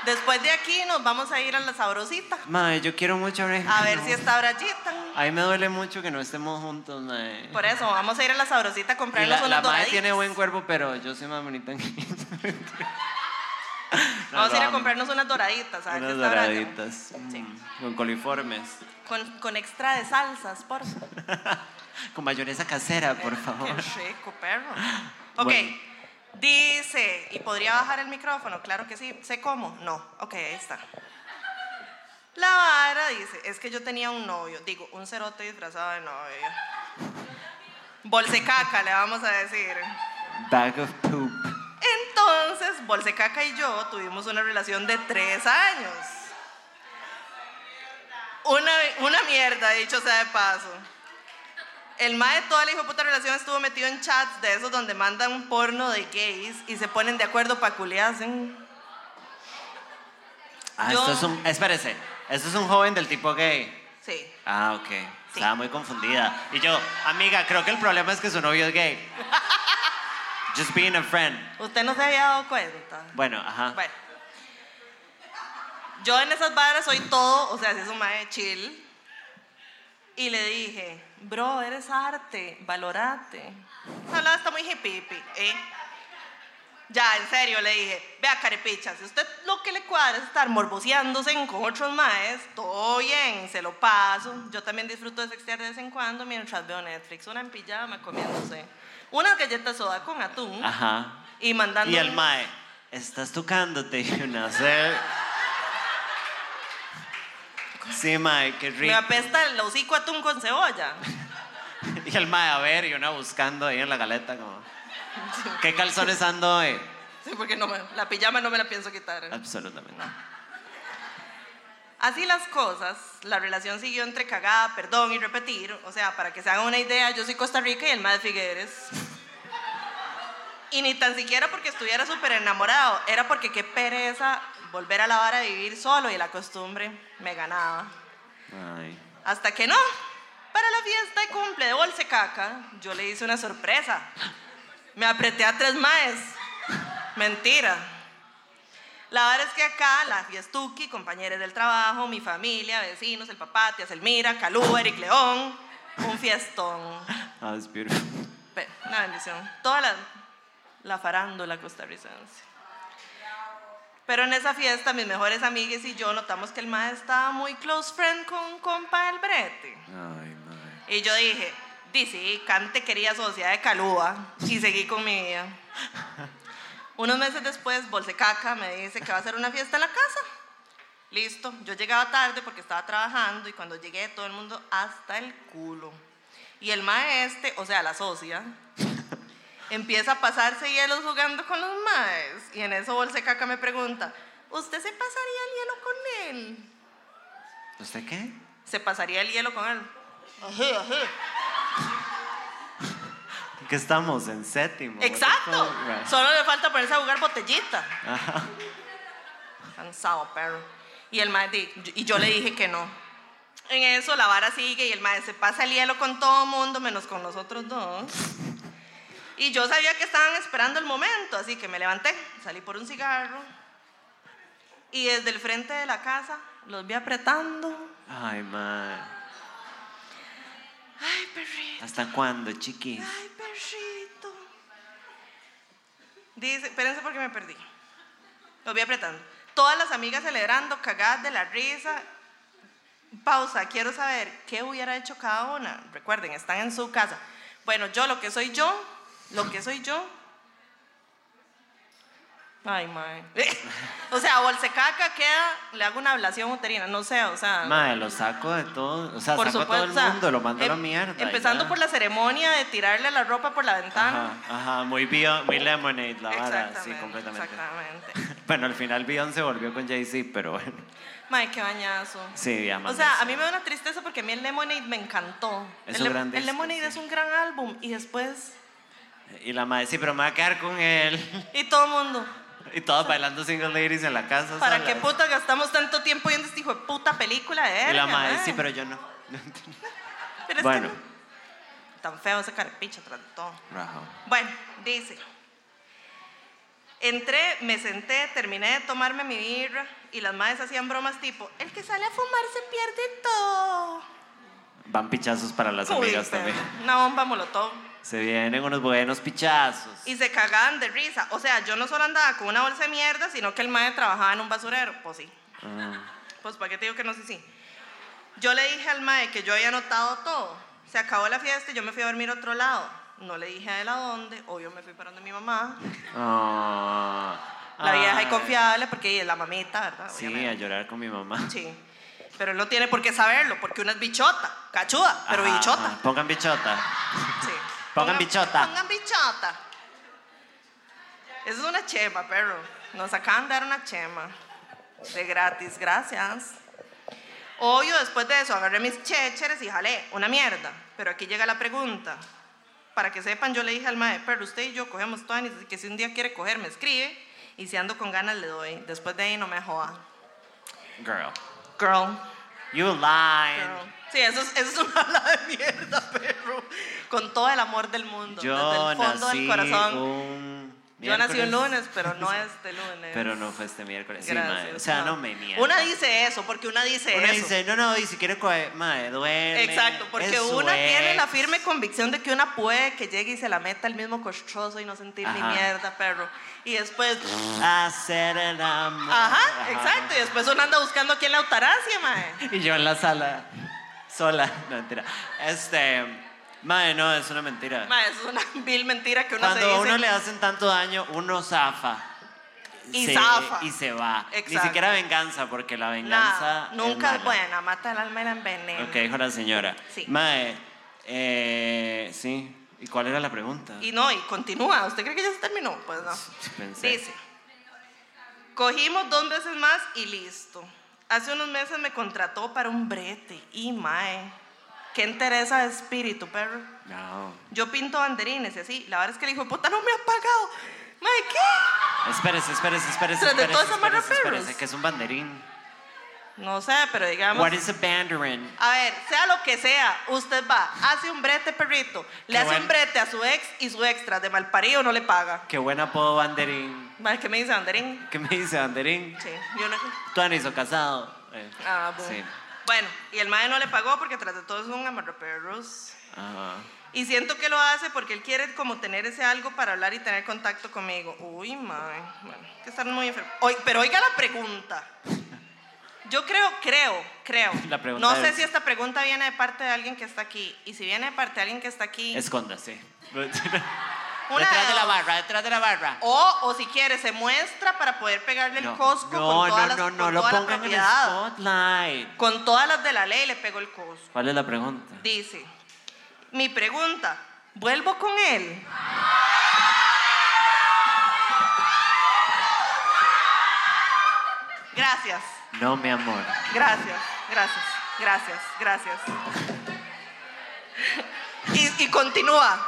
Speaker 1: Después de aquí nos vamos a ir a la sabrosita,
Speaker 2: Mae, yo quiero mucho a Brian.
Speaker 1: a ver si
Speaker 2: No.
Speaker 1: está Brayita.
Speaker 2: Ay, me duele mucho que no estemos juntos, mae.
Speaker 1: Por eso, vamos a ir a la sabrosita a
Speaker 2: Y
Speaker 1: comprarnos
Speaker 2: la, la
Speaker 1: unos
Speaker 2: mae
Speaker 1: doraditos.
Speaker 2: tiene buen cuerpo, pero yo soy más bonita en
Speaker 1: [laughs] Vamos a ir a comprarnos unas doraditas, a ver si
Speaker 2: unas
Speaker 1: está Brian.
Speaker 2: doraditas.
Speaker 1: Sí.
Speaker 2: mm, Con coliformes.
Speaker 1: Con, con extra de salsas, por favor.
Speaker 2: Con mayonesa casera, por favor.
Speaker 1: [laughs] Qué rico,
Speaker 2: [gasps]
Speaker 1: perro. Ok.
Speaker 2: Bueno.
Speaker 1: Dice, ¿y podría bajar el micrófono? Claro que sí. ¿Sé cómo? No. Ok, ahí está. La vara dice, es que yo tenía un novio, digo, un cerote disfrazado de novio. Bolsecaca, le vamos a decir.
Speaker 2: Bag of poop.
Speaker 1: Entonces, Bolsecaca y yo tuvimos una relación de tres años. Una, una mierda, dicho sea de paso. El mae de toda la hijo puta relación estuvo metido en chats de esos donde mandan un porno de gays y se ponen de acuerdo para culiarse.
Speaker 2: Ah,
Speaker 1: Yo-
Speaker 2: esto es un. Espérese. Esto es un joven del tipo gay.
Speaker 1: Sí.
Speaker 2: Ah, ok.
Speaker 1: Sí.
Speaker 2: Estaba muy confundida. Y yo, amiga, creo que el problema es que su novio
Speaker 1: [laughs]
Speaker 2: es gay. Just being a friend.
Speaker 1: Usted no se había dado cuenta.
Speaker 2: Bueno, ajá.
Speaker 1: Bueno. Yo en esas barras soy todo, o sea, si es un mae chill. Y le dije, bro, eres arte, valorate. Esa hablada está muy hippie, hippie, ¿eh? Ya, en serio, le dije, vea, carepicha, si usted lo que le cuadra es estar morboseándose en- con otros maes, todo bien, se lo paso. Yo también disfruto de sextear de vez en cuando mientras veo Netflix, una en pijama comiéndose unas galletas soda con atún
Speaker 2: Ajá.
Speaker 1: y mandando...
Speaker 2: Y el mae, estás tocándote [laughs] y una sé. Sí, mae, qué
Speaker 1: Me
Speaker 2: rico.
Speaker 1: apesta el hocico a atún con cebolla.
Speaker 2: [laughs] Y el mae, a ver, y una buscando ahí en la galeta como... ¿Qué calzones
Speaker 1: [laughs]
Speaker 2: ando hoy?
Speaker 1: Sí, porque no me- la pijama no me la pienso
Speaker 2: Ah.
Speaker 1: quitar.
Speaker 2: Absolutamente.
Speaker 1: Así las cosas, la relación siguió entre cagada, perdón y repetir. O sea, para que se hagan una idea, yo soy Costa Rica y el más de Figueres. Y ni tan siquiera porque estuviera súper enamorado, era porque qué pereza volver a la vara de vivir solo y la costumbre me ganaba.
Speaker 2: Ay.
Speaker 1: Hasta que no, para la fiesta de cumple de Bolsecaca, yo le hice una sorpresa. Me apreté a tres maes. Mentira. La verdad es que acá, la fiestuki, compañeros del trabajo, mi familia, vecinos, el papá, tía Selmira, Calú, Eric León, un fiestón.
Speaker 2: Ah, es beautiful.
Speaker 1: Pe- Una bendición. Toda la, la farándula costarricense. Pero en esa fiesta, mis mejores amigas y yo notamos que el maestro estaba muy close friend con un compa del brete.
Speaker 2: Ay, mae.
Speaker 1: Y yo dije, di sí, Cante quería sociedad de Calúa y seguí con mi vida. Unos meses después, Bolsecaca me dice que va a hacer una fiesta en la casa. Listo, yo llegaba tarde porque estaba trabajando y cuando llegué todo el mundo hasta el culo. Y el maestro, o sea, la socia, empieza a pasarse hielos jugando con los maes. Y en eso Bolsecaca me pregunta, ¿usted se pasaría el hielo con él?
Speaker 2: ¿Usted qué?
Speaker 1: ¿Se pasaría el hielo con él? Ajá, ajá.
Speaker 2: Que estamos en séptimo. what the
Speaker 1: Exacto.
Speaker 2: fuck, mae?
Speaker 1: Solo le falta ponerse a jugar botellita.
Speaker 2: Ajá.
Speaker 1: Cansado, perro. Y el maestro, y yo le dije que no. En eso la vara sigue y el maestro se pasa el hielo con todo mundo, menos con los otros dos. Y yo sabía que estaban esperando el momento, así que me levanté, salí por un cigarro. Y desde el frente de la casa los vi apretando.
Speaker 2: Ay, mae.
Speaker 1: Ay, perrito.
Speaker 2: ¿Hasta cuándo, chiquis?
Speaker 1: Ay, perrito. Dice, espérense porque me perdí. Los voy apretando. Todas las amigas celebrando, cagadas de la risa. Pausa, quiero saber qué hubiera hecho cada una. Recuerden, están en su casa. Bueno, yo lo que soy yo, lo que soy yo. Ay, mae. [laughs] o sea, bolsecaca queda, le hago una ablación uterina, no sé, o sea.
Speaker 2: Mae, lo saco de todo. O sea,
Speaker 1: Por
Speaker 2: saco
Speaker 1: supuesto,
Speaker 2: a todo el
Speaker 1: o sea,
Speaker 2: mundo, lo mando a la
Speaker 1: em-
Speaker 2: mierda. y
Speaker 1: Empezando
Speaker 2: ya.
Speaker 1: por la ceremonia de tirarle la ropa por la ventana.
Speaker 2: Ajá, ajá, muy, bio, muy lemonade la vara,
Speaker 1: exactamente.
Speaker 2: sí, completamente.
Speaker 1: Exactamente.
Speaker 2: Bueno, al final Beyoncé volvió con Jay-Z, pero bueno.
Speaker 1: Mae, qué bañazo.
Speaker 2: [laughs] Sí,
Speaker 1: O
Speaker 2: amamos.
Speaker 1: sea, a mí me da una tristeza porque a mí el Lemonade me encantó.
Speaker 2: Es
Speaker 1: el,
Speaker 2: un
Speaker 1: Lem-
Speaker 2: gran
Speaker 1: el
Speaker 2: disco,
Speaker 1: Lemonade
Speaker 2: sí.
Speaker 1: es un gran álbum y después.
Speaker 2: Y la madre, sí, pero me voy a quedar con él. [laughs]
Speaker 1: Y todo el mundo.
Speaker 2: Y todos bailando single ladies en la casa.
Speaker 1: ¿Para
Speaker 2: solas.
Speaker 1: qué puta gastamos tanto tiempo viendo este hijo de puta película de
Speaker 2: Y
Speaker 1: él?
Speaker 2: la madre, sí, pero yo no.
Speaker 1: Pero es que
Speaker 2: bueno.
Speaker 1: no- tan feo ese carpicho tras de todo.
Speaker 2: Rajo.
Speaker 1: Bueno, dice. Entré, me senté, terminé de tomarme mi birra y las madres hacían bromas tipo, el que sale a fumar se pierde todo.
Speaker 2: Van pichazos para las
Speaker 1: Uy,
Speaker 2: amigas
Speaker 1: pero,
Speaker 2: también.
Speaker 1: Una bomba molotov.
Speaker 2: Se vienen unos buenos pichazos.
Speaker 1: Y se cagaban de risa. O sea, yo no solo andaba con una bolsa de mierda, sino que el madre trabajaba en un basurero. Pues sí.
Speaker 2: Ah,
Speaker 1: Pues, ¿para qué te digo que no sé si? Yo le dije al mae que yo había anotado todo. Se acabó la fiesta, yo me fui a dormir a otro lado. No le dije a él a dónde, obvio me fui para donde mi mamá. La vieja y confiable, porque ella es la mamita, ¿verdad?
Speaker 2: Ah. Sí, a
Speaker 1: Obviamente.
Speaker 2: llorar con mi mamá.
Speaker 1: Sí. Pero él no tiene por qué saberlo, porque una es bichota, cachuda, pero
Speaker 2: Ajá,
Speaker 1: bichota.
Speaker 2: ajá. Pongan bichota.
Speaker 1: Sí.
Speaker 2: Pongan bichota.
Speaker 1: Pongan bichota. Eso es una chema, perro. Nos acaban de dar una chema. De gratis, gracias. Obvio, después de eso, agarré mis checheres y jalé. Una mierda. Pero aquí llega la pregunta. Para que sepan, yo le dije al mae, pero usted y yo cogemos tuanis, así que si un día quiere coger, me escribe. Y si ando con ganas, le doy. Después de ahí, no me joda.
Speaker 2: Girl.
Speaker 1: Girl.
Speaker 2: You lying.
Speaker 1: Girl. Sí, eso es, eso es una [laughs] ala de mierda, perro. Con todo el amor del mundo. desde
Speaker 2: Yo
Speaker 1: el fondo
Speaker 2: nací
Speaker 1: del corazón.
Speaker 2: un
Speaker 1: Yo nací un
Speaker 2: miércoles,
Speaker 1: lunes, pero
Speaker 2: [laughs]
Speaker 1: no este lunes.
Speaker 2: Pero no fue este miércoles. Sí,
Speaker 1: Gracias,
Speaker 2: mae. O sea, no, me mientas.
Speaker 1: Una dice eso, porque una dice
Speaker 2: Una
Speaker 1: eso.
Speaker 2: dice, no, no, y si quiere coger, mae, duerme.
Speaker 1: Exacto, porque
Speaker 2: es su
Speaker 1: una tiene
Speaker 2: ex".
Speaker 1: la firme convicción de que una puede que llegue y se la meta el mismo costroso y no sentir ni
Speaker 2: Ajá.
Speaker 1: mierda, perro. Y después.
Speaker 2: Hacer el amor.
Speaker 1: Ajá, exacto. Y después una anda buscando a quién la eutanasia, mae.
Speaker 2: Y yo en la sala, sola. No, mentira. Este, mae, no, es una mentira.
Speaker 1: Mae, eso es una [laughs] vil mentira que uno se
Speaker 2: Cuando
Speaker 1: dice.
Speaker 2: a uno le hacen tanto daño, uno zafa.
Speaker 1: Y
Speaker 2: Se-
Speaker 1: zafa.
Speaker 2: Y se va. Ni
Speaker 1: Exacto.
Speaker 2: siquiera venganza, porque la venganza.
Speaker 1: Nada, nunca es,
Speaker 2: mala.
Speaker 1: buena, mata el alma y la envenena.
Speaker 2: Lo que dijo la señora.
Speaker 1: Sí.
Speaker 2: Mae, eh, sí. ¿Y cuál era la pregunta?
Speaker 1: Y no, y continúa. ¿Usted cree que ya se terminó? Pues no.
Speaker 2: Pensé.
Speaker 1: Dice, cogimos dos veces más y listo. Hace unos meses me contrató para un brete. Y mae, qué entereza de espíritu, perro.
Speaker 2: No.
Speaker 1: Yo pinto banderines y así. La verdad es que el hijo de puta no me ha pagado. Mae, ¿qué?
Speaker 2: Espérese, espérese, espérese.
Speaker 1: Tras de
Speaker 2: espérese,
Speaker 1: todo esa mano de
Speaker 2: espérese,
Speaker 1: perros.
Speaker 2: espérese, que es un banderín.
Speaker 1: No sé, pero digamos...
Speaker 2: What is a banderin?
Speaker 1: A ver, sea lo que sea, usted va, hace un brete, perrito, le
Speaker 2: Qué
Speaker 1: hace
Speaker 2: bueno.
Speaker 1: un brete a su ex y su extra de malparido no le paga.
Speaker 2: Qué buen apodo banderín.
Speaker 1: Mae, ¿qué me dice banderín?
Speaker 2: ¿Qué me dice banderín?
Speaker 1: Sí, yo no...
Speaker 2: Tú o casado. Eh,
Speaker 1: Ah, bueno.
Speaker 2: Sí.
Speaker 1: Bueno, y el mae no le pagó porque tras de todo es un amarraperros.
Speaker 2: Ajá.
Speaker 1: Y siento que lo hace porque él quiere como tener ese algo para hablar y tener contacto conmigo. Uy, mae. Bueno, hay que están muy enfermos. Oy- pero oiga la pregunta. Yo creo, creo, creo.
Speaker 2: [laughs] La pregunta
Speaker 1: no sé
Speaker 2: es-
Speaker 1: si esta pregunta viene de parte de alguien que está aquí. Y si viene de parte de alguien que está aquí, [laughs]
Speaker 2: Escóndase.
Speaker 1: Una
Speaker 2: detrás
Speaker 1: de
Speaker 2: de la
Speaker 1: dos.
Speaker 2: barra, detrás de la barra.
Speaker 1: o, o si quiere, se muestra para poder pegarle el cosco con todas las,
Speaker 2: no,
Speaker 1: con
Speaker 2: no, lo
Speaker 1: toda la
Speaker 2: pongan en el
Speaker 1: propiedad.
Speaker 2: spotlight.
Speaker 1: Con todas las de la ley le pegó el cosco.
Speaker 2: ¿Cuál es la pregunta?
Speaker 1: Dice, mi pregunta, ¿vuelvo con él? Gracias,
Speaker 2: No, mi amor.
Speaker 1: gracias, gracias, gracias, gracias. Y, y continúa,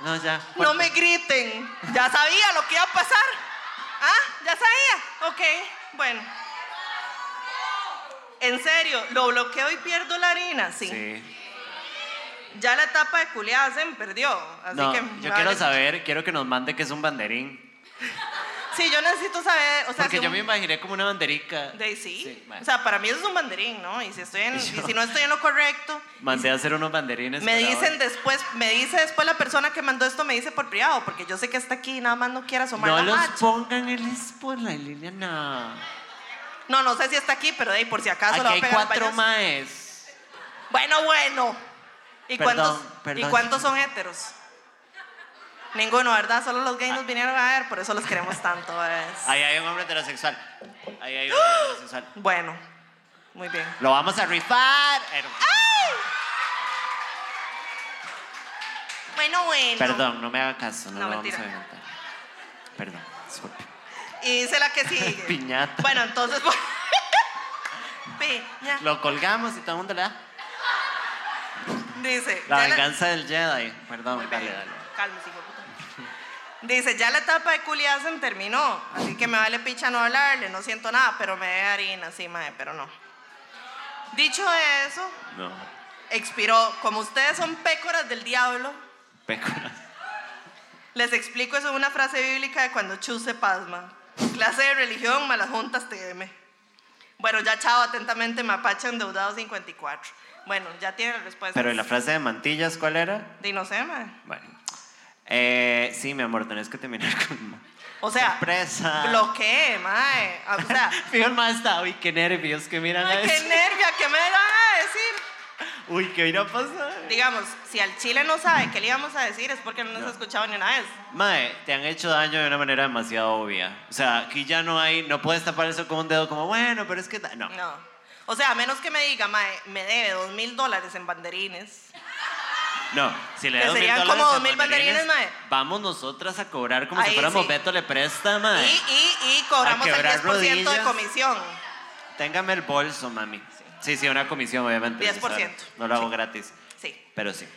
Speaker 2: No, ya.
Speaker 1: no me griten, ya sabía lo que iba a pasar. ¿Ah? ¿Ya sabía? Ok, bueno. En serio, ¿lo bloqueo y pierdo la harina?
Speaker 2: Sí.
Speaker 1: Ya la etapa de culiada se me perdió. Así
Speaker 2: No,
Speaker 1: que.
Speaker 2: yo
Speaker 1: vale.
Speaker 2: quiero saber, quiero que nos mande que es un banderín.
Speaker 1: Sí, yo necesito saber. O sea,
Speaker 2: Porque
Speaker 1: si
Speaker 2: yo
Speaker 1: un-
Speaker 2: me imaginé como una banderica.
Speaker 1: de sí.
Speaker 2: mae.
Speaker 1: o sea, para mí eso es un banderín, ¿no? Y si, estoy en-
Speaker 2: Y
Speaker 1: y
Speaker 2: yo-
Speaker 1: si no estoy en lo
Speaker 2: [laughs]
Speaker 1: correcto,
Speaker 2: Mandé a hacer unos banderines.
Speaker 1: me
Speaker 2: para
Speaker 1: dicen
Speaker 2: hoy.
Speaker 1: después, me dice después la persona que mandó esto, me dice por privado, porque yo sé que está aquí y nada más no quiere asomar
Speaker 2: No
Speaker 1: la
Speaker 2: los
Speaker 1: macha.
Speaker 2: pongan en el spotlight, Liliana.
Speaker 1: No, no sé si está aquí, pero de ahí por si acaso
Speaker 2: Aquí
Speaker 1: lo va a
Speaker 2: hay
Speaker 1: pegar al
Speaker 2: cuatro
Speaker 1: payaso.
Speaker 2: maes.
Speaker 1: Bueno, bueno. ¿Y
Speaker 2: Perdón,
Speaker 1: cuántos,
Speaker 2: perdón.
Speaker 1: ¿Y cuántos son heteros? Ninguno, ¿verdad? Solo los gays
Speaker 2: Ah.
Speaker 1: nos vinieron a ver, por eso los queremos tanto. ¿ves?
Speaker 2: Ahí hay un hombre heterosexual. Ahí hay un hombre heterosexual.
Speaker 1: Bueno, muy bien.
Speaker 2: Lo vamos a rifar.
Speaker 1: Bueno, bueno.
Speaker 2: Perdón, no me haga caso. No,
Speaker 1: No,
Speaker 2: lo vamos
Speaker 1: mentira.
Speaker 2: a inventar. Perdón, disculpe.
Speaker 1: Y dice la que
Speaker 2: [laughs]
Speaker 1: sigue.
Speaker 2: Piñata.
Speaker 1: Bueno, entonces. [laughs] Piña.
Speaker 2: Lo colgamos y todo el mundo le da.
Speaker 1: Dice.
Speaker 2: La
Speaker 1: ya
Speaker 2: venganza del Jedi. Perdón,
Speaker 1: Muy
Speaker 2: dale,
Speaker 1: bien,
Speaker 2: dale.
Speaker 1: cálmese, hijo de puta. Dice, ya la etapa de culiada se me terminó, así que me vale picha no hablarle, no siento nada, pero me debe harina, sí, mae, pero no. Dicho eso,
Speaker 2: No.
Speaker 1: expiró. Como ustedes son pécoras del diablo,
Speaker 2: Pécoras.
Speaker 1: les explico eso en una frase bíblica de cuando Chu se pasma. Clase de religión, malas juntas, TM. Bueno, ya chao, atentamente, mapache endeudado 54. Bueno, ya tiene la respuesta.
Speaker 2: Pero ¿y la frase de mantillas cuál era?
Speaker 1: De no sé, mae.
Speaker 2: Bueno. Eh, sí, mi amor, tenés que terminar con.
Speaker 1: O sea,
Speaker 2: Sorpresa.
Speaker 1: bloqueé, mae. O
Speaker 2: [laughs]
Speaker 1: sea,
Speaker 2: Fijo, el más está. Uy, qué nervios que miran a
Speaker 1: Ay, qué
Speaker 2: eso.
Speaker 1: nervia, ¿qué me van a decir?
Speaker 2: Uy, qué irá a pasar.
Speaker 1: digamos, si al chile no sabe qué le íbamos a decir es porque no nos ha escuchado ni una vez.
Speaker 2: Mae, te han hecho daño de una manera demasiado obvia. O sea, aquí ya no hay, no puedes tapar eso con un dedo como, bueno, pero es que... ta-". No.
Speaker 1: No. O sea, a menos que me diga, mae, me debe dos mil dólares en banderines.
Speaker 2: No, si le
Speaker 1: Que
Speaker 2: das dos mil
Speaker 1: serían
Speaker 2: dólares
Speaker 1: como
Speaker 2: a
Speaker 1: dos mil banderines, mae.
Speaker 2: Vamos nosotras a cobrar como
Speaker 1: Ahí
Speaker 2: si fuéramos
Speaker 1: sí.
Speaker 2: Beto le presta,
Speaker 1: Y,
Speaker 2: mae.
Speaker 1: y, y cobramos
Speaker 2: A
Speaker 1: el
Speaker 2: quebrar
Speaker 1: 10% de
Speaker 2: rodillas.
Speaker 1: comisión.
Speaker 2: Téngame el bolso, mami. Sí, sí, una comisión, obviamente.
Speaker 1: 10%.
Speaker 2: eso es- No lo hago gratis,
Speaker 1: Sí.
Speaker 2: pero sí.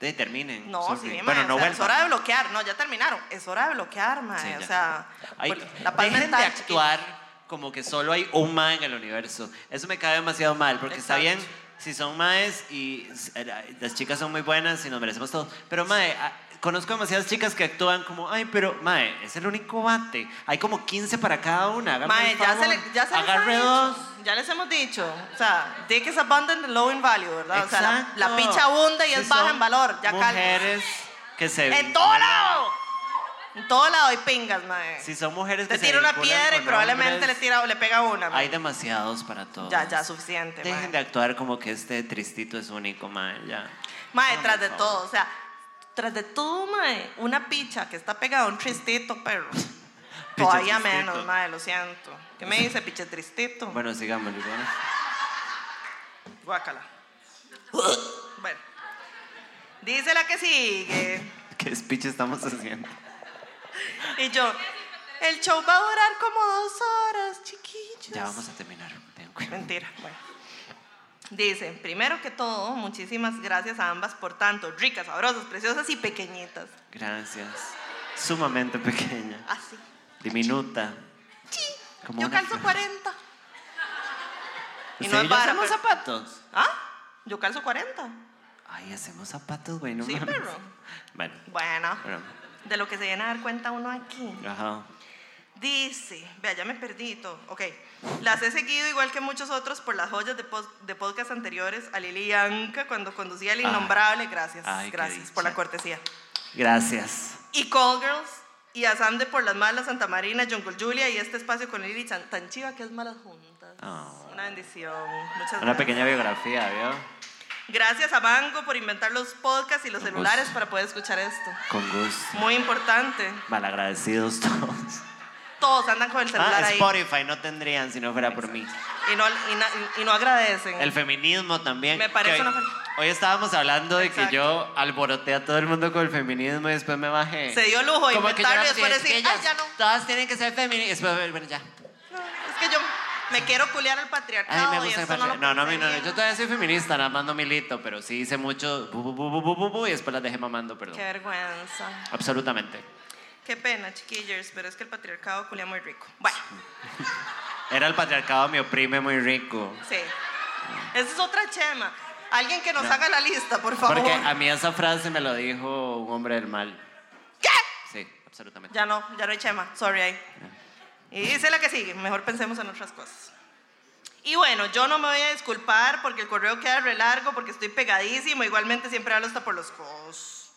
Speaker 2: Te terminen.
Speaker 1: No,
Speaker 2: sorry.
Speaker 1: sí, mae,
Speaker 2: Bueno,
Speaker 1: o
Speaker 2: no
Speaker 1: sea, es hora de
Speaker 2: vuelvan.
Speaker 1: bloquear. No, ya terminaron. Es hora de bloquear, mae.
Speaker 2: Sí,
Speaker 1: Ah, o
Speaker 2: ya.
Speaker 1: sea,
Speaker 2: Ay,
Speaker 1: por- la paz
Speaker 2: dejen
Speaker 1: mental,
Speaker 2: de
Speaker 1: chiquillos.
Speaker 2: actuar como que solo hay un mae en el universo. Eso me cae demasiado mal, porque está bien
Speaker 1: Exacto.
Speaker 2: si son maes y eh, las chicas son muy buenas y nos merecemos todo. Pero mae, ah, conozco demasiadas chicas que actúan como, ay, pero mae, es el único bate. Hay como 15 para cada una. hágame
Speaker 1: Mae,
Speaker 2: el
Speaker 1: ya se,
Speaker 2: favor.
Speaker 1: le- ya se les ha
Speaker 2: Agarre
Speaker 1: dicho,
Speaker 2: dos.
Speaker 1: Ya les hemos dicho. O sea, dick is abundant and low in value, ¿verdad? O sea, la- la,
Speaker 2: Exacto.
Speaker 1: picha abunda y
Speaker 2: Si
Speaker 1: es baja
Speaker 2: son
Speaker 1: en valor. Ya calma.
Speaker 2: Mujeres que se.
Speaker 1: En todo lado. En todo lado hay pingas, mae.
Speaker 2: Si son mujeres que
Speaker 1: Te
Speaker 2: se.
Speaker 1: tira una
Speaker 2: vinculan
Speaker 1: piedra y
Speaker 2: con
Speaker 1: probablemente
Speaker 2: hombres,
Speaker 1: le, tira, le pega una. mae.
Speaker 2: Hay demasiados para todos.
Speaker 1: Ya, ya, suficiente.
Speaker 2: Dejen
Speaker 1: mae.
Speaker 2: de actuar como que este tristito es único, mae, ya.
Speaker 1: Mae,
Speaker 2: Por
Speaker 1: tras de
Speaker 2: favor.
Speaker 1: todo, o sea, tras de todo, mae, una picha que está pegada a un tristito, pero [laughs] todavía
Speaker 2: tristito.
Speaker 1: menos, mae, lo siento. ¿Qué me dice, piche tristito?
Speaker 2: Bueno, sigamos, Liliana.
Speaker 1: Guácala. bueno. Dice la que sigue.
Speaker 2: [laughs] ¿Qué speech estamos haciendo?
Speaker 1: Y yo, el show va a durar como dos horas, chiquillos.
Speaker 2: Ya vamos a terminar. tengan cuidado.
Speaker 1: Mentira, bueno. Dice, primero que todo, muchísimas gracias a ambas por tanto, ricas, sabrosas, preciosas y pequeñitas.
Speaker 2: Gracias. Sumamente pequeña,
Speaker 1: Así.
Speaker 2: diminuta. Como
Speaker 1: Yo
Speaker 2: una
Speaker 1: calzo
Speaker 2: flor.
Speaker 1: 40. Y
Speaker 2: ¿Sí?
Speaker 1: no es
Speaker 2: ¿Ya
Speaker 1: vara,
Speaker 2: hacemos
Speaker 1: pero-
Speaker 2: zapatos?
Speaker 1: ¿Ah? Yo calzo 40.
Speaker 2: Ay, hacemos zapatos, güey, no
Speaker 1: Sí,
Speaker 2: mames.
Speaker 1: perro.
Speaker 2: Bueno,
Speaker 1: Bueno,
Speaker 2: bueno,
Speaker 1: de lo que se viene a dar cuenta uno aquí.
Speaker 2: ajá.
Speaker 1: Dice, vea, ya me perdí y todo. Ok, las he seguido igual que muchos otros por las joyas de, pos- de podcast anteriores a Lili y Anka cuando conducía el
Speaker 2: Ay.
Speaker 1: innombrable. Gracias,
Speaker 2: Ay, qué
Speaker 1: gracias
Speaker 2: dicha.
Speaker 1: por la cortesía.
Speaker 2: Gracias.
Speaker 1: Y Call Girls y a Sande por las malas, Santa Marina, Jungle Julia y este espacio con Lili tan, tan chiva que es malas juntas.
Speaker 2: Ah.
Speaker 1: Una bendición. Muchas
Speaker 2: Una
Speaker 1: gracias.
Speaker 2: pequeña biografía, ¿vio?
Speaker 1: Gracias a Mango por inventar los podcasts y los
Speaker 2: Con
Speaker 1: celulares
Speaker 2: gusto.
Speaker 1: para poder escuchar esto.
Speaker 2: Con gusto.
Speaker 1: Muy importante.
Speaker 2: Malagradecidos todos.
Speaker 1: Todos andan con el celular
Speaker 2: Ah,
Speaker 1: ahí
Speaker 2: Spotify no tendrían si no fuera por mí.
Speaker 1: y no, y na- y no agradecen.
Speaker 2: El feminismo también.
Speaker 1: Me parece
Speaker 2: que hoy,
Speaker 1: una fel-
Speaker 2: hoy estábamos hablando de que
Speaker 1: Exacto.
Speaker 2: yo alboroté a todo el mundo con el feminismo y después me bajé.
Speaker 1: Se dio lujo de
Speaker 2: Como que yo
Speaker 1: inventarlo y
Speaker 2: era
Speaker 1: después
Speaker 2: así,
Speaker 1: decir,
Speaker 2: es que
Speaker 1: "Ay, ya no".
Speaker 2: Todas tienen que ser feministas. Después, bueno, ya.
Speaker 1: No, es que yo me quiero culear al
Speaker 2: Ay,
Speaker 1: patriarcado
Speaker 2: me
Speaker 1: y
Speaker 2: gusta. el
Speaker 1: esto no lo
Speaker 2: patri- No, no, mi- no, no,
Speaker 1: pensé
Speaker 2: yo
Speaker 1: bien.
Speaker 2: todavía soy feminista, nada más no milito, pero sí hice mucho bu, bu, bu, bu, bu, bu, bu, y después las dejé mamando, perdón.
Speaker 1: Qué vergüenza.
Speaker 2: Absolutamente.
Speaker 1: Qué pena, chiquillers, pero es que el patriarcado culea muy rico. Bueno,
Speaker 2: Era el patriarcado, me oprime muy rico.
Speaker 1: sí. Esa es otra chema. Alguien que nos
Speaker 2: No.
Speaker 1: haga la lista, por favor.
Speaker 2: Porque a mí esa frase me lo dijo un hombre del mal. ¿Qué? Sí, absolutamente.
Speaker 1: Ya no, ya no hay chema. Sorry ahí. Y dice la que sigue. Mejor pensemos en otras cosas. Y bueno, yo no me voy a disculpar porque el correo queda re largo, porque estoy pegadísimo. Igualmente siempre hablo hasta por los codos.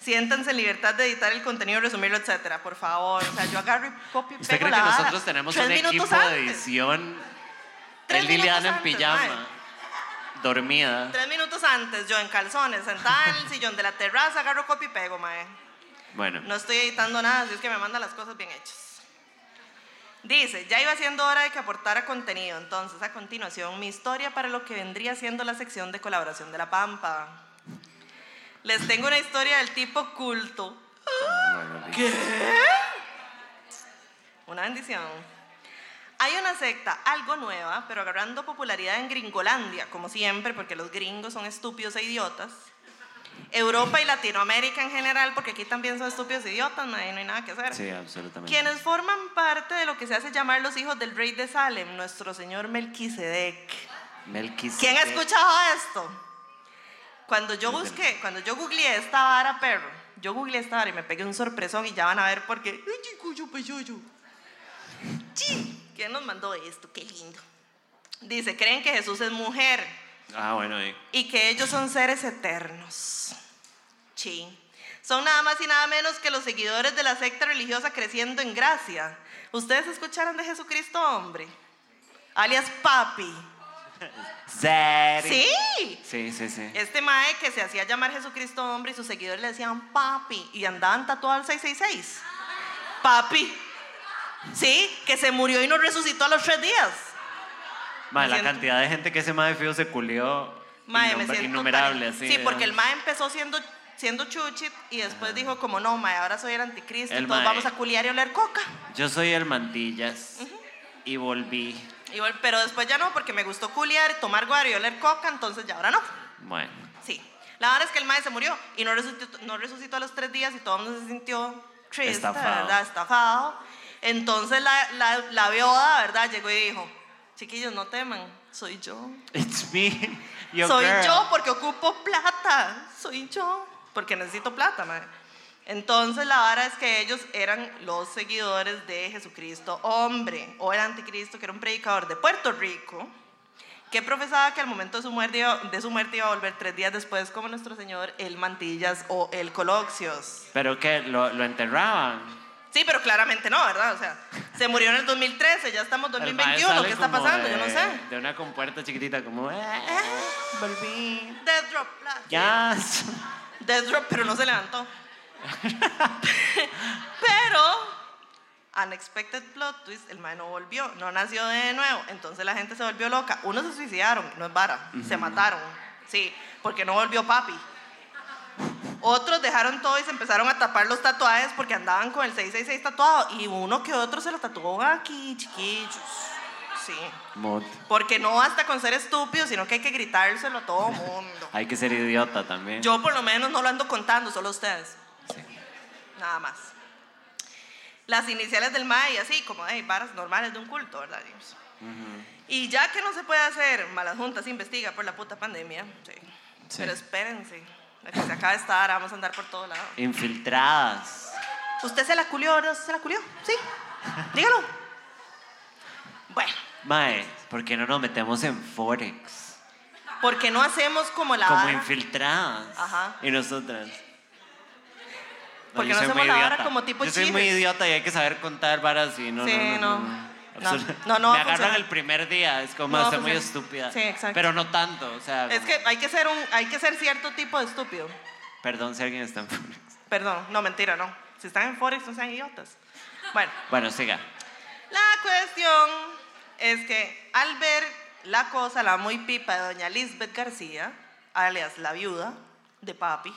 Speaker 1: Siéntanse en libertad de editar el contenido, resumirlo, etcétera, por favor. O sea, yo agarro y copio y
Speaker 2: ¿Usted
Speaker 1: pego
Speaker 2: cree
Speaker 1: la
Speaker 2: que
Speaker 1: vara.
Speaker 2: nosotros tenemos
Speaker 1: Tres
Speaker 2: un
Speaker 1: minutos
Speaker 2: equipo de
Speaker 1: antes.
Speaker 2: edición?
Speaker 1: Tres
Speaker 2: El Liliana en
Speaker 1: minutos antes,
Speaker 2: pijama,
Speaker 1: mae.
Speaker 2: dormida.
Speaker 1: Tres minutos antes, yo en calzones, sentada en el sillón de la terraza, agarro copio y pego, mae.
Speaker 2: Bueno,
Speaker 1: No estoy editando nada, así es que me manda las cosas bien hechas. Dice, ya iba siendo hora de que aportara contenido, entonces a continuación mi historia para lo que vendría siendo la sección de colaboración de La Pampa. Les tengo una historia del tipo culto. Una bendición. Hay una secta algo nueva, pero agarrando popularidad en Gringolandia, como siempre, porque los gringos son estúpidos e idiotas. Europa y Latinoamérica en general, porque aquí también son estúpidos e idiotas, nadie, no hay nada que hacer.
Speaker 2: sí, absolutamente.
Speaker 1: Quienes forman parte de lo que se hace llamar los hijos del rey de Salem, nuestro señor Melquisedec.
Speaker 2: Melquisedec.
Speaker 1: ¿Quién ha escuchado esto? Cuando yo
Speaker 2: Muy
Speaker 1: busqué, cuando yo googleé esta vara, perro, yo googleé esta vara y me pegué un sorpresón y ya van a ver por qué. Ay, chico, yo, pues, yo, yo. Sí, ¿Quién nos mandó esto? Qué lindo. Dice, creen que Jesús es mujer
Speaker 2: Ah, bueno, y-
Speaker 1: y que ellos son seres eternos. Sí. Son nada más y nada menos que los seguidores de la secta religiosa creciendo en gracia. ¿Ustedes escucharon de Jesucristo, hombre? Alias Papi.
Speaker 2: Zeri.
Speaker 1: Sí.
Speaker 2: Sí, sí, sí.
Speaker 1: Este mae que se hacía llamar Jesucristo hombre y sus seguidores le decían papi y andaban tatuados al 666. Papi. Sí, que se murió y no resucitó a los tres días.
Speaker 3: Madre, la
Speaker 1: siento-
Speaker 3: cantidad de gente que ese madre feo se culió.
Speaker 1: Mae, me
Speaker 3: innumer-
Speaker 1: siento
Speaker 3: innumerable,
Speaker 1: tan-
Speaker 3: así.
Speaker 1: Sí, porque el
Speaker 3: mae.
Speaker 1: mae empezó siendo, siendo chuchit y después dijo como no, mae, ahora soy el anticristo,
Speaker 3: El
Speaker 1: entonces
Speaker 3: mae.
Speaker 1: vamos a culiar y oler coca.
Speaker 3: Yo soy el mantillas. Y volví.
Speaker 1: Y vol- pero después ya no, porque me gustó culiar, tomar guaro y oler coca, entonces ya ahora no.
Speaker 3: Bueno. [laughs]
Speaker 1: Sí. La verdad es que el mae se murió y no resucitó, no resucitó a los tres días y todo el mundo se sintió triste,
Speaker 3: Estafado.
Speaker 1: ¿verdad? Estafado. Entonces la, la, la viuda, ¿verdad? Llegó y dijo, chiquillos, no teman, soy yo.
Speaker 3: It's me. your
Speaker 1: soy
Speaker 3: girl.
Speaker 1: yo porque ocupo plata, soy yo porque necesito plata, mae. Entonces la vara es que ellos eran los seguidores de Jesucristo hombre o el anticristo que era un predicador de Puerto Rico que profesaba que al momento de su muerte iba, de su muerte iba a volver tres días después como nuestro señor el mantillas o el coloxios.
Speaker 3: Pero que lo, lo enterraban.
Speaker 1: Sí, pero claramente no, ¿verdad? O sea, se murió en el 2013, ya estamos
Speaker 3: El mae
Speaker 1: 2021,
Speaker 3: sale
Speaker 1: ¿qué está
Speaker 3: como
Speaker 1: pasando?
Speaker 3: de-
Speaker 1: Yo no sé.
Speaker 3: De una compuerta chiquitita, como. "Eh, volví.
Speaker 1: Death drop, la-
Speaker 3: Ya.
Speaker 1: Death Drop, pero no se levantó. pero, unexpected plot twist, el mae no volvió, no nació de nuevo. Entonces la gente se volvió loca. Unos se suicidaron, no es vara, se mataron. Sí, porque no volvió papi. Otros dejaron todo y se empezaron a tapar los tatuajes porque andaban con el 666 tatuado. Y uno que otro se lo tatuó aquí, chiquillos. Sí.
Speaker 3: Mod.
Speaker 1: Porque no basta con ser estúpido, sino que hay que gritárselo a todo mundo.
Speaker 3: Hay que ser idiota también.
Speaker 1: Yo por lo menos no lo ando contando, solo ustedes. Nada más. Las iniciales del MAE y así, como hay varas normales de un culto, ¿verdad? Digamos. Y ya que no se puede hacer, Malas Juntas investiga por la puta pandemia. sí.
Speaker 3: Sí.
Speaker 1: Pero espérense, la que se acaba de estar, vamos a andar por todo lado.
Speaker 3: Infiltradas.
Speaker 1: ¿Usted se la culió, verdad? ¿Se la culió?
Speaker 3: [laughs]
Speaker 1: Sí. Dígalo. Bueno,
Speaker 3: Mae, ¿por qué no nos metemos en Forex?
Speaker 1: porque no hacemos como la
Speaker 3: Como
Speaker 1: vara-
Speaker 3: infiltradas.
Speaker 1: Ajá.
Speaker 3: Y nosotras.
Speaker 1: Porque
Speaker 3: yo
Speaker 1: no
Speaker 3: soy
Speaker 1: hacemos
Speaker 3: muy
Speaker 1: la vara
Speaker 3: idiota.
Speaker 1: como tipo
Speaker 3: Yo soy muy
Speaker 1: cheaters.
Speaker 3: idiota y hay que saber contar varas y no.
Speaker 1: Sí,
Speaker 3: no. No,
Speaker 1: no. No,
Speaker 3: Absolut-
Speaker 1: no, no va
Speaker 3: Me
Speaker 1: a
Speaker 3: agarran
Speaker 1: funcionar.
Speaker 3: el primer día, es como
Speaker 1: No va a
Speaker 3: ser muy
Speaker 1: funcionar.
Speaker 3: estúpida.
Speaker 1: Sí, exacto.
Speaker 3: Pero no tanto, o sea.
Speaker 1: Es
Speaker 3: como-
Speaker 1: que hay que ser un, hay que ser cierto tipo de estúpido.
Speaker 3: Perdón si alguien está en Forex.
Speaker 1: Perdón, no, mentira, no. Si están en Forex, no sean idiotas. Bueno,
Speaker 3: Bueno, siga.
Speaker 1: la cuestión es que al ver la cosa, la muy pipa de doña Lisbeth García, alias la viuda de papi,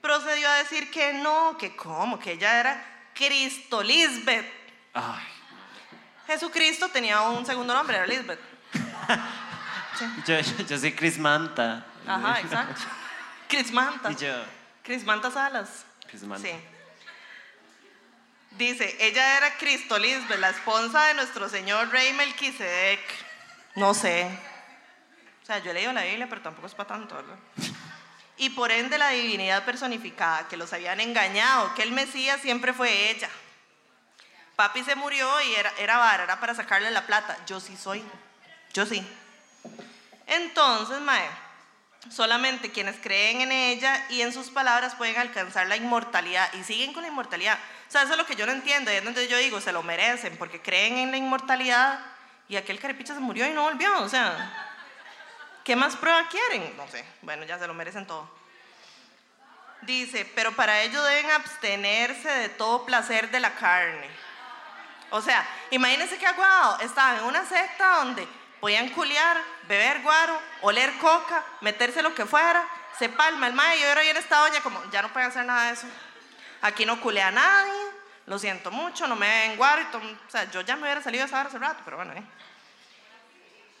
Speaker 1: procedió a decir que no, que cómo, que ella era Cristo Lisbeth.
Speaker 3: Ay,
Speaker 1: Jesucristo tenía un segundo nombre, era Lisbeth.
Speaker 3: yo, yo- yo soy Chris Manta.
Speaker 1: Ajá, exacto. Chris
Speaker 3: [laughs]
Speaker 1: Manta.
Speaker 3: Y yo,
Speaker 1: Chris Manta Salas.
Speaker 3: Chris Manta.
Speaker 1: Sí. Dice, ella era Cristo Lisbeth, la esposa de nuestro señor rey Melquisedec. No sé. O sea, yo he leído la Biblia, pero tampoco es para tanto, ¿verdad? Y por ende la divinidad personificada, que los habían engañado, que el Mesías siempre fue ella. Papi se murió y era, era vara, era para sacarle la plata. Yo sí soy. Yo sí. Entonces, Mae, solamente quienes creen en ella y en sus palabras pueden alcanzar la inmortalidad y siguen con la inmortalidad. O sea, eso es lo que yo no entiendo. Y es donde yo digo, se lo merecen porque creen en la inmortalidad y aquel carepicha se murió y no volvió. O sea, ¿qué más prueba quieren? No sé. Bueno, ya se lo merecen todo. Dice, pero para ello deben abstenerse de todo placer de la carne. O sea, imagínense que Aguado estaba en una secta donde podían culiar, beber guaro, oler coca, meterse lo que fuera, se palma el mae y ahora viene esta doña como, ya no pueden hacer nada de eso. Aquí no culea a nadie, lo siento mucho, no me den guaro. y todo- o sea, yo ya me hubiera salido de esa hora hace rato, pero bueno. eh.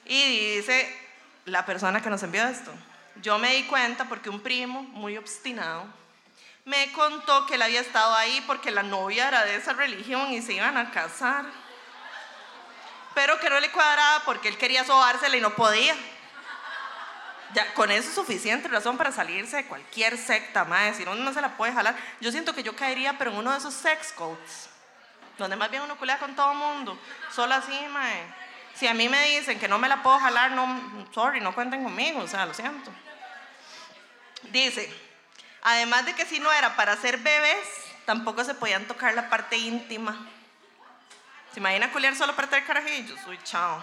Speaker 1: Y dice la persona que nos envió esto, yo me di cuenta porque un primo muy obstinado me contó que él había estado ahí porque la novia era de esa religión y se iban a casar. Pero que no le cuadraba porque él quería sobársela y no podía. Ya, con eso es suficiente razón para salirse de cualquier secta, más Si no, no se la puede jalar. Yo siento que yo caería, pero en uno de esos sex cults, donde más bien uno culea con todo mundo. Solo así, mae. Si a mí me dicen que no me la puedo jalar, no, sorry, no cuenten conmigo, o sea, lo siento. Dice, además de que si no era para ser bebés, tampoco se podían tocar la parte íntima. ¿Se imagina culiar solo para tener carajillos? Uy, chao.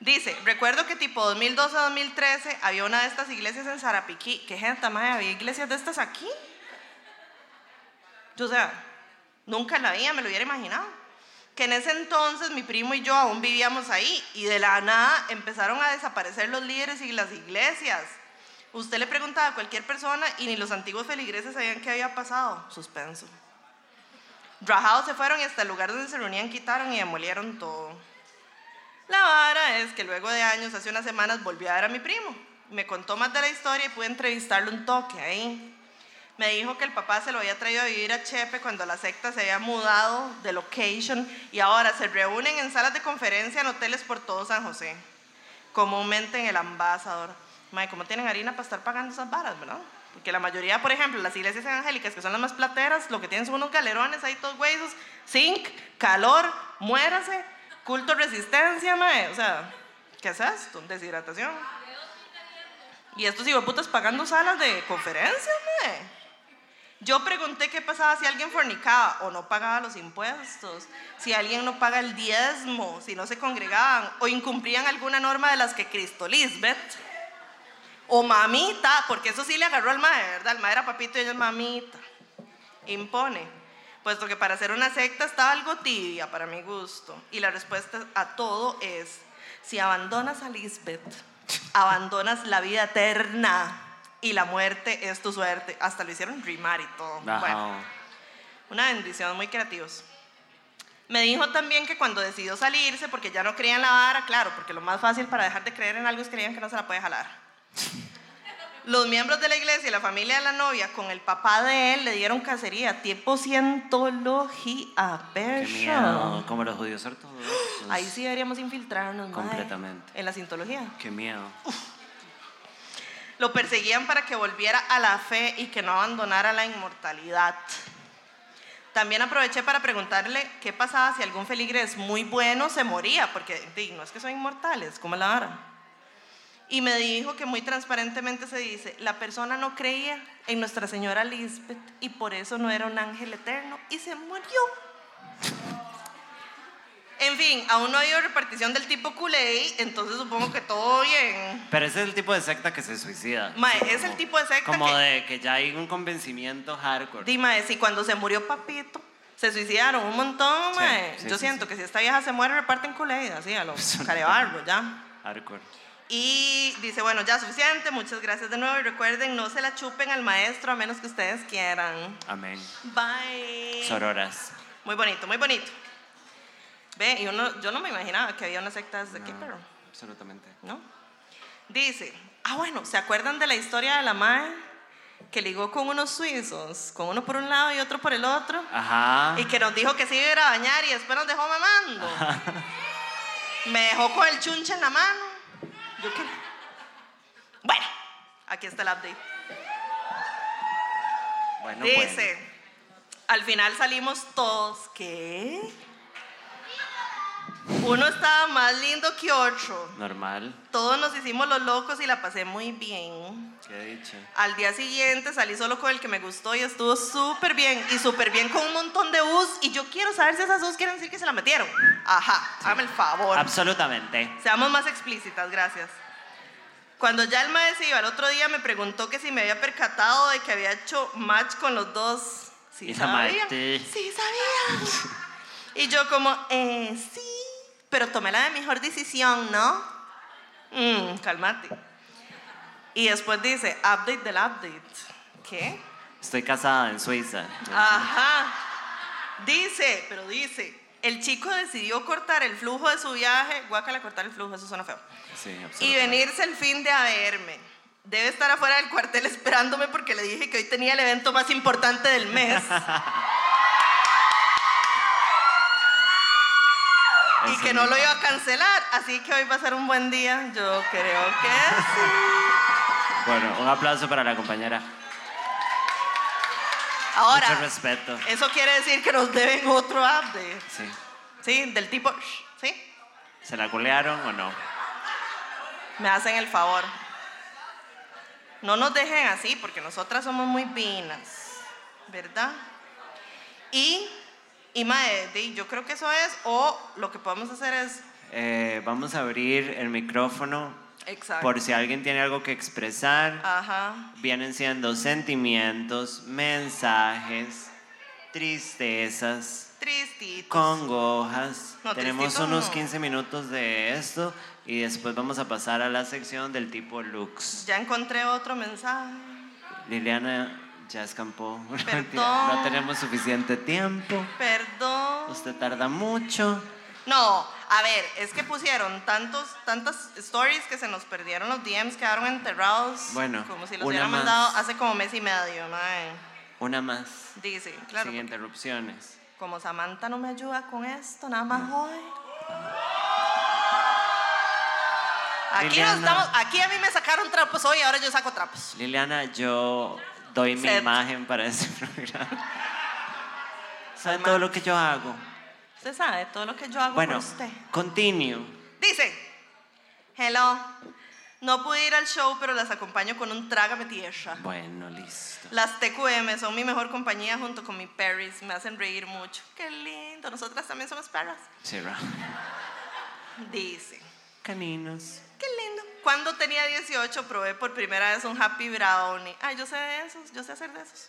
Speaker 1: Dice, recuerdo que tipo 2012 a 2013 había una de estas iglesias en Sarapiquí. ¿Qué gente, madre? ¿Había iglesias de estas aquí? Yo, o sea, nunca en la vida me lo hubiera imaginado. Que en ese entonces mi primo y yo aún vivíamos ahí y de la nada empezaron a desaparecer los líderes y las iglesias. Usted le preguntaba a cualquier persona y ni los antiguos feligreses sabían qué había pasado. Suspenso. Rajados se fueron y hasta el lugar donde se reunían quitaron y demolieron todo. La vara es que luego de años, hace unas semanas, volví a ver a mi primo. Me contó más de la historia y pude entrevistarle un toque ahí. Me dijo que el papá se lo había traído a vivir a Chepe cuando la secta se había mudado de location y ahora se reúnen en salas de conferencia en hoteles por todo San José, comúnmente en el ambasador. Mae, ¿cómo tienen harina para estar pagando esas varas, verdad? Porque la mayoría, por ejemplo, las iglesias evangélicas, que son las más plateras, lo que tienen son unos galerones ahí todos huesos, zinc, calor, muérase, culto resistencia, mae. O sea, ¿qué es esto? Deshidratación. Y estos putas pagando salas de conferencia, mae. Yo pregunté qué pasaba si alguien fornicaba o no pagaba los impuestos, si alguien no paga el diezmo, si no se congregaban o incumplían alguna norma de las que Cristo Lisbeth o mamita, porque eso sí le agarró al mae, ¿verdad? El mae era papito y ella es mamita. Impone. Puesto que para ser una secta estaba algo tibia, para mi gusto. Y la respuesta a todo es, si abandonas a Lisbeth, abandonas la vida eterna y la muerte es tu suerte. Hasta lo hicieron rimar y todo.
Speaker 2: Ajá.
Speaker 1: Bueno, una bendición, muy creativos. Me dijo también que cuando decidió salirse, porque ya no creía en la vara, claro, porque lo más fácil para dejar de creer en algo es creer que no se la puede jalar. Los miembros de la iglesia y la familia de la novia con el papá de él le dieron cacería, tipo cientología,
Speaker 2: Qué
Speaker 1: perro.
Speaker 2: miedo. Como los judíos ortodoxos.
Speaker 1: Ahí sí deberíamos infiltrarnos, mae,
Speaker 2: Completamente.
Speaker 1: en la cientología.
Speaker 2: Qué miedo.
Speaker 1: Lo perseguían para que volviera a la fe y que no abandonara la inmortalidad. También aproveché para preguntarle qué pasaba si algún feligres muy bueno se moría, porque di, no es que son inmortales, ¿cómo es la vara? Y me dijo que muy transparentemente se dice, la persona no creía en Nuestra Señora Lisbeth y por eso no era un ángel eterno y se murió. En fin, aún no ha habido repartición del tipo culé, entonces supongo que todo bien.
Speaker 2: Pero ese es el tipo de secta que se suicida.
Speaker 1: Mae,
Speaker 2: Sí,
Speaker 1: es el tipo de secta
Speaker 2: Como
Speaker 1: que-
Speaker 2: de que ya hay un convencimiento hardcore.
Speaker 1: Dima, si cuando se murió Papito, se suicidaron un montón,
Speaker 2: Sí,
Speaker 1: mae.
Speaker 2: sí,
Speaker 1: Yo
Speaker 2: sí,
Speaker 1: siento
Speaker 2: sí.
Speaker 1: que si esta vieja se muere, reparten culé, así, a los carebarros, ya.
Speaker 2: Hardcore.
Speaker 1: Y dice, bueno, ya suficiente, muchas gracias de nuevo. Y recuerden, no se la chupen al maestro a menos que ustedes quieran.
Speaker 2: Amén.
Speaker 1: Bye.
Speaker 2: Sororas.
Speaker 1: Muy bonito, muy bonito. Ve, y uno, yo no me imaginaba que había una secta desde aquí,
Speaker 2: No,
Speaker 1: pero...
Speaker 2: Absolutamente.
Speaker 1: ¿no? Dice, ah, bueno, ¿se acuerdan de la historia de la mae que ligó con unos suizos, con uno por un lado y otro por el otro?
Speaker 2: Ajá.
Speaker 1: Y que nos dijo que se iba a ir a bañar y después nos dejó mamando. Me dejó con el chunche en la mano. Yo qué- Bueno, aquí está el update.
Speaker 2: Bueno,
Speaker 1: Dice, al final salimos todos, ¿qué? Uno estaba más lindo que otro.
Speaker 2: bueno. pues, Normal.
Speaker 1: Todos nos hicimos los locos y la pasé muy bien.
Speaker 2: Qué dicho.
Speaker 1: Al día siguiente salí solo con el que me gustó y estuvo súper bien. Y súper bien con un montón de us. Y yo quiero saber si esas us quieren decir que se la metieron. Ajá, hágame el favor.
Speaker 2: Absolutamente.
Speaker 1: Seamos más explícitas, gracias. Cuando ya el maestro iba el otro día, me preguntó que si me había percatado de que había hecho match con los dos. Sí,
Speaker 2: Esa
Speaker 1: sabía.
Speaker 2: mae, sí.
Speaker 1: Sí, sabía. Y yo, como, eh, sí, pero tomé la de mejor decisión, ¿no? Mm, calmate. Y después dice, update del update. ¿Qué?
Speaker 2: Estoy casada en Suiza.
Speaker 1: Ah, Ajá. Dice, pero dice, el chico decidió cortar el flujo de su viaje. Guácala, cortar el flujo, eso suena feo.
Speaker 2: Sí, absolutamente.
Speaker 1: Y venirse el fin de a verme. Debe estar afuera del cuartel [laughs] esperándome porque le dije que hoy tenía el evento más importante del mes y
Speaker 2: Eso
Speaker 1: que no lo iba a cancelar. Así que hoy va a ser un buen día. Yo creo que sí.
Speaker 2: Bueno, un aplauso para la compañera. Mucho
Speaker 1: Ahora,
Speaker 2: respeto.
Speaker 1: eso quiere decir que nos deben otro update.
Speaker 2: Sí.
Speaker 1: Sí, del tipo, "Shh", sí.
Speaker 2: ¿Se la culearon o no?
Speaker 1: Me hacen el favor. No nos dejen así porque nosotras somos muy finas, ¿verdad? Y, y mae, di, yo creo que eso es, o lo que podemos hacer es
Speaker 2: eh, vamos a abrir el micrófono
Speaker 1: Exacto.
Speaker 2: por si alguien tiene algo que expresar.
Speaker 1: Ajá.
Speaker 2: Vienen siendo sentimientos, mensajes, tristezas,
Speaker 1: Tristitos.
Speaker 2: congojas.
Speaker 1: No,
Speaker 2: Tenemos
Speaker 1: tristito
Speaker 2: unos
Speaker 1: no.
Speaker 2: 15 minutos de esto y después vamos a pasar a la sección del tipo looks.
Speaker 1: Ya encontré otro mensaje.
Speaker 2: Liliana ya escampó. No, mentira,
Speaker 1: Perdón.
Speaker 2: no tenemos suficiente tiempo.
Speaker 1: Perdón.
Speaker 2: Usted tarda mucho.
Speaker 1: No, a ver, es que pusieron tantos, tantas stories que se nos perdieron los DMs, quedaron enterrados.
Speaker 2: Bueno,
Speaker 1: Como si los
Speaker 2: una
Speaker 1: hubieran
Speaker 2: más.
Speaker 1: mandado hace como mes y medio, mae.
Speaker 2: Una más.
Speaker 1: Dice, claro, porque
Speaker 2: sin interrupciones.
Speaker 1: como Samantha no me ayuda con esto, nada más hoy. Aquí, nos
Speaker 2: Liliana.
Speaker 1: estamos, aquí a mí me sacaron trapos hoy, ahora yo saco trapos.
Speaker 2: Liliana, yo doy mi
Speaker 1: Set.
Speaker 2: imagen para este [laughs] programa. ¿Sabe todo lo que yo hago?
Speaker 1: Usted sabe todo lo que yo hago
Speaker 2: Bueno,
Speaker 1: por usted.
Speaker 2: continue.
Speaker 1: Dice, hello, no pude ir al show, pero las acompaño con un trágame tierra.
Speaker 2: Bueno, listo.
Speaker 1: Las TQM son mi mejor compañía junto con mi Paris, me hacen reír mucho. Qué lindo, nosotras también somos perras.
Speaker 2: Cierra.
Speaker 1: Dice,
Speaker 2: Caninos.
Speaker 1: qué lindo. Cuando tenía 18 probé por primera vez un Happy Brownie. Ay, yo sé de esos, yo sé hacer de esos.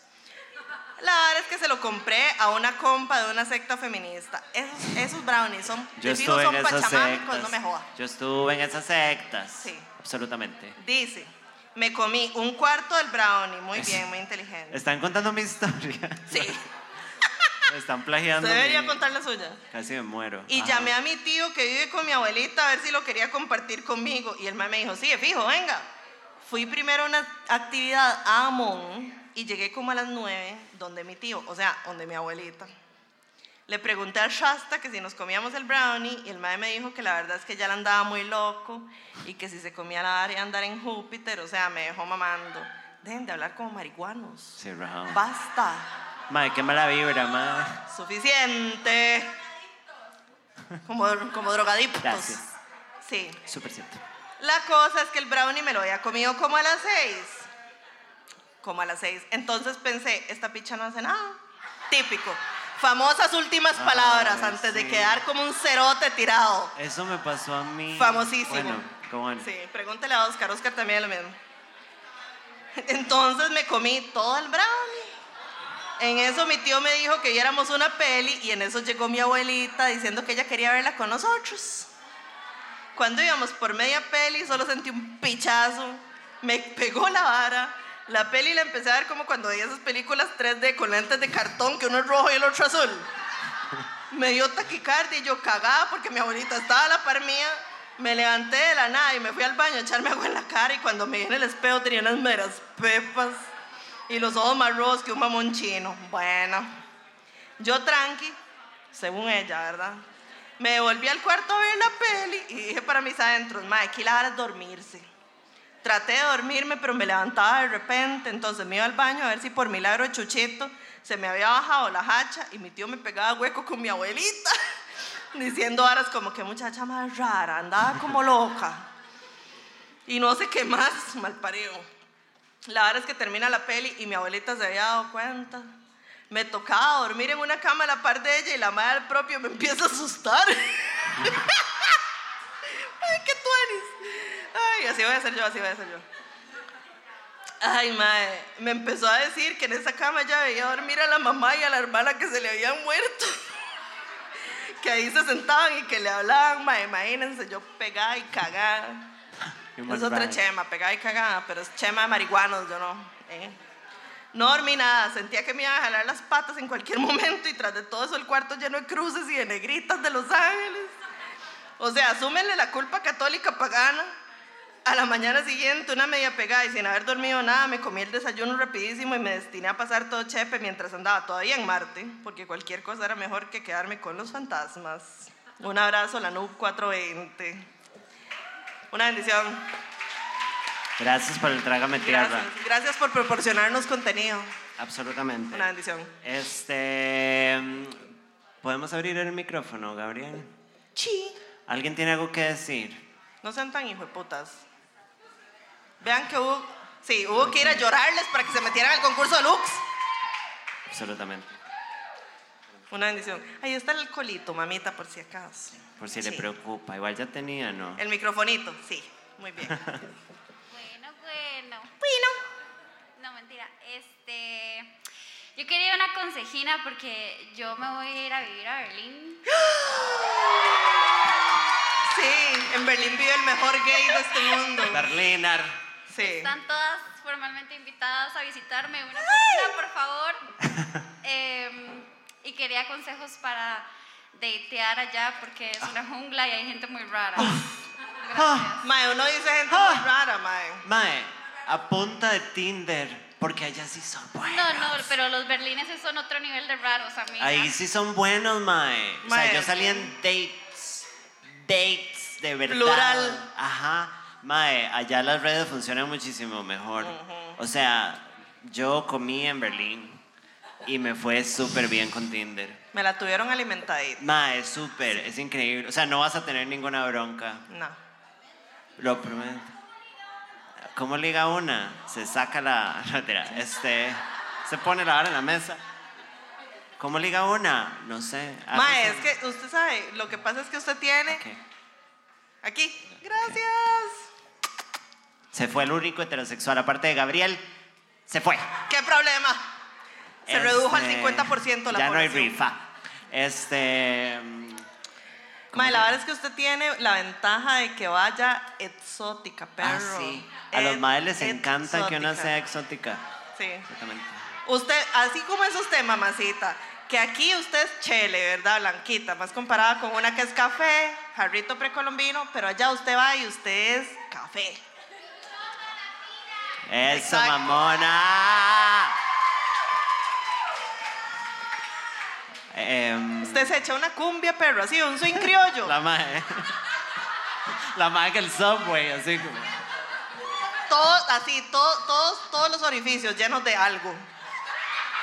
Speaker 1: La verdad es que se lo compré a una compa de una secta feminista. Esos, esos brownies son,
Speaker 2: Yo
Speaker 1: de fijo
Speaker 2: estuve en
Speaker 1: son
Speaker 2: esas
Speaker 1: pachamánicos, no
Speaker 2: sectas.
Speaker 1: me joda.
Speaker 2: Yo estuve en esas sectas.
Speaker 1: Sí.
Speaker 2: Absolutamente.
Speaker 1: Dice, me comí un cuarto del brownie. Muy bien, muy inteligente.
Speaker 2: Están contando mi historia.
Speaker 1: Sí,
Speaker 2: [laughs] Están plagiando.
Speaker 1: usted debería
Speaker 2: mi-
Speaker 1: contar la suya.
Speaker 2: Casi me muero.
Speaker 1: Y
Speaker 2: Ajá.
Speaker 1: llamé a mi tío que vive con mi abuelita a ver si lo quería compartir conmigo. Y el mae me dijo, sí, fijo, venga. Fui primero a una actividad a Amón y llegué como a las nueve donde mi tío, o sea, donde mi abuelita. Le pregunté al Shasta que si nos comíamos el brownie y el mae me dijo que la verdad es que ya la andaba muy loco y que si se comía la área andar en Júpiter, o sea, me dejó mamando. Dejen de hablar como marihuanos.
Speaker 2: Sí, Raham.
Speaker 1: Basta.
Speaker 2: Madre, qué mala vibra, madre.
Speaker 1: Suficiente. Como, como drogadictos.
Speaker 2: Gracias.
Speaker 1: Sí.
Speaker 2: Súper cierto.
Speaker 1: La cosa es que el brownie me lo había comido como a las seis. Como a las seis. Entonces pensé, esta picha no hace nada. Típico. Famosas últimas
Speaker 2: Ay,
Speaker 1: palabras antes de
Speaker 2: sí.
Speaker 1: quedar como un cerote tirado.
Speaker 2: Eso me pasó a mí.
Speaker 1: Famosísimo.
Speaker 2: Bueno, cómo no.
Speaker 1: Sí, pregúntele a Oscar. Oscar también lo mismo. Entonces me comí todo el brownie. En eso mi tío me dijo que viéramos una peli y en eso llegó mi abuelita diciendo que ella quería verla con nosotros. Cuando íbamos por media peli solo sentí un pichazo, me pegó la vara. La peli la empecé a ver como cuando veía esas películas 3D con lentes de cartón, que uno es rojo y el otro azul. Me dio taquicardia y yo cagaba porque mi abuelita estaba a la par mía. Me levanté de la nada y me fui al baño a echarme agua en la cara y cuando me vi en el espejo tenía unas meras pepas y los ojos más rojos que un mamón chino. Bueno, yo tranqui, según ella, ¿verdad? Me devolví al cuarto a ver la peli y dije para mis adentros, ma, aquí la hora es dormirse. Traté de dormirme, pero me levantaba de repente, entonces me iba al baño a ver si por milagro Chuchito se me había bajado la hacha y mi tío me pegaba hueco con mi abuelita, [laughs] diciendo varas como que muchacha más rara, andaba como loca. Y no sé qué más, mal parido. La verdad es que termina la peli y mi abuelita se había dado cuenta. Me tocaba dormir en una cama a la par de ella y la madre del propio me empieza a asustar. [laughs] ¡Ay, qué tú eres! Ay, así voy a ser yo, así voy a ser yo. Ay, madre, me empezó a decir que en esa cama ya veía dormir a la mamá y a la hermana que se le habían muerto. [laughs] Que ahí se sentaban y que le hablaban, madre, imagínense, yo pegada y cagada.
Speaker 2: Human
Speaker 1: Es otra
Speaker 2: rights.
Speaker 1: chema, pegada y cagada, pero es chema de marihuanos, yo no. ¿eh? No dormí nada, sentía que me iban a jalar las patas en cualquier [laughs] momento y tras de todo eso el cuarto lleno de cruces y de negritas de Los Ángeles. O sea, asúmenle la culpa católica pagana. A la mañana siguiente, una media pegada y sin haber dormido nada, me comí el desayuno rapidísimo y me destiné a pasar todo chepe mientras andaba todavía en Marte, porque cualquier cosa era mejor que quedarme con los fantasmas. Un abrazo, la NUB 420. Una bendición.
Speaker 2: Gracias por el trágame tierra.
Speaker 1: Gracias, gracias por proporcionarnos contenido.
Speaker 2: Absolutamente.
Speaker 1: Una bendición.
Speaker 2: Este. mm, ¿Podemos abrir el micrófono, Gabriel?
Speaker 1: Chi.
Speaker 2: ¿Alguien tiene algo que decir?
Speaker 1: No sean tan hijueputas. Vean que hubo, sí, hubo que ir a llorarles para que se metieran al concurso de Lux.
Speaker 2: Absolutamente.
Speaker 1: Una bendición. Ahí está el alcoholito, mamita, por si acaso.
Speaker 2: Por si le
Speaker 1: Sí.
Speaker 2: preocupa. Igual ya tenía, ¿no?
Speaker 1: El microfonito, sí. Muy bien.
Speaker 4: Bueno, bueno. No, mentira. Este. Yo quería una consejina porque yo me voy a ir a vivir a Berlín.
Speaker 1: Sí, en Berlín vive el mejor gay de este mundo.
Speaker 2: Berlinar.
Speaker 1: Sí.
Speaker 4: Están todas formalmente invitadas a visitarme una por una, por favor. Em, y quería consejos para datear allá porque es una jungla y hay gente muy rara. Gracias.
Speaker 1: Mae, uno dice gente muy rara, mae.
Speaker 2: Ah, Mae, a punta de Tinder, porque allá sí son buenos.
Speaker 4: No, no, pero los berlineses son otro nivel de raros, amiga.
Speaker 2: Ahí sí son buenos, mae. O sea,
Speaker 1: Mae,
Speaker 2: yo salí
Speaker 1: sí.
Speaker 2: en dates. Dates, de verdad.
Speaker 1: Plural.
Speaker 2: Ajá. Mae, allá las redes funcionan muchísimo mejor. O sea, yo comí en Berlín y me fue súper bien con Tinder.
Speaker 1: Me la tuvieron alimentadita.
Speaker 2: Mae, súper, es increíble. O sea, no vas a tener ninguna bronca.
Speaker 1: No.
Speaker 2: Lo prometo. ¿Cómo liga una? Se saca la. [laughs] no, mentira, este. Se pone la vara en la mesa. ¿Cómo liga una? No sé. Ah, no
Speaker 1: Mae,
Speaker 2: sé.
Speaker 1: es que usted sabe, lo que pasa es que usted tiene
Speaker 2: Ok.
Speaker 1: aquí. Gracias.
Speaker 2: Se fue el único heterosexual, aparte de Gabriel. Se fue.
Speaker 1: ¿Qué problema? Se redujo al
Speaker 2: Este,
Speaker 1: 50% la
Speaker 2: Ya no hay
Speaker 1: población.
Speaker 2: rifa. Este. mm,
Speaker 1: Mae, la verdad es que usted tiene la ventaja de que vaya exótica, perro.
Speaker 2: Ah, sí. A los madres les encanta que una
Speaker 1: Exótica.
Speaker 2: sea exótica.
Speaker 1: Sí.
Speaker 2: Exactamente.
Speaker 1: Usted, así como es usted, mamacita, que aquí usted es chele, ¿verdad? Blanquita, más comparada con una que es café, jarrito precolombino, pero allá usted va y usted es café.
Speaker 2: Eso,
Speaker 1: Exacto.
Speaker 2: mamona. Em,
Speaker 1: Usted se echa una cumbia, perro, así, un swing
Speaker 2: [laughs]
Speaker 1: criollo.
Speaker 2: la madre. La madre que el subway, así como.
Speaker 1: Todo- así, todo- todos, todos los orificios llenos de algo.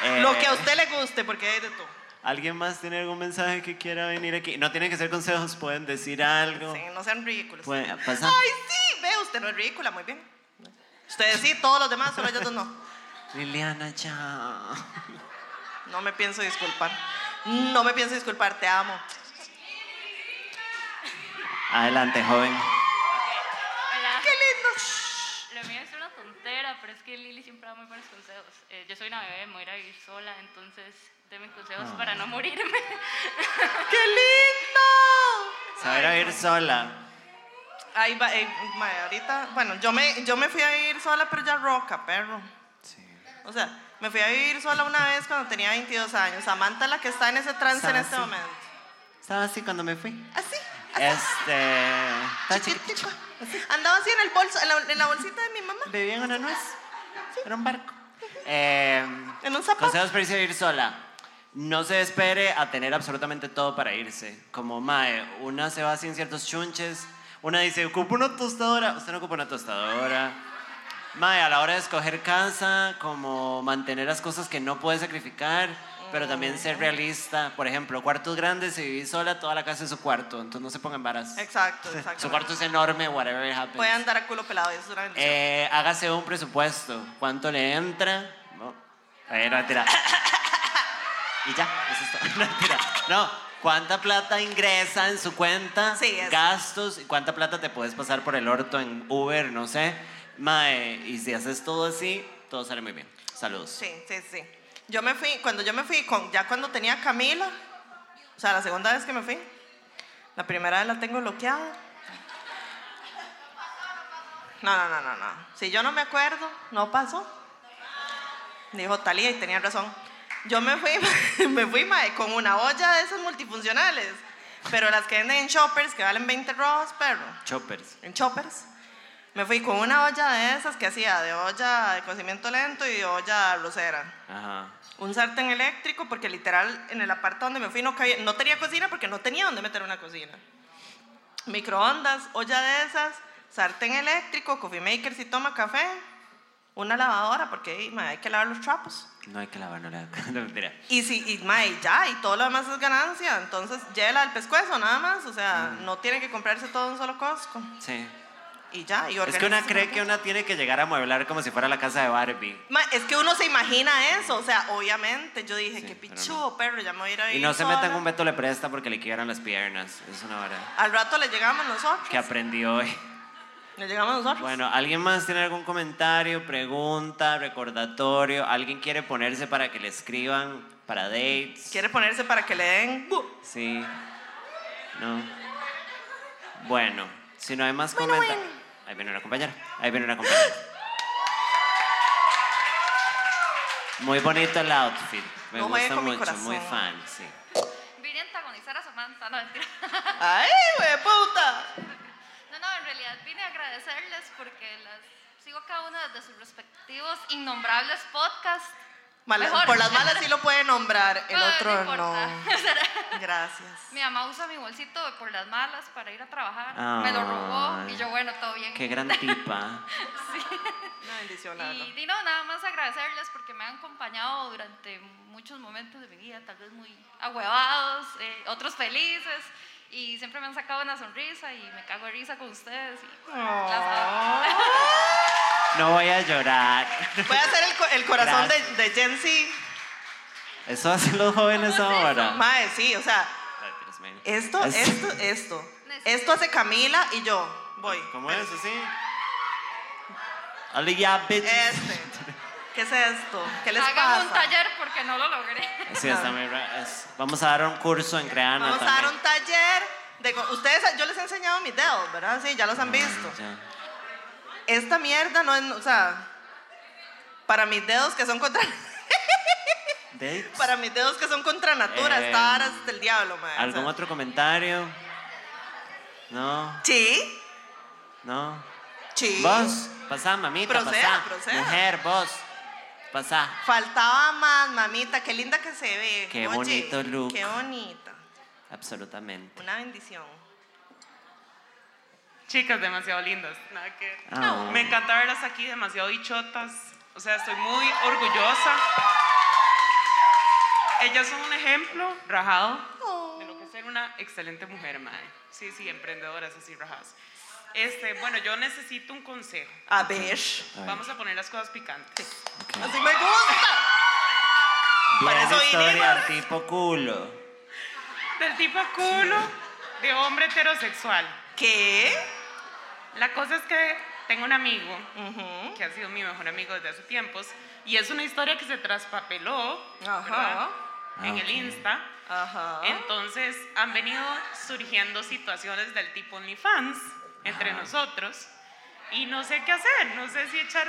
Speaker 2: Eh,
Speaker 1: Lo que a usted le guste, porque hay de todo.
Speaker 2: ¿Alguien más tiene algún mensaje que quiera venir aquí? No tienen que ser consejos, pueden decir algo.
Speaker 1: Sí, no sean ridículos.
Speaker 2: Pueden pasar.
Speaker 1: Ay, sí, ve, usted no es ridícula, muy bien. Ustedes sí, todos los demás, solo ellos dos no.
Speaker 2: Liliana, chao.
Speaker 1: No me pienso disculpar. No me pienso disculpar, te amo.
Speaker 2: Adelante, joven.
Speaker 5: Hola.
Speaker 1: ¡Qué lindo!
Speaker 5: Lo mío es una tontera, pero es que Lili siempre da muy buenos consejos. Eh, yo soy una bebé, me voy a ir a vivir sola, entonces denme consejos para no morirme.
Speaker 1: ¡Qué lindo!
Speaker 2: Saber a ir sola.
Speaker 1: Ahí va, eh, mae, ahorita, bueno, yo me, yo me fui a vivir sola, pero ya roca, perro.
Speaker 2: Sí.
Speaker 1: O sea, me fui a vivir sola una vez cuando tenía 22 años. Samantha, la que está en ese trance en
Speaker 2: Estaba
Speaker 1: este
Speaker 2: así.
Speaker 1: momento. ¿Ah,
Speaker 2: Estaba así cuando me fui.
Speaker 1: Así,
Speaker 2: Este. Estaba chiquita.
Speaker 1: chiquitico. Andaba así en el bolso, en la, en la bolsita de mi mamá,
Speaker 2: Bebía en una nuez. Era un barco. Eh,
Speaker 1: en un zapato.
Speaker 2: consejos para irse a vivir sola. No se espere a tener absolutamente todo para irse. Como Mae, una se va sin ciertos chunches. Una dice, ocupo una tostadora. Usted no ocupa una tostadora. Mae, a la hora de escoger casa, como mantener las cosas que no puede sacrificar, pero también ser realista. Por ejemplo, cuartos grandes, si vivís sola, toda la casa es su cuarto. Entonces no se pongan varas.
Speaker 1: Exacto, exacto.
Speaker 2: Su cuarto es enorme, whatever happens.
Speaker 1: Puede andar a culo pelado, eso es una bendición.
Speaker 2: Eh, hágase un presupuesto. ¿Cuánto le entra? No. A ver, no,
Speaker 1: [coughs]
Speaker 2: tira. Y ya, eso es todo. [laughs] No, mentira. No, ¿cuánta plata ingresa en su cuenta?
Speaker 1: Sí, eso.
Speaker 2: Gastos. ¿Y cuánta plata te puedes pasar por el orto en Uber? No sé. Mae, y si haces todo así, todo sale muy bien. Saludos.
Speaker 1: Sí, sí, sí. Yo me fui, cuando yo me fui, con, ya cuando tenía a Camila, o sea, la segunda vez que me fui, la primera vez la tengo bloqueada. No, no, no, no, no. Si yo no me acuerdo, no pasó. Dijo Talía y tenía razón. Yo me fui, [laughs] me fui mae, con una olla de esas multifuncionales, pero las que venden en shoppers que valen 20 rojos, perro
Speaker 2: Choppers.
Speaker 1: en choppers. Me fui con una olla de esas que hacía de olla de cocimiento lento y de olla arrocera.
Speaker 2: Ajá.
Speaker 1: Un sartén eléctrico porque literal en el aparta donde me fui no, cabía- no tenía cocina porque no tenía donde meter una cocina. Microondas, olla de esas, sartén eléctrico, coffee maker si toma café, una lavadora porque ey, mae, hay que lavar los trapos.
Speaker 2: No hay que lavar, no la. [laughs] No, mentira.
Speaker 1: Y si, y, mae, y ya, y todo lo demás es ganancia.
Speaker 2: Mm.
Speaker 1: Entonces, llévela al pescuezo nada más. O sea, no tiene que comprarse todo en un solo Costco.
Speaker 2: Sí.
Speaker 1: y ya. Y
Speaker 2: Es que una
Speaker 1: organizas
Speaker 2: cree
Speaker 1: un
Speaker 2: que una tiene que llegar a mueblar como si fuera la casa de Barbie.
Speaker 1: Ma, es que uno se imagina eso, o sea, obviamente. Yo dije, qué
Speaker 2: pero
Speaker 1: pichudo, perro, ya me voy a ir a
Speaker 2: Y
Speaker 1: vivir
Speaker 2: no se metan
Speaker 1: sola.
Speaker 2: un Beto le presta porque le quieran las piernas. Es una hora
Speaker 1: Al rato le llegamos nosotros.
Speaker 2: que aprendí hoy.
Speaker 1: Le llegamos nosotros.
Speaker 2: Bueno, ¿alguien más tiene algún comentario, pregunta, recordatorio? ¿Alguien quiere ponerse para que le escriban para dates?
Speaker 1: Quiere ponerse para que le den. bu-
Speaker 2: Sí. No. Bueno, si no hay más comentarios. Ahí viene una compañera. Ahí viene una compañera. Muy bonito el outfit. Me
Speaker 1: No juegue
Speaker 2: gusta
Speaker 1: con mi
Speaker 2: mucho, muy
Speaker 1: corazón.
Speaker 2: fan,
Speaker 1: [laughs]
Speaker 2: sí.
Speaker 4: Vine a antagonizar a Samantha, no mentira. [laughs]
Speaker 1: ¡Ay, güey, puta!
Speaker 4: No, no, en realidad vine a agradecerles porque las sigo cada una desde sus respectivos innombrables podcasts.
Speaker 1: Mala-
Speaker 4: Mejor.
Speaker 1: por las malas sí lo puede nombrar, el
Speaker 4: [laughs] No, no
Speaker 1: otro no.
Speaker 4: importa.
Speaker 1: [laughs]
Speaker 4: [laughs]
Speaker 1: Gracias.
Speaker 4: Mi mamá usa mi bolsito de por las malas para ir a trabajar.
Speaker 2: Ah.
Speaker 4: Me lo robó y yo, bueno, todo bien.
Speaker 2: Qué gran tipa.
Speaker 1: Una bendición, la verdad.
Speaker 4: Y di, no, nada más agradecerles porque me han acompañado durante muchos momentos de mi vida, tal vez muy ahuevados, eh, otros felices, y siempre me han sacado una sonrisa y me cago de risa con ustedes. y las adoro.
Speaker 2: No voy a llorar.
Speaker 1: Voy a hacer el, co- el corazón de, de Gen Z.
Speaker 2: Eso hacen los jóvenes ahora.
Speaker 1: Mae, sí, o sea,
Speaker 2: Ay, Dios mío.
Speaker 1: esto,
Speaker 2: Es-
Speaker 1: esto, esto. Esto hace Camila y yo. Voy.
Speaker 2: Pues, ¿Cómo es así? Ali, ya, bitch.
Speaker 1: Este. ¿Qué es esto? ¿Qué les
Speaker 4: Hagan un
Speaker 1: pasa?
Speaker 4: taller porque no lo logré.
Speaker 2: Sí, está muy raro. Es- Vamos a dar un curso en Creana
Speaker 1: Vamos a
Speaker 2: también.
Speaker 1: dar un taller. De, co- ustedes, yo les he enseñado mis dedos, ¿verdad? Sí, ya los han visto.
Speaker 2: Ya.
Speaker 1: Esta mierda no es, o sea, para mis dedos que son contra, [laughs]
Speaker 2: Dates.
Speaker 1: para mis dedos que son contra natura,
Speaker 2: Eh,
Speaker 1: esta vara es del diablo, mae. o sea.
Speaker 2: ¿Algún otro comentario? No,
Speaker 1: Sí,
Speaker 2: no.
Speaker 1: sí.
Speaker 2: Vos, pasá, mamita,
Speaker 1: Proceda,
Speaker 2: pasá.
Speaker 1: proceda.
Speaker 2: Mujer, vos, pasá.
Speaker 1: Faltaba más, mamita, qué linda que se ve.
Speaker 2: Qué
Speaker 1: Oye,
Speaker 2: bonito look.
Speaker 1: Qué bonita.
Speaker 2: Absolutamente.
Speaker 1: Una bendición.
Speaker 6: Chicas demasiado lindas, nada que ver.
Speaker 2: Ah.
Speaker 6: Me encanta verlas aquí, demasiado bichotas. O sea, estoy muy orgullosa. Ellas son un ejemplo rajado
Speaker 4: Oh.
Speaker 6: de lo que es ser una excelente mujer, madre. Sí, sí, emprendedoras así rajadas. Este, bueno, yo necesito un consejo.
Speaker 1: A ver.
Speaker 2: A ver,
Speaker 6: Vamos a poner las cosas picantes.
Speaker 2: ok.
Speaker 1: Así me gusta.
Speaker 2: Bien
Speaker 1: para eso
Speaker 2: historia, tipo culo.
Speaker 6: Del tipo culo de hombre heterosexual.
Speaker 1: ¿Qué?
Speaker 6: La cosa es que tengo un amigo
Speaker 1: Ujú.
Speaker 6: que ha sido mi mejor amigo desde hace tiempos, y es una historia que se traspapeló
Speaker 1: Ajá.
Speaker 6: ¿verdad?
Speaker 2: Ah,
Speaker 6: en
Speaker 2: ok. Ah.
Speaker 6: el Insta.
Speaker 1: Ajá.
Speaker 6: Entonces han venido surgiendo situaciones del tipo OnlyFans entre nosotros y no sé qué hacer, no sé si echar,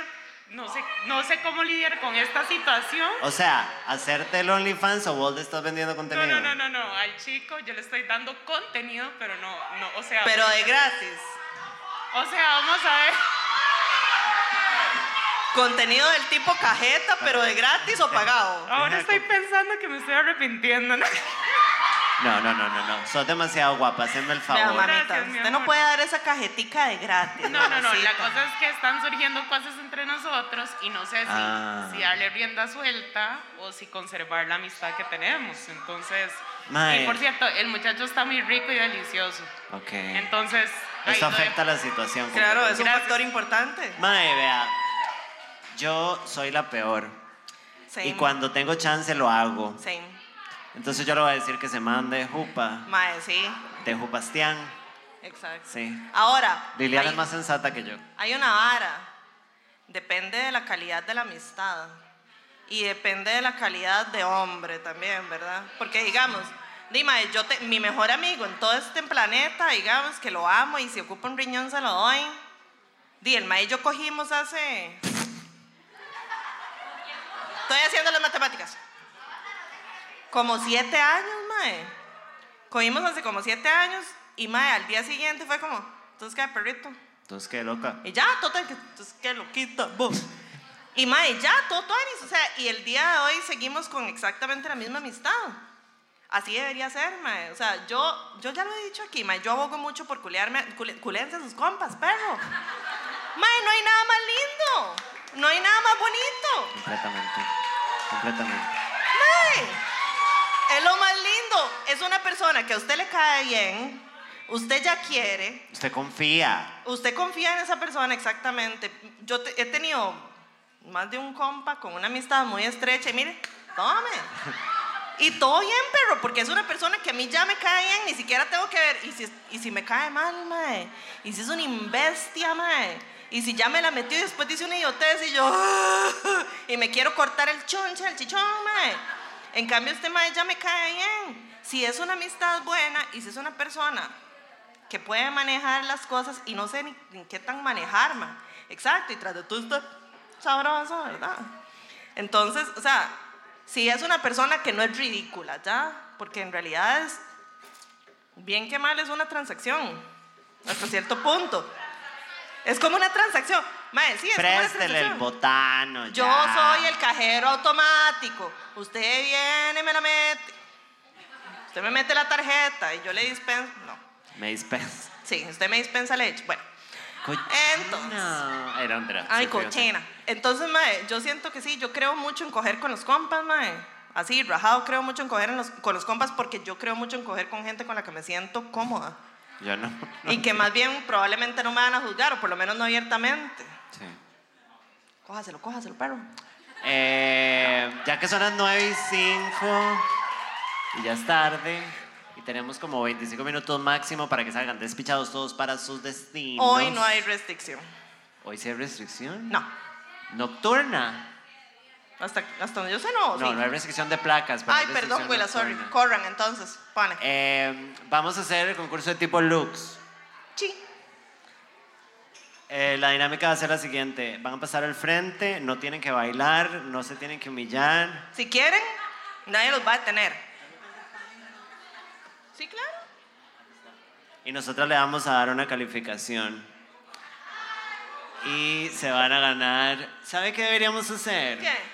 Speaker 6: no sé, no sé cómo lidiar con esta situación.
Speaker 2: O sea, hacerte el OnlyFans o vos le estás vendiendo
Speaker 6: No,
Speaker 2: contenido.
Speaker 6: no, no, no, no, al chico yo le estoy dando contenido, pero no, no, o sea,
Speaker 1: Pero de gratis.
Speaker 6: o sea, vamos a ver.
Speaker 1: Contenido del tipo cajeta, pero de gratis o pagado.
Speaker 6: Ahora
Speaker 2: Deja
Speaker 6: estoy
Speaker 2: de-
Speaker 6: pensando que me estoy arrepintiendo. ¿no?
Speaker 2: No, no, no, no, no. Sos demasiado guapa, hazme el
Speaker 1: Vea,
Speaker 2: favor.
Speaker 1: mamita,
Speaker 6: Gracias, mi
Speaker 1: usted no
Speaker 6: amor.
Speaker 1: puede dar esa cajetica de gratis.
Speaker 6: [laughs] No, no, no, la
Speaker 1: mamacita.
Speaker 6: cosa es que están surgiendo cosas entre nosotros y no sé si,
Speaker 2: Ah.
Speaker 6: si darle rienda suelta o si conservar la amistad que tenemos. Entonces,
Speaker 2: Mae.
Speaker 6: y por cierto, el muchacho está muy rico y delicioso.
Speaker 2: Ok.
Speaker 6: Entonces, ahí
Speaker 2: Esto
Speaker 6: lo dejo.
Speaker 2: afecta la situación.
Speaker 1: Claro, es un
Speaker 6: Gracias.
Speaker 1: factor importante.
Speaker 2: Mae, vea. Yo soy la peor.
Speaker 1: Same,
Speaker 2: Y cuando tengo chance lo hago.
Speaker 1: Same.
Speaker 2: Entonces yo le voy a decir que se mande Jupa,
Speaker 1: Mae, sí,
Speaker 2: de Jupastián.
Speaker 1: exacto.
Speaker 2: Sí.
Speaker 1: Ahora,
Speaker 2: Liliana
Speaker 1: hay,
Speaker 2: es más sensata que yo.
Speaker 1: hay una vara. Depende de la calidad de la amistad. Y depende de la calidad de hombre también, ¿verdad? Porque digamos, dime, yo te- mi mejor amigo en todo este planeta, digamos, que lo amo y si ocupa un riñón se lo doy. Di, el maíz yo cogimos hace... Estoy haciendo las matemáticas. Como siete años, mae. Cogimos hace como siete años y mae, al día siguiente fue como, entonces qué perrito.
Speaker 2: Entonces qué loca.
Speaker 1: Y ya, total, que, entonces qué loquita, vos. Y mae, ya, todo tuanis. O sea, y el día de hoy seguimos con exactamente la misma amistad. Así debería ser, mae. O sea, yo, yo ya lo he dicho aquí, mae. Yo abogo mucho por culearme, cule- culéense a sus compas, perro. Mae, no hay nada más lindo. No hay nada más bonito.
Speaker 2: Completamente. Completamente.
Speaker 1: Es lo más lindo. Es una persona que a usted le cae bien, usted ya quiere,
Speaker 2: Usted confía.
Speaker 1: usted confía en esa persona exactamente. Yo te- he tenido más de un compa con una amistad muy estrecha y mire, tome. Y todo bien, perro, porque es una persona que a mí ya me cae bien, ni siquiera tengo que ver. Y si, y si me cae mal, mae. Y si es una imbestia, mae. Y si ya me la metió y después dice una idiotez y yo. [laughs] "Ah", y me quiero cortar el chonche, el chichón, mae. En cambio, este mae ya me cae bien. Si es una amistad buena y si es una persona que puede manejar las cosas y no sé ni, ni qué tan manejar, mae. Exacto, y tras de tú estás sabroso, ¿verdad? Entonces, o sea, si es una persona que no es ridícula, ¿ya? Porque en realidad es, bien que mal es una transacción, hasta cierto punto. Es como una transacción. Mae, sí, es como una
Speaker 2: Préstele el
Speaker 1: transacción.
Speaker 2: botano.
Speaker 1: Yo
Speaker 2: ya.
Speaker 1: soy el cajero automático. Usted viene, me la mete. Usted me mete la tarjeta y yo le dispenso. No.
Speaker 2: Me dispensa.
Speaker 1: Sí, usted me dispensa leche. Bueno.
Speaker 2: Cochina. Era un drama,
Speaker 1: Ay,
Speaker 2: sí, fíjate.
Speaker 1: cochina. Entonces, mae, yo siento que sí, yo creo mucho en coger con los compas, mae. Así, rajado, creo mucho en coger en los- con los compas porque yo creo mucho en coger con gente con la que me siento cómoda.
Speaker 2: Yo no. [laughs]
Speaker 1: Y que más bien probablemente no me van a juzgar, o por lo menos no abiertamente.
Speaker 2: Sí.
Speaker 1: Cójaselo, cójaselo, perro.
Speaker 2: Eh, ya que son las 9 y 5 y ya es tarde y tenemos como 25 minutos máximo para que salgan despichados todos para sus destinos.
Speaker 1: Hoy no hay restricción.
Speaker 2: Hoy sí hay restricción.
Speaker 1: No.
Speaker 2: Nocturna.
Speaker 1: Hasta, hasta donde yo sé, no.
Speaker 2: No,
Speaker 1: sí.
Speaker 2: no hay restricción de placas. pero
Speaker 1: Ay,
Speaker 2: hay
Speaker 1: perdón,
Speaker 2: restricción
Speaker 1: güey, la sorry.
Speaker 2: nocturna.
Speaker 1: Corran entonces, pana.
Speaker 2: Eh, vamos a hacer el concurso de tipo looks.
Speaker 1: Sí.
Speaker 2: Eh, la dinámica va a ser la siguiente: van a pasar al frente, no tienen que bailar, no se tienen que humillar.
Speaker 1: Si quieren, nadie los va a detener. Sí, claro.
Speaker 2: Y nosotros le vamos a dar una calificación. Y se van a ganar. ¿Sabe qué deberíamos hacer?
Speaker 1: ¿Qué?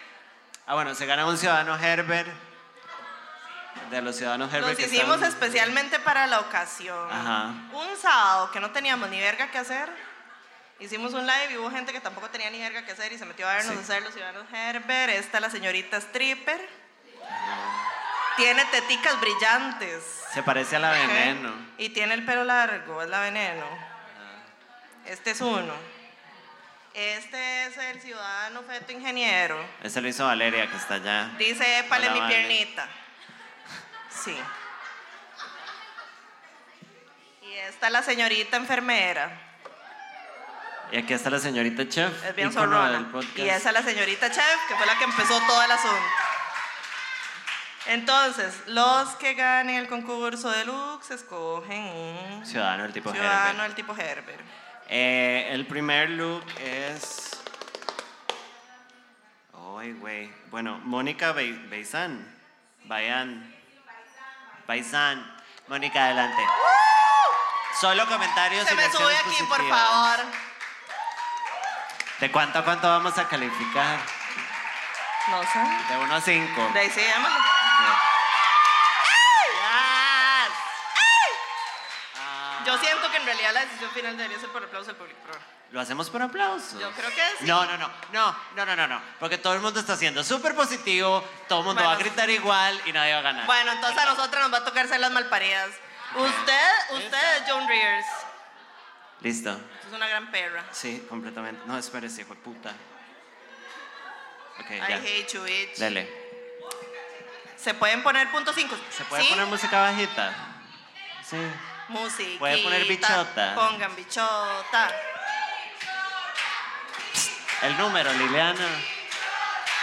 Speaker 2: Ah, bueno, se gana un ciudadano Herbert. De los ciudadanos Herbert.
Speaker 1: Los
Speaker 2: que
Speaker 1: hicimos
Speaker 2: están-
Speaker 1: especialmente para la ocasión.
Speaker 2: Ajá.
Speaker 1: Un sábado que no teníamos ni verga que hacer, hicimos un live y hubo gente que tampoco tenía ni verga que hacer y se metió a vernos
Speaker 2: Sí.
Speaker 1: hacer los ciudadanos Herbert. Esta la señorita stripper. Tiene teticas brillantes.
Speaker 2: Se parece a la veneno.
Speaker 1: Y tiene el pelo largo, es la veneno. Este es uno. Este es el ciudadano feto ingeniero.
Speaker 2: Ese lo hizo Valeria, que está allá.
Speaker 1: Dice, épale
Speaker 2: Hola,
Speaker 1: mi
Speaker 2: Vale.
Speaker 1: piernita. Sí. Y esta es la señorita enfermera.
Speaker 2: Y aquí está la señorita Chef.
Speaker 1: Es bien
Speaker 2: ícono del
Speaker 1: zorrona.
Speaker 2: podcast.
Speaker 1: Y esa es la señorita Chef, que fue la que empezó todo el asunto. Entonces, los que ganen el concurso de Lux escogen un
Speaker 2: Ciudadano del tipo
Speaker 1: ciudadano
Speaker 2: Herbert.
Speaker 1: del tipo Herbert.
Speaker 2: Eh, el primer look es. Ay, güey. Bueno, Mónica Bei- Beizán. Bayan. Baizán. Mónica, adelante. Solo comentarios
Speaker 1: Se
Speaker 2: y
Speaker 1: me sube
Speaker 2: reacciones
Speaker 1: aquí, por
Speaker 2: positivas.
Speaker 1: favor.
Speaker 2: ¿De cuánto a cuánto vamos a calificar?
Speaker 1: No sé.
Speaker 2: De 1 a 5.
Speaker 1: De ahí sí, llámalo. Yo siento que en realidad la decisión final debería ser por aplauso del público. pero bueno.
Speaker 2: ¿Lo hacemos por aplausos?
Speaker 1: Yo creo que sí.
Speaker 2: No, no, no, no, no, no, no, no. Porque todo el mundo está siendo súper positivo, todo el mundo va a
Speaker 1: Bueno.
Speaker 2: gritar igual y nadie va a ganar.
Speaker 1: Bueno, entonces a nosotras nos va a tocar ser las malparidas. Usted, usted es Joan Rears.
Speaker 2: Listo.
Speaker 1: Es una gran perra.
Speaker 2: Sí, completamente. No, espérese, hijo de puta. Ok,
Speaker 1: I
Speaker 2: ya.
Speaker 1: hate you, bitch.
Speaker 2: Dele.
Speaker 1: Se pueden poner punto cinco.
Speaker 2: ¿Se puede
Speaker 1: ¿Sí?
Speaker 2: poner música bajita? Sí.
Speaker 1: Musiquita.
Speaker 2: Puede poner bichota.
Speaker 1: Pongan bichota.
Speaker 2: El número, Liliana.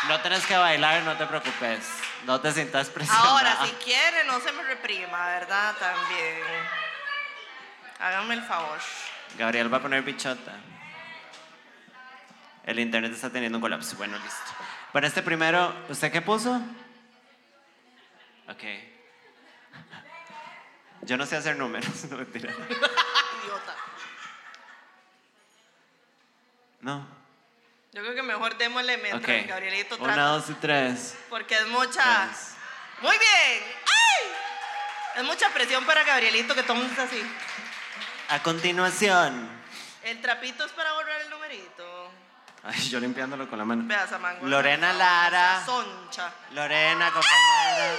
Speaker 2: No tenés que bailar, no te preocupes. No te sientas [laughs] presionada.
Speaker 1: Ahora, si quiere, no se me reprima, ¿verdad? También. Háganme el favor.
Speaker 2: Gabriel va a poner bichota. El internet está teniendo un colapso. Bueno, listo. Bueno, este primero, ¿usted qué puso? Ok. [laughs] Yo no sé hacer números, [laughs] no mentira.
Speaker 1: Idiota.
Speaker 2: No.
Speaker 1: Yo creo que mejor démosle mientras
Speaker 2: Ok.
Speaker 1: Gabrielito trata.
Speaker 2: Una, dos y tres.
Speaker 1: Porque es mucha.
Speaker 2: Tres.
Speaker 1: Muy bien. ¡Ay! Es mucha presión para Gabrielito que todo el mundo está así.
Speaker 2: A continuación.
Speaker 1: El trapito es para borrar el numerito.
Speaker 2: Ay, yo limpiándolo con la mano.
Speaker 1: Veas a mango.
Speaker 2: Lorena Lara.
Speaker 1: Esa Soncha.
Speaker 2: Lorena, compañera.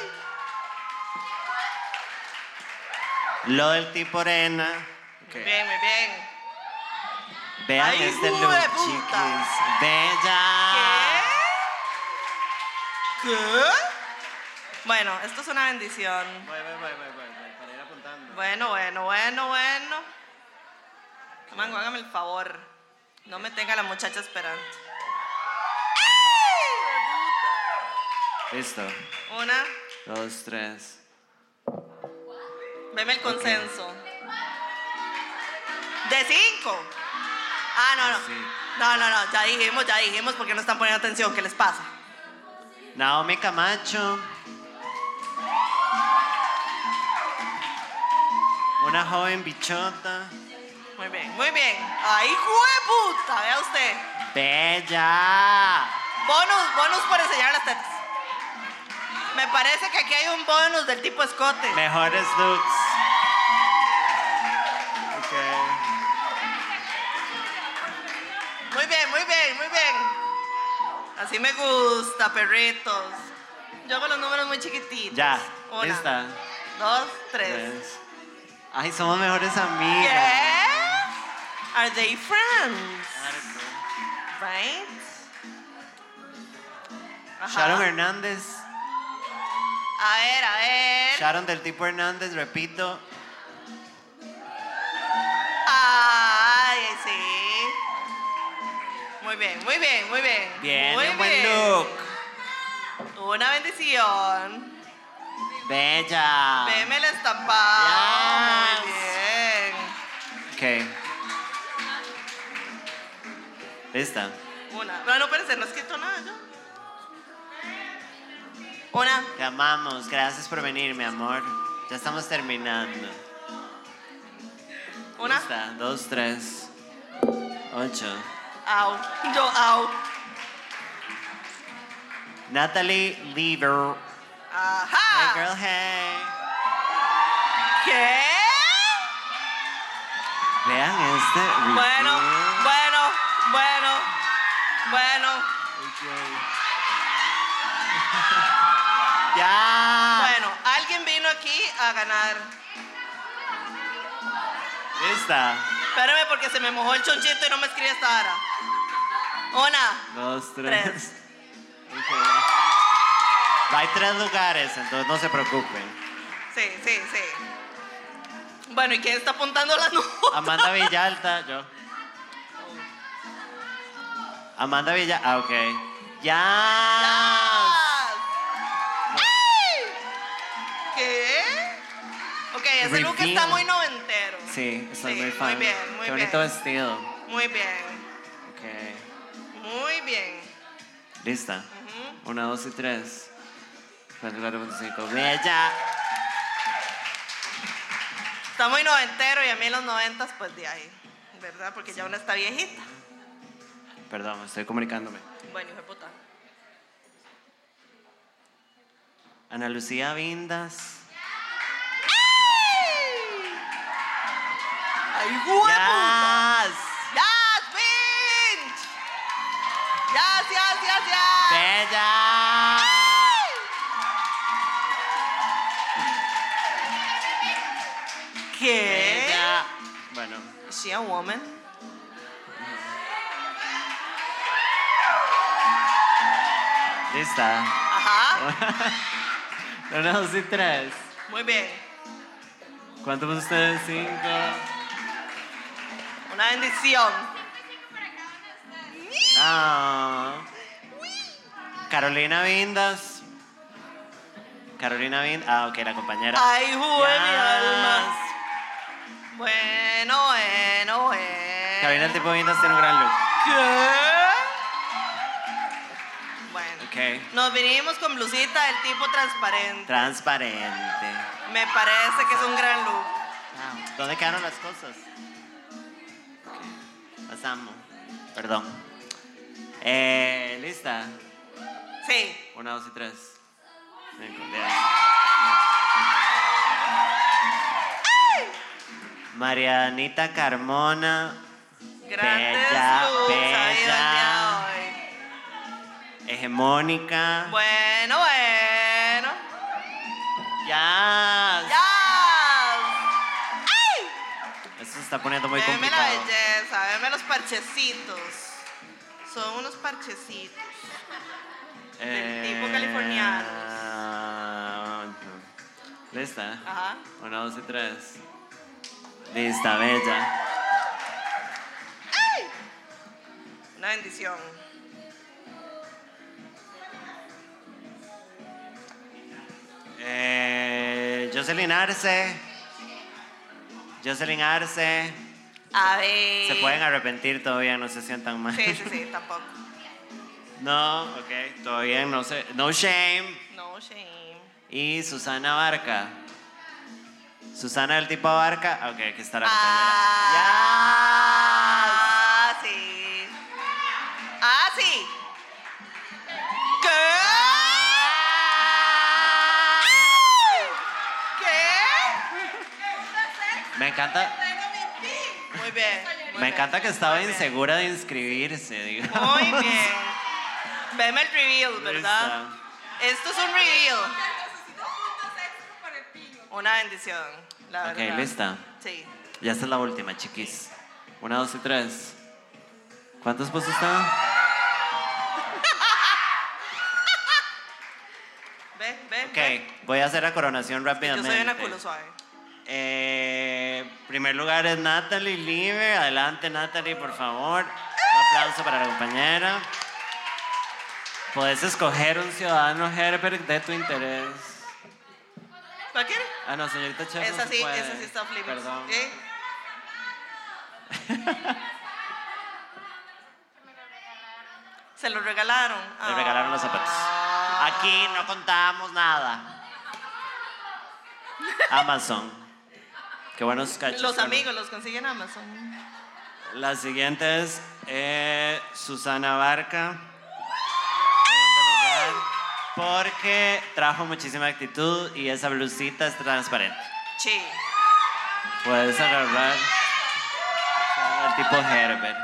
Speaker 2: Lo del tipo arena.
Speaker 1: Muy bien, muy bien.
Speaker 2: Vean
Speaker 7: Ay,
Speaker 2: este
Speaker 7: hijo
Speaker 2: look,
Speaker 7: de puta.
Speaker 2: chiquis. Bella.
Speaker 1: ¿Qué? Bueno, esto es una bendición.
Speaker 3: Voy, voy, voy, voy, voy, voy, para ir apuntando.
Speaker 1: Bueno, bueno, bueno, bueno. Mango, hágame el favor. No me tenga la muchacha esperando.
Speaker 3: Listo.
Speaker 1: Una,
Speaker 3: Dos, tres.
Speaker 1: veme el consenso. De cinco. Ah, no, no.
Speaker 3: Sí.
Speaker 1: No, no, no. Ya dijimos, ya dijimos porque no están poniendo atención. ¿Qué les pasa?
Speaker 2: Naomi Camacho. Una joven bichota.
Speaker 1: Muy bien, muy bien. Ahí, puta, vea usted.
Speaker 2: Bella.
Speaker 1: Bonus, bonus por enseñar las tetas. Me parece que aquí hay un bonus del tipo escote.
Speaker 2: Mejores looks. Ok.
Speaker 1: Muy bien, muy bien, muy bien. Así me gusta, perritos. Yo hago los números muy chiquititos.
Speaker 2: Ya.
Speaker 1: Una,
Speaker 2: Lista.
Speaker 1: dos, tres.
Speaker 2: Tres. Ay, somos mejores amigas.
Speaker 1: ¿Qué? Are they friends? Right? Ajá.
Speaker 2: Sharon Hernández.
Speaker 1: A ver, a ver.
Speaker 2: Sharon del tipo Hernández, repito.
Speaker 1: Ay, sí. Muy bien, muy bien, muy bien.
Speaker 2: Bien,
Speaker 1: muy
Speaker 2: un buen look.
Speaker 1: Una bendición.
Speaker 2: Bella.
Speaker 1: Veme el estampado. Muy
Speaker 2: Ah. Yes.
Speaker 1: bien.
Speaker 2: Ok. Lista.
Speaker 1: Una. No, no, espérense, no he escrito nada yo. Una.
Speaker 2: Te amamos. Gracias por venir, mi amor. Ya estamos terminando.
Speaker 1: Una.
Speaker 2: Lista. Dos, tres. Ocho.
Speaker 1: Au. Yo, au.
Speaker 2: Natalie Lever. Hey,
Speaker 1: Ajá.
Speaker 2: girl, hey.
Speaker 1: ¿Qué?
Speaker 2: Vean este. review.
Speaker 1: Bueno, bueno, bueno, bueno,
Speaker 2: [laughs] Ya.
Speaker 1: bueno. Alguien vino aquí a ganar.
Speaker 2: Lista.
Speaker 1: Espérame porque se me mojó el chonchito y no me escribe hasta ahora. Una,
Speaker 2: Dos, tres.
Speaker 1: tres.
Speaker 2: Ok. Hay tres lugares, entonces no se preocupen.
Speaker 1: Sí, sí, sí. Bueno, ¿y quién está apuntando las [laughs] nubes?
Speaker 2: Amanda Villalta, yo. Amanda Villa, ah, ok. Ya.
Speaker 1: ¿Qué? Ok, ese look
Speaker 2: Reveal.
Speaker 1: está muy noventero.
Speaker 2: Sí, estoy
Speaker 1: Sí,
Speaker 2: muy
Speaker 1: muy
Speaker 2: fan.
Speaker 1: bien, muy
Speaker 2: Qué bonito
Speaker 1: bien.
Speaker 2: vestido.
Speaker 1: Muy bien,
Speaker 2: Ok.
Speaker 1: muy bien.
Speaker 2: Lista. Una, dos y tres. Cuatro, cuatro, punto cinco. Bella.
Speaker 1: Está muy noventero y a mí los noventas, pues de ahí, ¿verdad? Porque ya uno está viejita.
Speaker 2: Perdón, estoy comunicándome.
Speaker 1: Bueno, hijo de puta.
Speaker 2: Ana Lucía Vindas.
Speaker 1: ¡Ay, huevo!
Speaker 2: Yes.
Speaker 1: ¡Yas, bitch! ¡Yas, yas, yas, yas!
Speaker 2: Bella.
Speaker 1: ¿Qué?
Speaker 2: Bella. Bueno,
Speaker 1: ¿Is she a woman?
Speaker 2: lista.
Speaker 1: Ajá,
Speaker 2: Una, dos y tres.
Speaker 1: muy bien.
Speaker 2: ¿Cuánto puso ustedes? Cinco.
Speaker 1: Una bendición.
Speaker 2: Ah. Carolina Vindas. Carolina Vindas. Ah, ok, la compañera.
Speaker 1: ¡Ay, jugué mi
Speaker 2: Yes.
Speaker 1: alma! Bueno, bueno, bueno.
Speaker 2: Carolina el tipo Vindas tiene un gran look.
Speaker 1: ¿Qué? Bueno.
Speaker 2: Ok.
Speaker 1: Nos vinimos con blusita del tipo transparente.
Speaker 2: Transparente.
Speaker 1: Me parece que es un gran look.
Speaker 2: ¿Dónde quedaron las cosas? Las amo. Perdón. Eh, lista.
Speaker 1: Sí.
Speaker 2: Una, dos y tres. Cinco, diez. Marianita Carmona.
Speaker 1: Grandes
Speaker 2: Bella,
Speaker 1: looks ha habido
Speaker 2: bella.
Speaker 1: el día de
Speaker 2: Hegemónica.
Speaker 1: hoy. Bueno, bueno.
Speaker 2: Ya.
Speaker 1: ¡Ya!
Speaker 2: está poniendo muy
Speaker 1: Veme la
Speaker 2: complicado.
Speaker 1: belleza, veme los parchecitos. Son unos parchecitos. del
Speaker 2: Eh,
Speaker 1: tipo californiano.
Speaker 2: californiano. ¿Lista?
Speaker 1: Ajá.
Speaker 2: Una, dos y tres. Lista, bella.
Speaker 1: Una bendición.
Speaker 2: Eh, Jocelyn Arce. Jocelyn Arce.
Speaker 1: A ver.
Speaker 2: Se pueden arrepentir todavía, no se sientan mal.
Speaker 1: Sí, sí, sí, tampoco.
Speaker 2: [laughs] No, ok, todo bien, no sé. No shame.
Speaker 1: No shame.
Speaker 2: Y Susana Barca. Susana del tipo Barca. Ok, aquí está la
Speaker 1: Ah, sí. Ah, sí. ¿Qué?
Speaker 2: compañera. Me encanta,
Speaker 1: ¿Qué? Muy bien. muy
Speaker 2: me
Speaker 1: bien,
Speaker 2: encanta que estaba
Speaker 1: muy bien.
Speaker 2: insegura de inscribirse, digo. [laughs]
Speaker 1: Muy bien. Veme el reveal, ¿verdad? Esto es un reveal. Una bendición, la
Speaker 2: Ok,
Speaker 1: verdad.
Speaker 2: lista.
Speaker 1: Sí.
Speaker 2: Ya esta es la última, chiquis. Una, dos y tres. ¿Cuántos puestos están?
Speaker 1: Ve, ve, ve.
Speaker 2: Ok, voy a hacer la coronación
Speaker 1: Yo
Speaker 2: rápidamente.
Speaker 1: soy una culo suave.
Speaker 2: Eh, primer lugar es Natalie Liver. Adelante, Natalie, por favor. Un aplauso para la compañera. Puedes escoger un ciudadano Herbert de tu interés.
Speaker 1: ¿Para qué?
Speaker 2: Ah, no, señorita Chef.
Speaker 1: Esa
Speaker 2: no se
Speaker 1: sí,
Speaker 2: puede.
Speaker 1: esa sí está flip.
Speaker 2: Perdón.
Speaker 1: ¿Eh? Se lo regalaron.
Speaker 2: Le regalaron los zapatos.
Speaker 1: Ah.
Speaker 2: Aquí no contábamos nada. Amazon. Qué buenos cachos.
Speaker 1: Los
Speaker 2: Bueno,
Speaker 1: amigos los consiguen en Amazon.
Speaker 2: La siguiente es eh, Susana Barca. Segundo lugar, Porque trajo muchísima actitud y esa blusita es transparente.
Speaker 1: Sí.
Speaker 2: Puedes agarrar el tipo Herbert.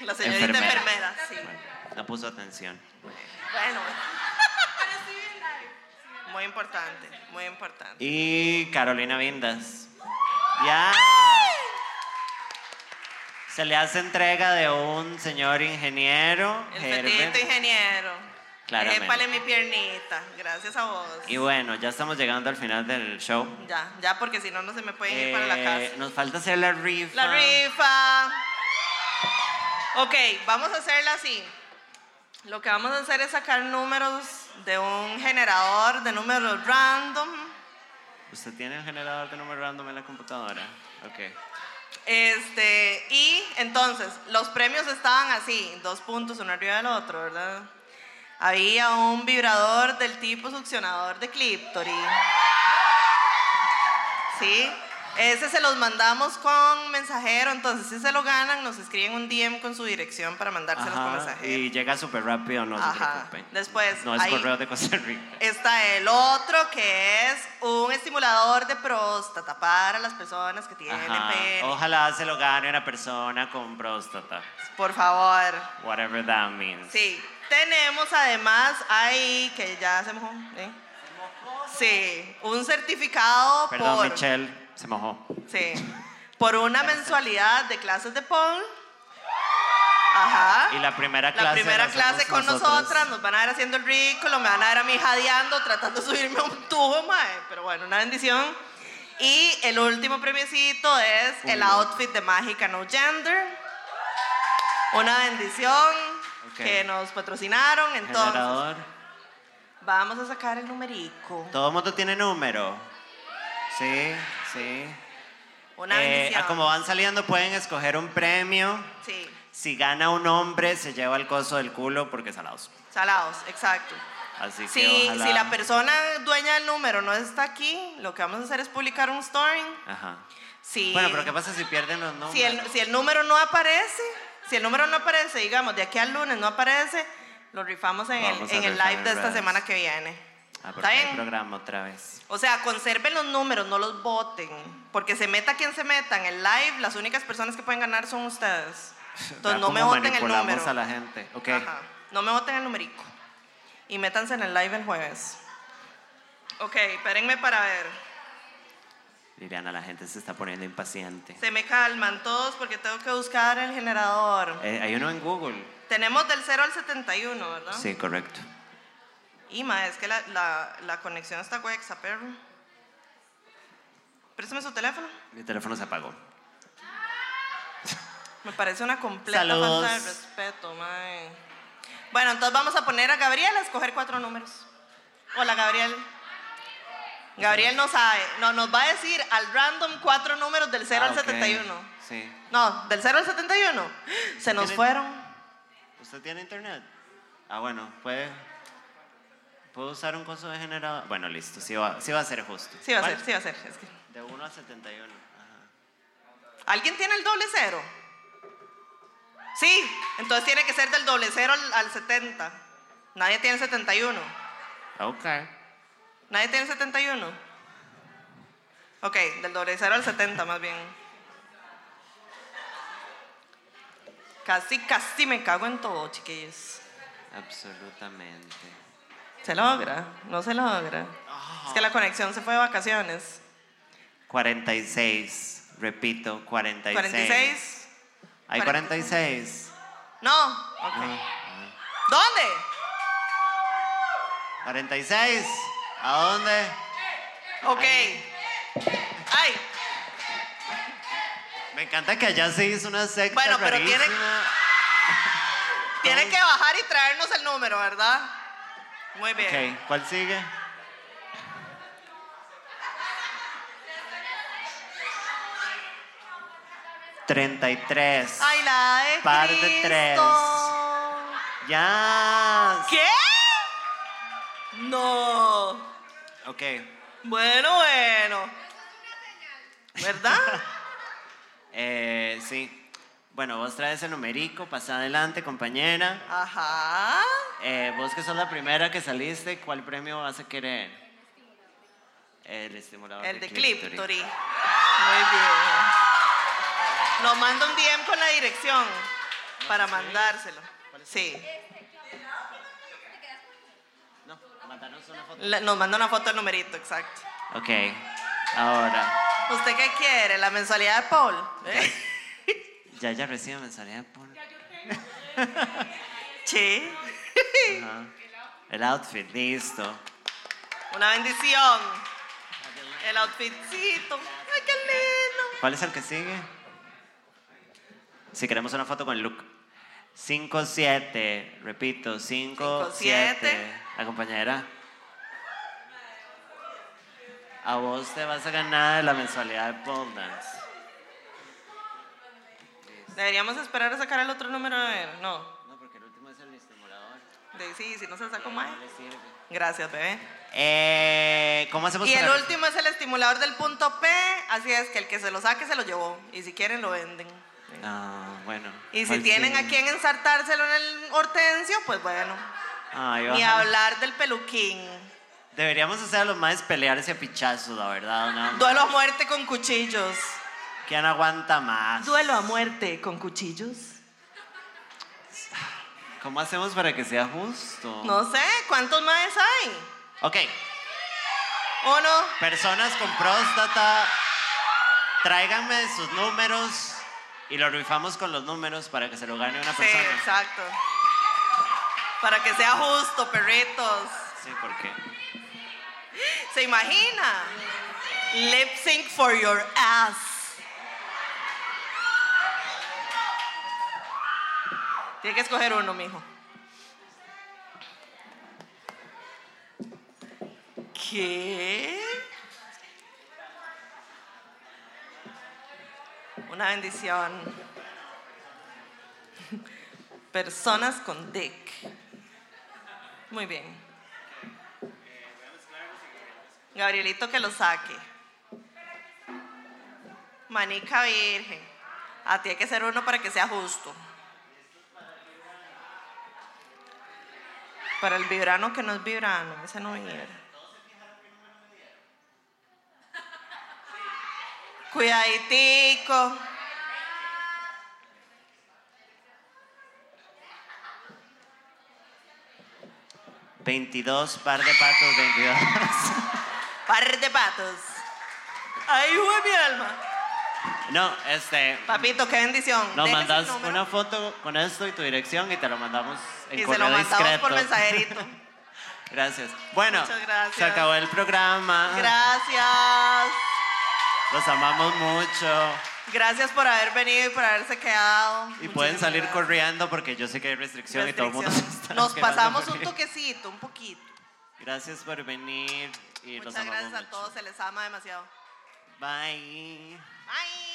Speaker 1: La señorita
Speaker 2: Enfermera.
Speaker 1: enfermera. sí.
Speaker 2: Bueno, no puso atención.
Speaker 1: Bueno. Muy importante, muy importante.
Speaker 2: Y Carolina Vindas. Ya. Se le hace entrega de un señor ingeniero.
Speaker 1: El
Speaker 2: Herbert.
Speaker 1: petito ingeniero.
Speaker 2: Claramente.
Speaker 1: Épale mi piernita. Gracias a vos.
Speaker 2: Y bueno, ya estamos llegando al final del show.
Speaker 1: Ya, ya, porque si no, no se me pueden ir para la
Speaker 2: Eh,
Speaker 1: casa.
Speaker 2: Nos falta hacer la rifa.
Speaker 1: La rifa. Ok, vamos a hacerla así. Lo que vamos a hacer es sacar números de un generador de números random.
Speaker 2: ¿Usted tiene el generador de número random en la computadora? Ok.
Speaker 1: Este, y entonces, los premios estaban así, dos puntos uno arriba del otro, ¿verdad? Había un vibrador del tipo succionador de clíptori. ¿Sí? Ese se los mandamos con mensajero, entonces si se lo ganan, nos escriben un DM con su dirección para mandárselos con
Speaker 2: Ajá,
Speaker 1: mensajero.
Speaker 2: y llega súper rápido, no se
Speaker 1: Ajá.
Speaker 2: preocupen.
Speaker 1: Después,
Speaker 2: No es
Speaker 1: ahí-
Speaker 2: correo de Costa Rica.
Speaker 1: Está el otro que es un estimulador de próstata para las personas que tienen
Speaker 2: Ajá. Oh.
Speaker 1: pene.
Speaker 2: Ojalá se lo gane una persona con próstata.
Speaker 1: Por favor.
Speaker 2: Whatever that means.
Speaker 1: Sí. Tenemos además ahí, que ya se mojó, ¿eh? Sí, un certificado
Speaker 2: Perdón,
Speaker 1: por...
Speaker 2: Michelle, se mojó.
Speaker 1: Sí. Por una mensualidad de clases de Paul. Ajá.
Speaker 2: Y la primera clase.
Speaker 1: La primera
Speaker 2: la
Speaker 1: clase
Speaker 2: hacemos
Speaker 1: con
Speaker 2: nosotras.
Speaker 1: nosotras, nos van a ver haciendo el ridículo, me van a ver a mí jadeando, tratando de subirme a un tubo, mae. Pero bueno, una bendición. Y el último premiecito es el
Speaker 2: Uno.
Speaker 1: outfit de Mágica No Gender. Una bendición
Speaker 2: Ok.
Speaker 1: que nos patrocinaron. Entonces,
Speaker 2: Generador.
Speaker 1: vamos a sacar el numerico.
Speaker 2: Todo el mundo tiene número. Sí, sí.
Speaker 1: Una
Speaker 2: Eh,
Speaker 1: bendición.
Speaker 2: ah, como van saliendo, pueden escoger un premio.
Speaker 1: Sí,
Speaker 2: Si gana un hombre, se lleva el coso del culo porque es salados.
Speaker 1: salados, exacto.
Speaker 2: Así
Speaker 1: Si,
Speaker 2: que ojalá.
Speaker 1: si la persona dueña del número no está aquí, lo que vamos a hacer es publicar un story.
Speaker 2: Ajá.
Speaker 1: Sí.
Speaker 2: Bueno, pero ¿qué pasa si pierden los números?
Speaker 1: Si el, si el número no aparece, si el número no aparece, digamos, de aquí al lunes no aparece, lo rifamos en, el,
Speaker 2: Vamos a
Speaker 1: en el
Speaker 2: rifar
Speaker 1: live de
Speaker 2: en
Speaker 1: esta
Speaker 2: redes.
Speaker 1: semana que viene.
Speaker 2: Ah, porque
Speaker 1: ¿Está
Speaker 2: hay
Speaker 1: bien?
Speaker 2: programa otra vez.
Speaker 1: O sea, conserven los números, no los voten. Porque se meta quien se meta en el live, las únicas personas que pueden ganar son ustedes. Entonces
Speaker 2: Vea
Speaker 1: no me
Speaker 2: cómo
Speaker 1: voten el
Speaker 2: manipulamos
Speaker 1: número.
Speaker 2: a la gente. Ok.
Speaker 1: Ajá. No me voten el numerico. Y métanse en el live el jueves. Ok, espérenme para ver.
Speaker 2: Liliana, la gente se está poniendo impaciente.
Speaker 1: Se me calman todos porque tengo que buscar el generador.
Speaker 2: Eh, hay uno en Google.
Speaker 1: Tenemos del 0 al 71, ¿verdad?
Speaker 2: Sí, correcto.
Speaker 1: Y ma, es que la, la- la conexión está huexa, perro. Préstame su teléfono.
Speaker 2: Mi teléfono se apagó.
Speaker 1: Me parece una completa
Speaker 2: Saludos.
Speaker 1: falta de respeto, mae. Bueno, entonces vamos a poner a Gabriel a escoger cuatro números. Hola, Gabriel. Gabriel no sabe. No, nos va a decir al random cuatro números del 0
Speaker 2: Ah,
Speaker 1: al
Speaker 2: ok.
Speaker 1: 71.
Speaker 2: Sí.
Speaker 1: No, del 0 al 71. Se nos
Speaker 2: ¿Tiene-
Speaker 1: fueron.
Speaker 2: ¿Usted tiene internet? Ah, bueno, puede. ¿Puedo usar un coso de generador? Bueno, listo, sí va, sí va a ser justo.
Speaker 1: Sí va a
Speaker 2: ¿Cuál?
Speaker 1: ser, sí va a ser. Es que-
Speaker 2: De 1 a 71. Ajá.
Speaker 1: ¿Alguien tiene el doble cero? Sí, entonces tiene que ser del doble cero al, al 70. Nadie tiene 71. Ah,
Speaker 2: Ah, Ok.
Speaker 1: Nadie tiene 71. Ok, del doble cero al 70 más bien. Casi, casi me cago en todo, chiquillos.
Speaker 2: Absolutamente.
Speaker 1: ¿Se logra? No se logra. Es que la conexión se fue de vacaciones.
Speaker 2: 46. Repito, 46.
Speaker 1: 46.
Speaker 2: Hay 46.
Speaker 1: No. Ok. ¿Dónde?
Speaker 2: 46. ¿A dónde?
Speaker 1: Ok. Ay,
Speaker 2: Me encanta que allá se hizo una secta
Speaker 1: Bueno, pero tiene-
Speaker 2: rarísima.
Speaker 1: tiene que bajar y traernos el número, ¿verdad? Muy bien.
Speaker 2: Ok, ¿cuál sigue? ¡33!
Speaker 1: Ay, la de
Speaker 2: Par de
Speaker 1: Cristo.
Speaker 2: tres. ¡Ya!
Speaker 1: ¿Qué? No.
Speaker 2: Ok.
Speaker 1: Bueno, bueno. ¿Verdad?
Speaker 2: Eh, sí. Bueno, vos traes el numerico, pasa adelante, compañera.
Speaker 1: Ajá.
Speaker 2: Eh, vos que sos la primera que saliste, ¿cuál premio vas a querer? El estimulador.
Speaker 1: El de
Speaker 2: clítoris.
Speaker 1: Cliptory. Muy bien. Nos manda un DM con la dirección para mandárselo. Sí.
Speaker 2: No, mandanos una foto.
Speaker 1: La- Nos manda una foto del numerito, exacto.
Speaker 2: Ok, ahora.
Speaker 1: ¿Usted qué quiere? ¿La mensualidad de Paul? ¿Eh?
Speaker 2: Ya, ya recibe mensaje por...
Speaker 1: Sí.
Speaker 2: Ajá. El outfit, listo.
Speaker 1: Una bendición. El outfitcito. Ay, qué lindo.
Speaker 2: ¿Cuál es el que sigue? Si queremos una foto con Luke. 5-7, repito, 5-7.
Speaker 1: 57.
Speaker 2: La compañera. A vos te vas a ganar la mensualidad de pole dance.
Speaker 1: Deberíamos esperar a sacar el otro número a ver. No.
Speaker 2: No, porque el último es el estimulador.
Speaker 1: De- Sí, si no se sacó más.
Speaker 2: le sirve.
Speaker 1: Gracias, bebé.
Speaker 2: Eh, ¿Cómo hacemos
Speaker 1: Y el
Speaker 2: para-
Speaker 1: último es el estimulador del punto P. Así es que el que se lo saque se lo llevó. Y si quieren, lo venden.
Speaker 2: Ah, bueno.
Speaker 1: Y si
Speaker 2: ¿cuál
Speaker 1: tienen a
Speaker 2: sigue?
Speaker 1: quien ensartárselo en el hortensio, pues bueno.
Speaker 2: Ay,
Speaker 1: Ni
Speaker 2: ojalá.
Speaker 1: hablar del peluquín.
Speaker 2: Deberíamos hacer a los más pelearse a pichazos, la verdad. ¿no?
Speaker 1: Duelo a muerte con cuchillos.
Speaker 2: ¿Quién aguanta más?
Speaker 1: Duelo a muerte con cuchillos.
Speaker 2: ¿Cómo hacemos para que sea justo?
Speaker 1: No sé, ¿cuántos más hay?
Speaker 2: Ok,
Speaker 1: Uno,
Speaker 2: personas con próstata, tráiganme sus números y lo rifamos con los números para que se lo gane una
Speaker 1: Sí,
Speaker 2: persona.
Speaker 1: exacto. Para que sea justo, perritos.
Speaker 2: Sí, porque
Speaker 1: ¿Se imagina? Lip sync for your ass. Tiene que escoger uno, mijo. ¿Qué? Una bendición. Personas con dick. Muy bien. Gabrielito que lo saque. Manica virgen. A ti hay que ser uno para que sea justo. Para el vibrano que no es vibrano, ese no vibra. Cuidaditico.
Speaker 2: sí. 22 par de patos, 22.
Speaker 1: Par de patos.
Speaker 7: Ahí fue mi alma.
Speaker 2: [laughs] No, este.
Speaker 1: Papito, qué bendición.
Speaker 2: Nos
Speaker 1: Déjenos el
Speaker 2: mandas
Speaker 1: número
Speaker 2: una foto con esto y tu dirección y te lo mandamos en
Speaker 1: y se
Speaker 2: correo
Speaker 1: lo mandamos por
Speaker 2: discreto.
Speaker 1: mensajerito.
Speaker 2: [laughs] Gracias. Bueno,
Speaker 1: Muchas gracias.
Speaker 2: se acabó el programa.
Speaker 1: Gracias.
Speaker 2: Los amamos mucho.
Speaker 1: Gracias por haber venido y por haberse quedado.
Speaker 2: Y pueden salir
Speaker 1: corriendo
Speaker 2: corriendo porque yo sé que hay restricción, y todo el mundo se está
Speaker 1: Nos
Speaker 2: quedando
Speaker 1: pasamos un
Speaker 2: corriendo.
Speaker 1: toquecito, un poquito.
Speaker 2: Gracias por venir y los
Speaker 1: Muchas
Speaker 2: amamos
Speaker 1: gracias a
Speaker 2: mucho.
Speaker 1: todos, se les ama demasiado.
Speaker 2: Bye.
Speaker 1: Bye.